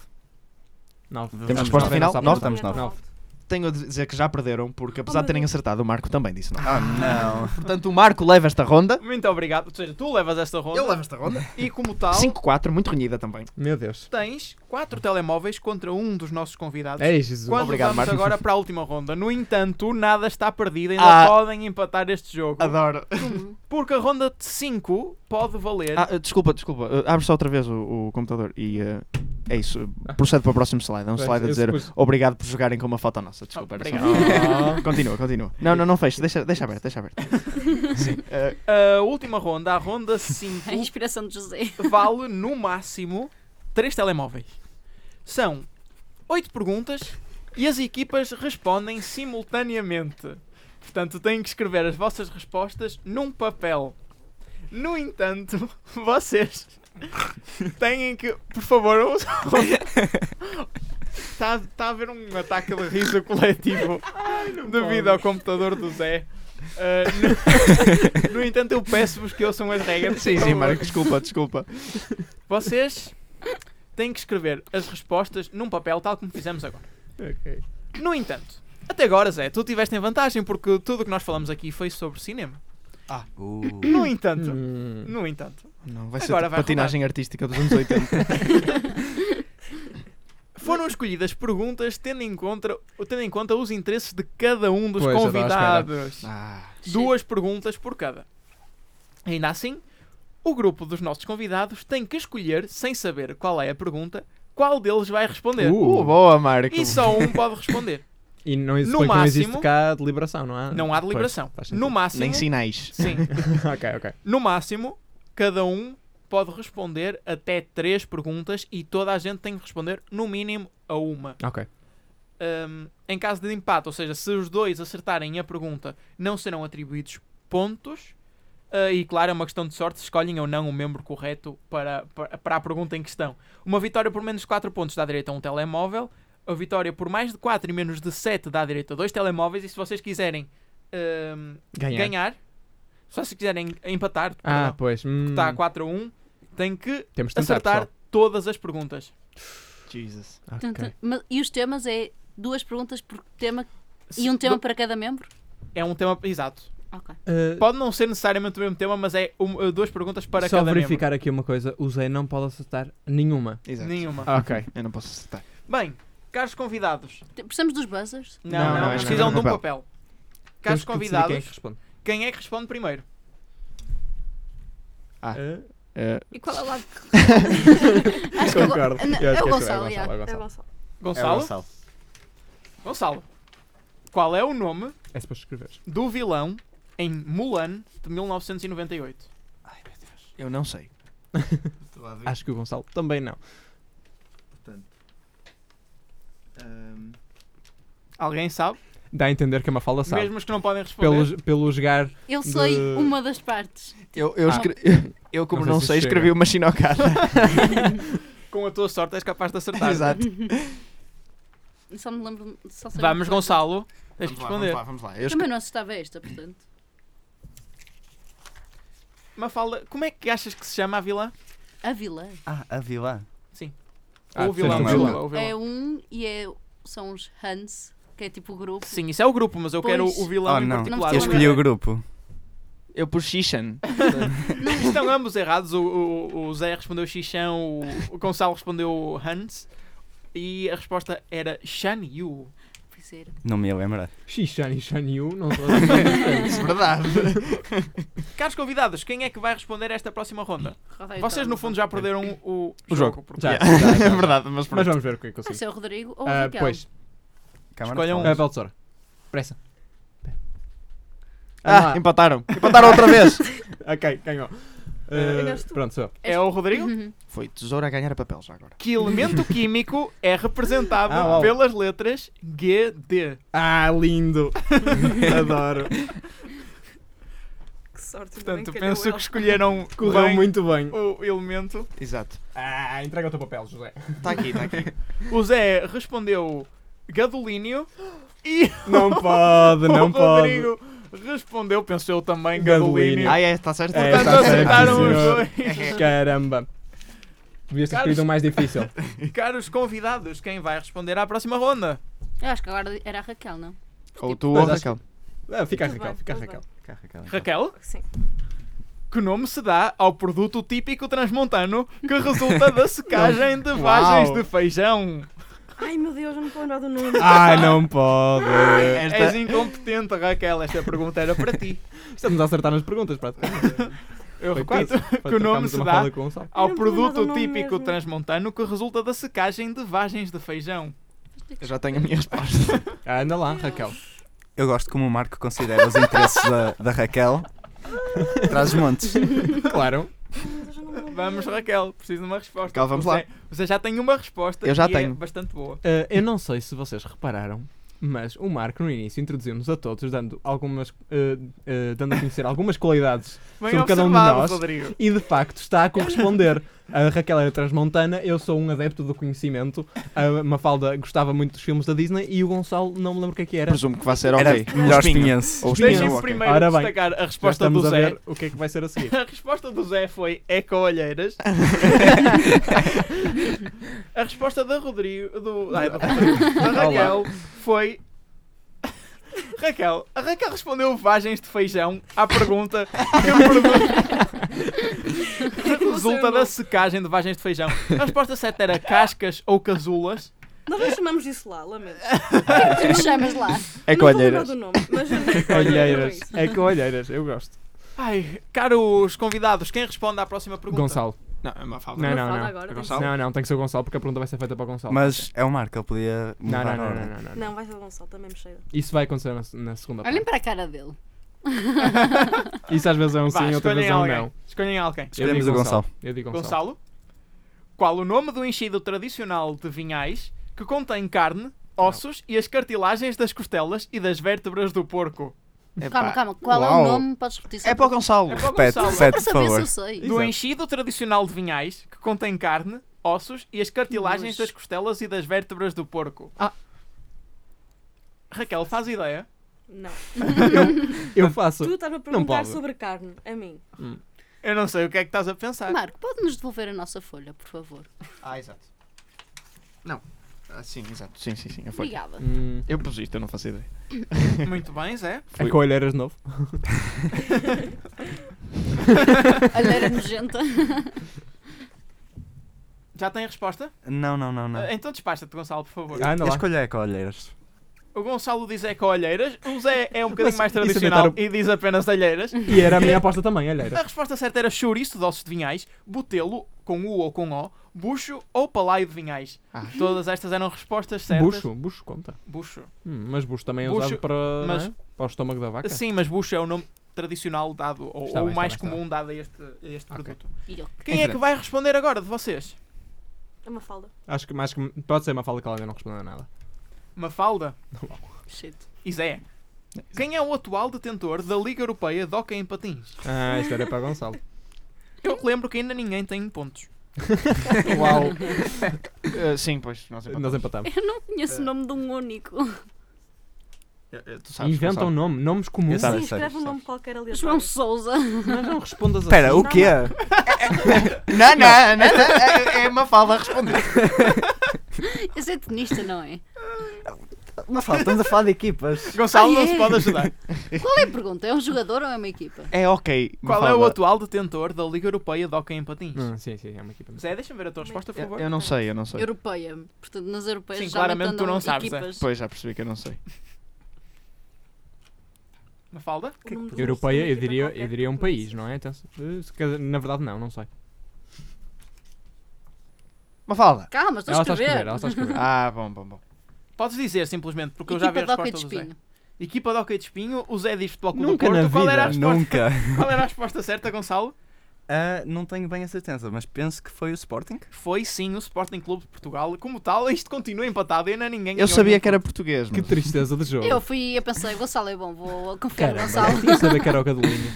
Speaker 4: 9.
Speaker 5: Temos
Speaker 3: resposta final? Nove?
Speaker 5: Estamos nove.
Speaker 3: Tenho a dizer que já perderam, porque apesar
Speaker 7: Oh,
Speaker 3: de terem
Speaker 7: meu Deus.
Speaker 3: acertado, o Marco também disse não.
Speaker 5: Ah, não.
Speaker 3: Portanto, o Marco leva esta ronda.
Speaker 2: Muito obrigado. Ou seja, tu levas esta ronda.
Speaker 3: esta ronda.
Speaker 2: E como tal,
Speaker 3: 5-4, muito renhida também.
Speaker 4: Meu Deus.
Speaker 2: tens quatro telemóveis contra um dos nossos convidados.
Speaker 4: É Jesus.
Speaker 2: Quando
Speaker 3: Obrigado,
Speaker 2: vamos
Speaker 3: Marco.
Speaker 2: agora para a última ronda. No entanto, nada está perdido, ainda
Speaker 3: Ah.
Speaker 2: podem empatar este jogo.
Speaker 3: Adoro.
Speaker 2: Porque a ronda de 5 pode valer.
Speaker 3: Ah, eh, desculpa, desculpa. Eh, abre só outra vez o, o computador e eh, é isso. Procede para o próximo slide. É um
Speaker 4: Pois,
Speaker 3: slide a
Speaker 4: eu
Speaker 3: dizer
Speaker 4: supus-
Speaker 3: obrigado por jogarem com uma foto nossa. Desculpa. era só-
Speaker 2: Obrigado.
Speaker 4: Ah.
Speaker 3: Continua, continua. Não, não, não feche. Deixa, deixa aberto, deixa aberto. Sim. eh,
Speaker 2: A última ronda, a ronda
Speaker 6: A
Speaker 2: 5,
Speaker 6: inspiração de José.
Speaker 2: vale no máximo 3 telemóveis. São 8 perguntas e as equipas respondem simultaneamente. Portanto, têm que escrever as vossas respostas num papel. No entanto, vocês têm que, por favor, ouçam- Está um tá a haver um ataque de riso coletivo devido ao computador do Zé. Ah, no- no, entanto, eu peço-vos que ouçam as regras.
Speaker 3: Sim,
Speaker 2: por
Speaker 3: sim,
Speaker 2: favor.
Speaker 3: Marco, desculpa, desculpa.
Speaker 2: Vocês têm que escrever as respostas num papel, tal como fizemos agora.
Speaker 4: Ok.
Speaker 2: No entanto, até agora, Zé, tu tiveste em vantagem porque tudo o que nós falamos aqui foi sobre cinema.
Speaker 5: Uh,
Speaker 2: No entanto,
Speaker 4: Hum,
Speaker 2: no entanto,
Speaker 3: Não, vai ser
Speaker 2: Agora
Speaker 3: tipo
Speaker 2: vai
Speaker 3: patinagem artística dos anos 80.
Speaker 2: foram escolhidas perguntas tendo em conta, tendo em conta os interesses de cada um dos
Speaker 4: Pois, eu estava à espera.
Speaker 2: convidados.
Speaker 3: ah,
Speaker 2: Duas perguntas por cada. Ainda assim, o grupo dos nossos convidados tem que escolher, sem saber qual é a pergunta, qual deles vai responder.
Speaker 3: uh, boa, Marco.
Speaker 2: E só um pode responder.
Speaker 4: E não existe,
Speaker 2: No
Speaker 4: porque não existe
Speaker 2: máximo-
Speaker 4: cá deliberação, não há?
Speaker 2: Não há
Speaker 4: Pois,
Speaker 2: deliberação.
Speaker 4: faz sentido.
Speaker 2: No máximo,
Speaker 3: Nem sinais.
Speaker 2: sim,
Speaker 4: ok, ok.
Speaker 2: no máximo, cada um pode responder até três perguntas e toda a gente tem que responder no mínimo a uma.
Speaker 4: Ok.
Speaker 2: Ahm, em caso de empate, ou seja, se os dois acertarem a pergunta, não serão atribuídos pontos. Ah, e claro, é uma questão de sorte se escolhem ou não o membro correto para, para, para a pergunta em questão. Uma vitória por menos 4 pontos dá direito a um telemóvel. A vitória por mais de 4 e menos de 7 dá direito a dois telemóveis. E se vocês quiserem ahm,
Speaker 4: Ganhar.
Speaker 2: ganhar, só se quiserem empatar,
Speaker 4: Ah,
Speaker 2: perdão,
Speaker 4: pois. Hum,
Speaker 2: está a 4 Tá a 1, têm que
Speaker 4: Temos de tentar,
Speaker 2: acertar
Speaker 4: pessoal.
Speaker 2: todas as perguntas.
Speaker 3: Jesus.
Speaker 5: Ah,
Speaker 4: Ok.
Speaker 6: Portanto, mas- E os temas é duas perguntas por tema e um tema para cada membro?
Speaker 2: É um tema, exato.
Speaker 6: Ok.
Speaker 4: Ah,
Speaker 2: Pode não ser necessariamente o mesmo tema, mas é um- duas perguntas para
Speaker 4: Só
Speaker 2: cada
Speaker 4: verificar aqui uma coisa: o Zé não pode acertar nenhuma.
Speaker 3: Exato.
Speaker 2: membro. Nenhuma.
Speaker 4: Ah, Ok.
Speaker 3: Eu não posso acertar.
Speaker 2: Bem, caros convidados.
Speaker 6: Te- Precisamos dos buzzers?
Speaker 2: Não,
Speaker 3: Não,
Speaker 2: não,
Speaker 3: não, é
Speaker 2: precisam de
Speaker 3: no
Speaker 2: um papel. Caros
Speaker 4: Temos que decidir
Speaker 2: convidados,
Speaker 4: Quem é
Speaker 2: quem,
Speaker 4: que responde?
Speaker 2: é que responde primeiro?
Speaker 3: Ah.
Speaker 4: Ah,
Speaker 3: Eh,
Speaker 7: E qual é o lado que
Speaker 6: Acho que é o- Não,
Speaker 4: Eu acho
Speaker 6: é o
Speaker 4: que és tu,
Speaker 6: Gonçalo, já.
Speaker 4: é
Speaker 7: é
Speaker 4: Gonçalo.
Speaker 7: Gonçalo?
Speaker 2: Gonçalo? Gonçalo. Qual é o nome
Speaker 4: É suposto escreveres.
Speaker 2: do vilão em Mulan de 1998?
Speaker 3: eu não sei.
Speaker 4: Acho que o Gonçalo também não.
Speaker 2: Alguém sabe?
Speaker 4: Dá a entender que é uma fala sabe.
Speaker 2: Mesmo os que não podem responder.
Speaker 4: Pelo, pelo jogar.
Speaker 6: Eu sei
Speaker 4: De-
Speaker 6: uma das partes.
Speaker 3: Eu, eu,
Speaker 6: Ah.
Speaker 3: escre- eu como não,
Speaker 4: Não sei se
Speaker 3: sei,
Speaker 4: chega.
Speaker 3: escrevi uma chinocada.
Speaker 2: Com a tua sorte és capaz de acertar.
Speaker 6: Só me lembro. Só sei
Speaker 2: Vamos,
Speaker 6: uma coisa.
Speaker 2: Gonçalo. Tens de responder.
Speaker 3: vamos lá.
Speaker 6: Também não acertava esta, portanto.
Speaker 2: Mafalda, como é que achas que se chama a vilã?
Speaker 6: A vila
Speaker 5: Ah, a vilã.
Speaker 4: Ah,
Speaker 2: Ou o vilão?
Speaker 4: disseste o
Speaker 2: desculpa,
Speaker 4: vilão.
Speaker 2: o vilão.
Speaker 6: é um e é, são os Hans, que é tipo o grupo.
Speaker 2: Sim, isso é o grupo, mas eu quero
Speaker 6: Pois.
Speaker 2: o vilão
Speaker 4: Ah,
Speaker 5: Oh,
Speaker 2: em
Speaker 5: não.
Speaker 2: particular.
Speaker 5: Eu
Speaker 6: Claro.
Speaker 5: escolhi o grupo.
Speaker 3: Eu pus Xixan.
Speaker 2: Estão ambos errados. O, o, o Zé respondeu Xixão, o, o Gonçalo respondeu Hans. E a resposta era Shan Yu.
Speaker 6: Pois era.
Speaker 5: Não me ia lembrar.
Speaker 4: Xixani Xaniu, não sou
Speaker 3: Verdade.
Speaker 2: Caros convidados, quem é que vai responder a esta próxima ronda?
Speaker 6: Roda aí,
Speaker 2: Vocês,
Speaker 6: então.
Speaker 2: no fundo, já perderam o,
Speaker 4: O jogo.
Speaker 2: porque
Speaker 4: Já,
Speaker 3: É
Speaker 4: já, já.
Speaker 3: verdade, mas
Speaker 4: Mas
Speaker 3: pronto.
Speaker 4: vamos ver o que é que
Speaker 6: Vai
Speaker 4: consigo.
Speaker 6: ser o Rodrigo ou o
Speaker 4: Ah,
Speaker 6: Raquel?
Speaker 4: pois,
Speaker 5: Câmara
Speaker 2: Escolham
Speaker 5: de
Speaker 4: a
Speaker 5: palmas.
Speaker 4: Beltesoura. Pressa.
Speaker 3: Ah, empataram. Empataram outra vez.
Speaker 4: Ok, ganhou.
Speaker 7: Eh,
Speaker 4: Eh,
Speaker 7: ganhaste tu.
Speaker 4: pronto, sou eu.
Speaker 2: É o Rodrigo?
Speaker 6: Uhum.
Speaker 3: Foi tesoura a ganhar a papel já agora.
Speaker 2: Que elemento químico é representado
Speaker 4: Ah, uau.
Speaker 2: pelas letras GD?
Speaker 4: Ah, lindo! Adoro.
Speaker 7: Que é. sorte. ainda bem
Speaker 2: Portanto,
Speaker 7: calhou
Speaker 2: penso
Speaker 7: ela.
Speaker 2: que escolheram
Speaker 4: Correu
Speaker 2: bem
Speaker 4: muito bem.
Speaker 2: o elemento.
Speaker 3: Exato.
Speaker 4: Ah, entrega o teu papel, José.
Speaker 3: Está aqui, está aqui.
Speaker 2: O Zé respondeu Gadolínio e
Speaker 4: Não pode, não
Speaker 2: o
Speaker 4: pode.
Speaker 2: Oh, Rodrigo respondeu, pensou eu também, Gadolínio.
Speaker 4: Gadolínio.
Speaker 3: Ah, é, está certo.
Speaker 4: É,
Speaker 2: Portanto,
Speaker 4: está certo,
Speaker 2: acertaram
Speaker 4: sim, senhor.
Speaker 2: os dois.
Speaker 4: Caramba. Devias ter
Speaker 2: Caros-
Speaker 4: escolhido o mais difícil.
Speaker 2: Caros convidados, quem vai responder à próxima ronda?
Speaker 6: Eu acho que agora era a Raquel, não?
Speaker 3: Ou tu ou
Speaker 4: Pois, acho
Speaker 3: Raquel.
Speaker 4: Ah, fica a
Speaker 7: Tudo
Speaker 4: Raquel,
Speaker 7: bem,
Speaker 4: fica a
Speaker 7: tudo
Speaker 4: Raquel.
Speaker 5: Cá, Raquel, então.
Speaker 2: Raquel,
Speaker 7: Sim.
Speaker 2: que nome se dá ao produto típico transmontano que resulta da secagem de
Speaker 4: Uau.
Speaker 2: vagens de feijão?
Speaker 7: Ai meu Deus, eu não estou a lembrar do nome.
Speaker 4: Ah, não pode.
Speaker 2: És incompetente, Raquel. Esta pergunta era para ti.
Speaker 4: Estamos a acertar nas perguntas, praticamente.
Speaker 2: Eu
Speaker 4: Foi
Speaker 2: repito
Speaker 4: quase.
Speaker 2: que o nome
Speaker 4: Trocámos
Speaker 2: se
Speaker 4: uma
Speaker 2: dá
Speaker 4: fala com um o Gonçalo.
Speaker 2: ao
Speaker 7: Eu não me lembro do
Speaker 2: produto
Speaker 7: nome
Speaker 2: típico
Speaker 7: mesmo.
Speaker 2: transmontano que resulta da secagem de vagens de feijão.
Speaker 3: Eu já tenho a minha resposta.
Speaker 4: Ah, anda lá, Raquel.
Speaker 5: Eu gosto como o Marco considera os interesses da, da Raquel. Traz montes.
Speaker 4: Claro.
Speaker 7: Mas eu já não me lembro.
Speaker 2: Vamos, Raquel, preciso de uma resposta.
Speaker 3: Raquel, vamos
Speaker 2: você, Você já tem uma resposta
Speaker 3: Eu já
Speaker 2: e é
Speaker 3: tenho.
Speaker 2: bastante boa.
Speaker 4: Ah, eu não sei se vocês repararam, mas o Marco no início introduziu-nos a todos, dando algumas. ah, ah, dando a conhecer algumas qualidades
Speaker 2: Bem
Speaker 4: Sobre cada um de
Speaker 2: observado,
Speaker 4: nós.
Speaker 2: Rodrigo.
Speaker 4: e de facto está a corresponder. A Raquel era transmontana, eu sou um adepto do conhecimento. A Mafalda gostava muito dos filmes da Disney e o Gonçalo não me lembro o que é que era.
Speaker 3: Presumo que vai ser
Speaker 5: Era
Speaker 3: ok.
Speaker 5: melhor
Speaker 3: Espinho.
Speaker 5: espinhense.
Speaker 3: Ou espinho,
Speaker 2: Deixem-me
Speaker 3: ok.
Speaker 2: primeiro
Speaker 4: Ora bem,
Speaker 2: destacar a
Speaker 4: Já
Speaker 2: resposta do
Speaker 4: estamos a
Speaker 2: Zé.
Speaker 4: ver o que é que vai ser a seguir.
Speaker 2: A resposta do Zé foi é com olheiras. a resposta da Rodrigo. Do, ai, do Rodrigo, da Raquel foi. Raquel, a Raquel respondeu vagens de feijão à pergunta que eu pergunto- que resulta da secagem de vagens de feijão. A resposta certa era cascas ou casulas.
Speaker 7: Nós não chamamos isso lá, lamento.
Speaker 6: Tu me chamas lá.
Speaker 3: É
Speaker 7: Eu não estou a lembrar
Speaker 3: colheiras.
Speaker 7: do nome, mas eu não-
Speaker 4: Olheiras. É com olheiras, eu gosto.
Speaker 2: Ai, caros convidados, quem responde à próxima pergunta?
Speaker 4: Gonçalo.
Speaker 2: Não, é uma falta.
Speaker 4: Não,
Speaker 7: Mafalda
Speaker 4: não, não.
Speaker 7: agora,
Speaker 3: É
Speaker 7: tem que
Speaker 3: Gonçalo?
Speaker 4: Não, não, tem que ser o Gonçalo porque a pergunta vai ser feita para o Gonçalo.
Speaker 5: Mas é o Marco, ele podia
Speaker 4: Não,
Speaker 5: mudar
Speaker 4: não,
Speaker 5: a
Speaker 4: não,
Speaker 5: ordem.
Speaker 4: não, não, não,
Speaker 7: ser.
Speaker 4: não.
Speaker 7: Não, vai ser o Gonçalo, também me cheira.
Speaker 4: Isso vai acontecer na, na segunda
Speaker 6: Olhem
Speaker 4: parte.
Speaker 6: para a cara dele.
Speaker 4: Isso às vezes é um
Speaker 2: Vá,
Speaker 4: sim, outras
Speaker 2: escolhem
Speaker 4: vezes é um
Speaker 2: alguém.
Speaker 4: não.
Speaker 2: Escolhem alguém.
Speaker 4: Eu
Speaker 5: Escolhemos
Speaker 4: digo
Speaker 5: o Gonçalo.
Speaker 4: Eu digo Gonçalo.
Speaker 2: Gonçalo. Qual o nome do enchido tradicional de vinhais que contém carne, ossos e as cartilagens das costelas e das vértebras do porco?
Speaker 6: Calma, calma. Qual é
Speaker 3: Uau.
Speaker 6: o nome? Podes repetir só
Speaker 3: É para o Gonçalo.
Speaker 2: É para o
Speaker 5: Repete,
Speaker 2: Gonçalo.
Speaker 6: Para
Speaker 5: repete, por
Speaker 6: saber se
Speaker 5: favor.
Speaker 6: eu sei.
Speaker 2: Do
Speaker 4: Exato.
Speaker 2: enchido tradicional de vinhais que contém carne, ossos e as cartilagens das costelas e das vértebras do porco.
Speaker 4: Ah.
Speaker 2: Raquel, faz ideia?
Speaker 7: Não.
Speaker 4: Eu faço.
Speaker 7: Tu estás a
Speaker 4: pode.
Speaker 7: perguntar sobre carne, a mim.
Speaker 2: Eu não sei o que é que estás a pensar.
Speaker 6: Marco, pode-nos devolver a nossa folha, por favor?
Speaker 3: Ah, exato. Não. Ah, sim, exato. Sim, sim, sim. Eu, fui.
Speaker 6: Obrigada.
Speaker 4: Hum,
Speaker 3: eu pus isto, eu não faço ideia.
Speaker 2: Muito bem, Zé.
Speaker 4: é com olheiras de novo.
Speaker 6: Olheira nojenta.
Speaker 2: Já tem a resposta?
Speaker 5: Não, não, não, não.
Speaker 2: Ah, Então despacha-te, Gonçalo, por favor.
Speaker 4: Ah, anda
Speaker 5: Eu
Speaker 4: lá.
Speaker 5: escolhi é com olheiras.
Speaker 2: O Gonçalo diz é com olheiras, o Zé é um bocadinho
Speaker 4: Mas
Speaker 2: mais
Speaker 4: isso
Speaker 2: tradicional
Speaker 4: inventaram-
Speaker 2: e diz apenas olheiras.
Speaker 4: E era a minha aposta também,
Speaker 2: A
Speaker 4: olheira.
Speaker 2: resposta certa era chouriço de ossos de vinhais, botelo, com U ou com O, bucho ou palaio de vinhais.
Speaker 3: Ah.
Speaker 2: Todas estas eram respostas certas.
Speaker 4: Bucho, bucho conta.
Speaker 2: Bucho.
Speaker 4: Hum, mas bucho também é
Speaker 2: Bucho,
Speaker 4: usado para, não é?
Speaker 2: mas-
Speaker 4: para o estômago da vaca.
Speaker 2: Sim, mas bucho é o nome tradicional dado, ou, ou
Speaker 4: Está bem,
Speaker 2: o
Speaker 4: está
Speaker 2: mais
Speaker 4: bem, está
Speaker 2: comum dado a este, a este
Speaker 4: Ok.
Speaker 2: produto.
Speaker 6: Yuck.
Speaker 2: Quem é que vai responder agora de vocês?
Speaker 7: É uma falda.
Speaker 4: Acho que mais que. Pode ser uma fala que ela ainda não respondeu a nada.
Speaker 2: Mafalda
Speaker 6: Shit.
Speaker 2: e Zé. Quem é o atual detentor da Liga Europeia de Hockey em Patins?
Speaker 4: Ah, isto era para Gonçalo.
Speaker 2: Eu lembro que ainda ninguém tem pontos.
Speaker 4: Uau!
Speaker 3: Ah, sim, pois. Nós empatamos.
Speaker 4: Nós empatamos.
Speaker 6: Eu não conheço o nome de um único.
Speaker 3: Eh, eh, tu sabes,
Speaker 4: Inventam
Speaker 3: Gonçalo.
Speaker 4: nome, nomes comuns.
Speaker 5: Sabe,
Speaker 7: Sim,
Speaker 5: sabe,
Speaker 7: escreve um
Speaker 5: sabe.
Speaker 7: nome qualquer ali.
Speaker 6: João Souza.
Speaker 4: Mas não respondas assim.
Speaker 5: Espera, o
Speaker 7: Não,
Speaker 5: quê?
Speaker 3: Não, não, não. não, é- é uma fala a responder.
Speaker 6: Esse é tenista, não é?
Speaker 5: Uma fala, estamos a falar de equipas.
Speaker 2: Gonçalo
Speaker 6: Ah,
Speaker 2: não
Speaker 6: é?
Speaker 2: se pode ajudar.
Speaker 6: Qual é a pergunta? É um jogador ou é uma equipa?
Speaker 3: É ok.
Speaker 2: Qual é
Speaker 5: Mafalda.
Speaker 2: o atual detentor da Liga Europeia de Hockey em Patins?
Speaker 4: Hum, é, sim, sim, é uma equipa.
Speaker 2: Zé, deixa-me ver a tua resposta, por favor.
Speaker 3: Eu, eu não sei, eu não sei.
Speaker 6: Europeia. Portanto, nas europeias
Speaker 2: Sim,
Speaker 6: já
Speaker 2: claramente tu
Speaker 6: andam
Speaker 2: não sabes,
Speaker 6: equipas.
Speaker 3: Pois, já percebi que eu não sei.
Speaker 2: Mafalda?
Speaker 4: Europeia, eu diria, eu diria um país, não é? Então, eh, se calhar- na verdade, não, não sei.
Speaker 3: Uma fala.
Speaker 6: Calma, estou
Speaker 4: Ela
Speaker 6: a
Speaker 4: está a escrever,
Speaker 6: escrever.
Speaker 4: ela está a escrever.
Speaker 3: Ah, bom, bom, bom.
Speaker 2: Podes dizer simplesmente, porque eu já vi é.
Speaker 6: Equipa
Speaker 2: a
Speaker 6: de hóquei
Speaker 2: resposta
Speaker 6: de
Speaker 2: do Zé.
Speaker 6: espinho.
Speaker 2: Equipa de hockey de espinho, o Zé diz futebol Clube
Speaker 4: Nunca
Speaker 2: do Porto.
Speaker 4: na
Speaker 2: Qual,
Speaker 4: vida.
Speaker 2: era a resposta,
Speaker 5: Nunca.
Speaker 2: qual era a resposta certa, Gonçalo?
Speaker 5: Ah, não tenho bem a certeza, mas penso que foi o Sporting.
Speaker 2: Foi sim o Sporting Clube de Portugal. Como tal, isto continua empatado e ainda ninguém
Speaker 3: Eu
Speaker 2: ganhou nenhum
Speaker 3: sabia que era
Speaker 2: ponto.
Speaker 3: português,
Speaker 4: Ah, Que
Speaker 3: mas...
Speaker 4: tristeza de jogo.
Speaker 6: Eu fui, eu pensei, Gonçalo é bom, vou confiar no
Speaker 4: Caramba, é
Speaker 6: Gonçalo.
Speaker 4: eu tinha que saber que era o Cadelinho.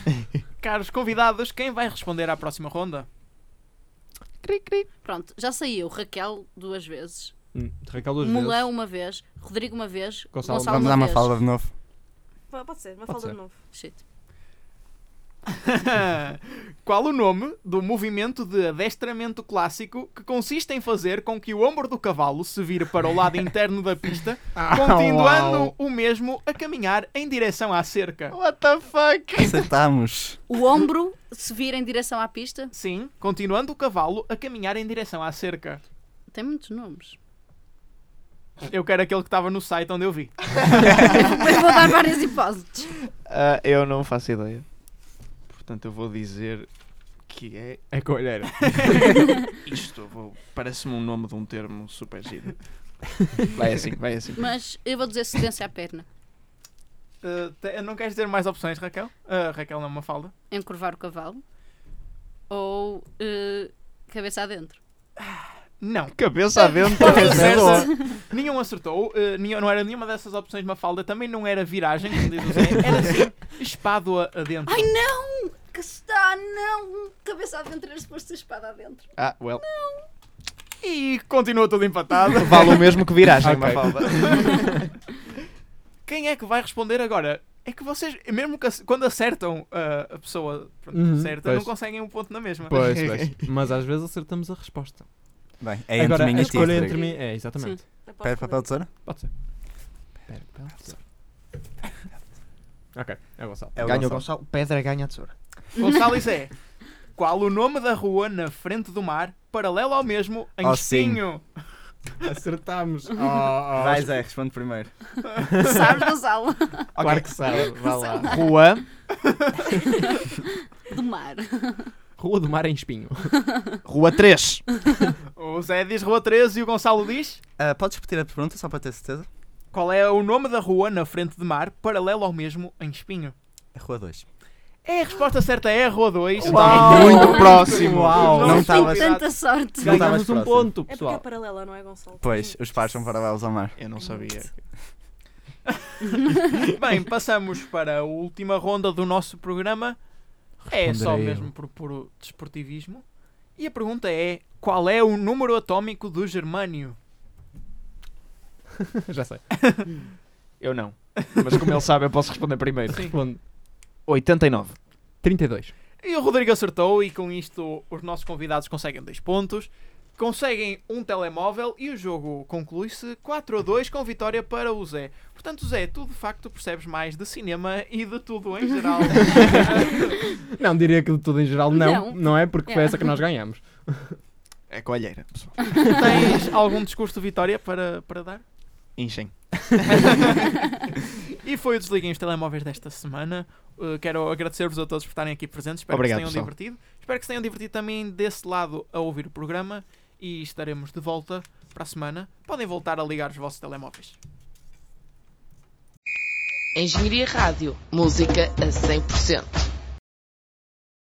Speaker 2: Caros convidados, quem vai responder à próxima ronda?
Speaker 6: Pronto, já saiu Raquel duas vezes,
Speaker 4: Hum, Raquel duas
Speaker 6: Mulão
Speaker 4: vezes.
Speaker 6: uma vez, Rodrigo uma vez,
Speaker 4: Gonçalo,
Speaker 6: Gonçalo,
Speaker 5: Vamos
Speaker 6: uma
Speaker 5: dar uma
Speaker 6: vez.
Speaker 5: fala de novo.
Speaker 7: Pode ser,
Speaker 4: Pode
Speaker 7: uma falda
Speaker 4: ser.
Speaker 7: de novo.
Speaker 6: Shit.
Speaker 2: Qual o nome do movimento de adestramento clássico que consiste em fazer com que o ombro do cavalo se vire para o lado interno da pista, continuando o mesmo a caminhar em direção à cerca?
Speaker 3: What the fuck?
Speaker 5: Acertámos.
Speaker 6: O ombro se vira em direção à pista,
Speaker 2: Sim, continuando o cavalo a caminhar em direção à cerca.
Speaker 6: tem muitos nomes.
Speaker 2: Eu quero aquele que estava no site onde eu vi.
Speaker 6: Mas vou dar várias hipóteses.
Speaker 3: Ah, eu não faço ideia. Portanto, eu vou dizer que é
Speaker 4: É com a olheira.
Speaker 3: isto. Vou... Parece-me um nome de um termo super giro. Vai assim, vai assim.
Speaker 6: Mas eu vou dizer cedência à perna,
Speaker 2: Uh, te- não queres dizer mais opções, Raquel? Ah, Raquel não é uma falda.
Speaker 6: encurvar o cavalo ou eh, cabeça adentro.
Speaker 2: Não.
Speaker 3: Cabeça adentro.
Speaker 2: Todas
Speaker 3: essa é boa.
Speaker 2: essas- Nenhum acertou. Uh, nenhum- não era nenhuma dessas opções uma falda. Também não era viragem, como diz o Zé. Era assim, espádoa adentro.
Speaker 6: Ai não! que está, não! Cabeça adentro, era suposto ter espada adentro.
Speaker 3: Ah, well.
Speaker 2: E continua tudo empatado.
Speaker 3: Vale o mesmo que viragem,
Speaker 4: Ok.
Speaker 3: Mafalda.
Speaker 2: Quem é que vai responder agora? É que vocês, mesmo que ace- quando acertam ah, a pessoa pronto,
Speaker 4: Uhum,
Speaker 2: certa,
Speaker 4: pois.
Speaker 2: não conseguem um ponto na mesma.
Speaker 4: Pois, pois. Mas às vezes acertamos a resposta.
Speaker 5: Bem, é entre
Speaker 4: Agora,
Speaker 5: mim
Speaker 4: a
Speaker 5: e ti.
Speaker 4: escolha entre
Speaker 5: Rodrigo.
Speaker 4: mim. É, exatamente.
Speaker 7: Eu posso É
Speaker 5: Pedra, papel,
Speaker 7: responder.
Speaker 5: tesoura?
Speaker 4: Pode ser. Pera, pera, pera. Ok, é o Gonçalo.
Speaker 5: É o
Speaker 3: ganha o
Speaker 5: Gonçalo.
Speaker 3: Gonçalo. Pedra ganha a tesoura.
Speaker 2: Gonçalves é. Qual o nome da rua na frente do mar, paralelo ao mesmo, em
Speaker 5: Oh, sim.
Speaker 2: Espinho?
Speaker 4: Acertámos. Oh,
Speaker 5: Vai, Zé, responde primeiro.
Speaker 6: Sabes, Gonzalo?
Speaker 4: Claro que sabe. Vá lá.
Speaker 3: Rua.
Speaker 6: Do mar.
Speaker 4: Rua do Mar em Espinho.
Speaker 3: Rua 3.
Speaker 2: O Zé diz Rua 13 e o Gonçalo diz.
Speaker 5: Ah, podes repetir a pergunta só para ter certeza?
Speaker 2: Qual é o nome da rua na frente do mar, paralelo ao mesmo, em Espinho?
Speaker 5: É Rua 2.
Speaker 2: É, a resposta certa é a Rua 2. é.
Speaker 3: Muito próximo.
Speaker 4: Uau.
Speaker 5: Não
Speaker 6: Não
Speaker 5: estava-
Speaker 6: tive tanta sorte.
Speaker 5: Não estava
Speaker 4: Ganhamos um
Speaker 5: próximo.
Speaker 4: ponto,
Speaker 7: É porque é
Speaker 4: pessoal.
Speaker 7: paralela, não é, Gonçalo?
Speaker 5: Pois, os pares são paralelos ao mar.
Speaker 3: Eu não sabia.
Speaker 2: Bem, passamos para a última ronda do nosso programa. É só
Speaker 4: Responderei eu.
Speaker 2: mesmo por puro desportivismo. E a pergunta é: qual é o número atómico do germânio?
Speaker 4: Já sei.
Speaker 3: Eu não. Mas como ele sabe, eu posso responder primeiro.
Speaker 4: Responde.
Speaker 3: 89.
Speaker 4: 32.
Speaker 2: E o Rodrigo acertou, e com isto os nossos convidados conseguem dois pontos, conseguem um telemóvel e o jogo conclui-se 4 a 2 com vitória para o Zé. Portanto, Zé, tu de facto percebes mais de cinema e de tudo em geral.
Speaker 4: Não, diria que de tudo em geral não.
Speaker 6: Não.
Speaker 4: Não, é? Porque foi
Speaker 6: É.
Speaker 4: essa que nós ganhamos.
Speaker 3: É colheira, pessoal.
Speaker 2: Tens algum discurso de vitória para, para dar?
Speaker 3: Enchem.
Speaker 2: E foi o Desliguem os Telemóveis desta semana. Uh, quero agradecer-vos a todos por estarem aqui presentes. Espero
Speaker 3: Obrigado,
Speaker 2: que se tenham
Speaker 3: pessoal.
Speaker 2: divertido. Espero que se tenham divertido também desse lado a ouvir o programa. E estaremos de volta para a semana. Podem voltar a ligar os vossos telemóveis.
Speaker 8: Engenharia Rádio. Música a 100%.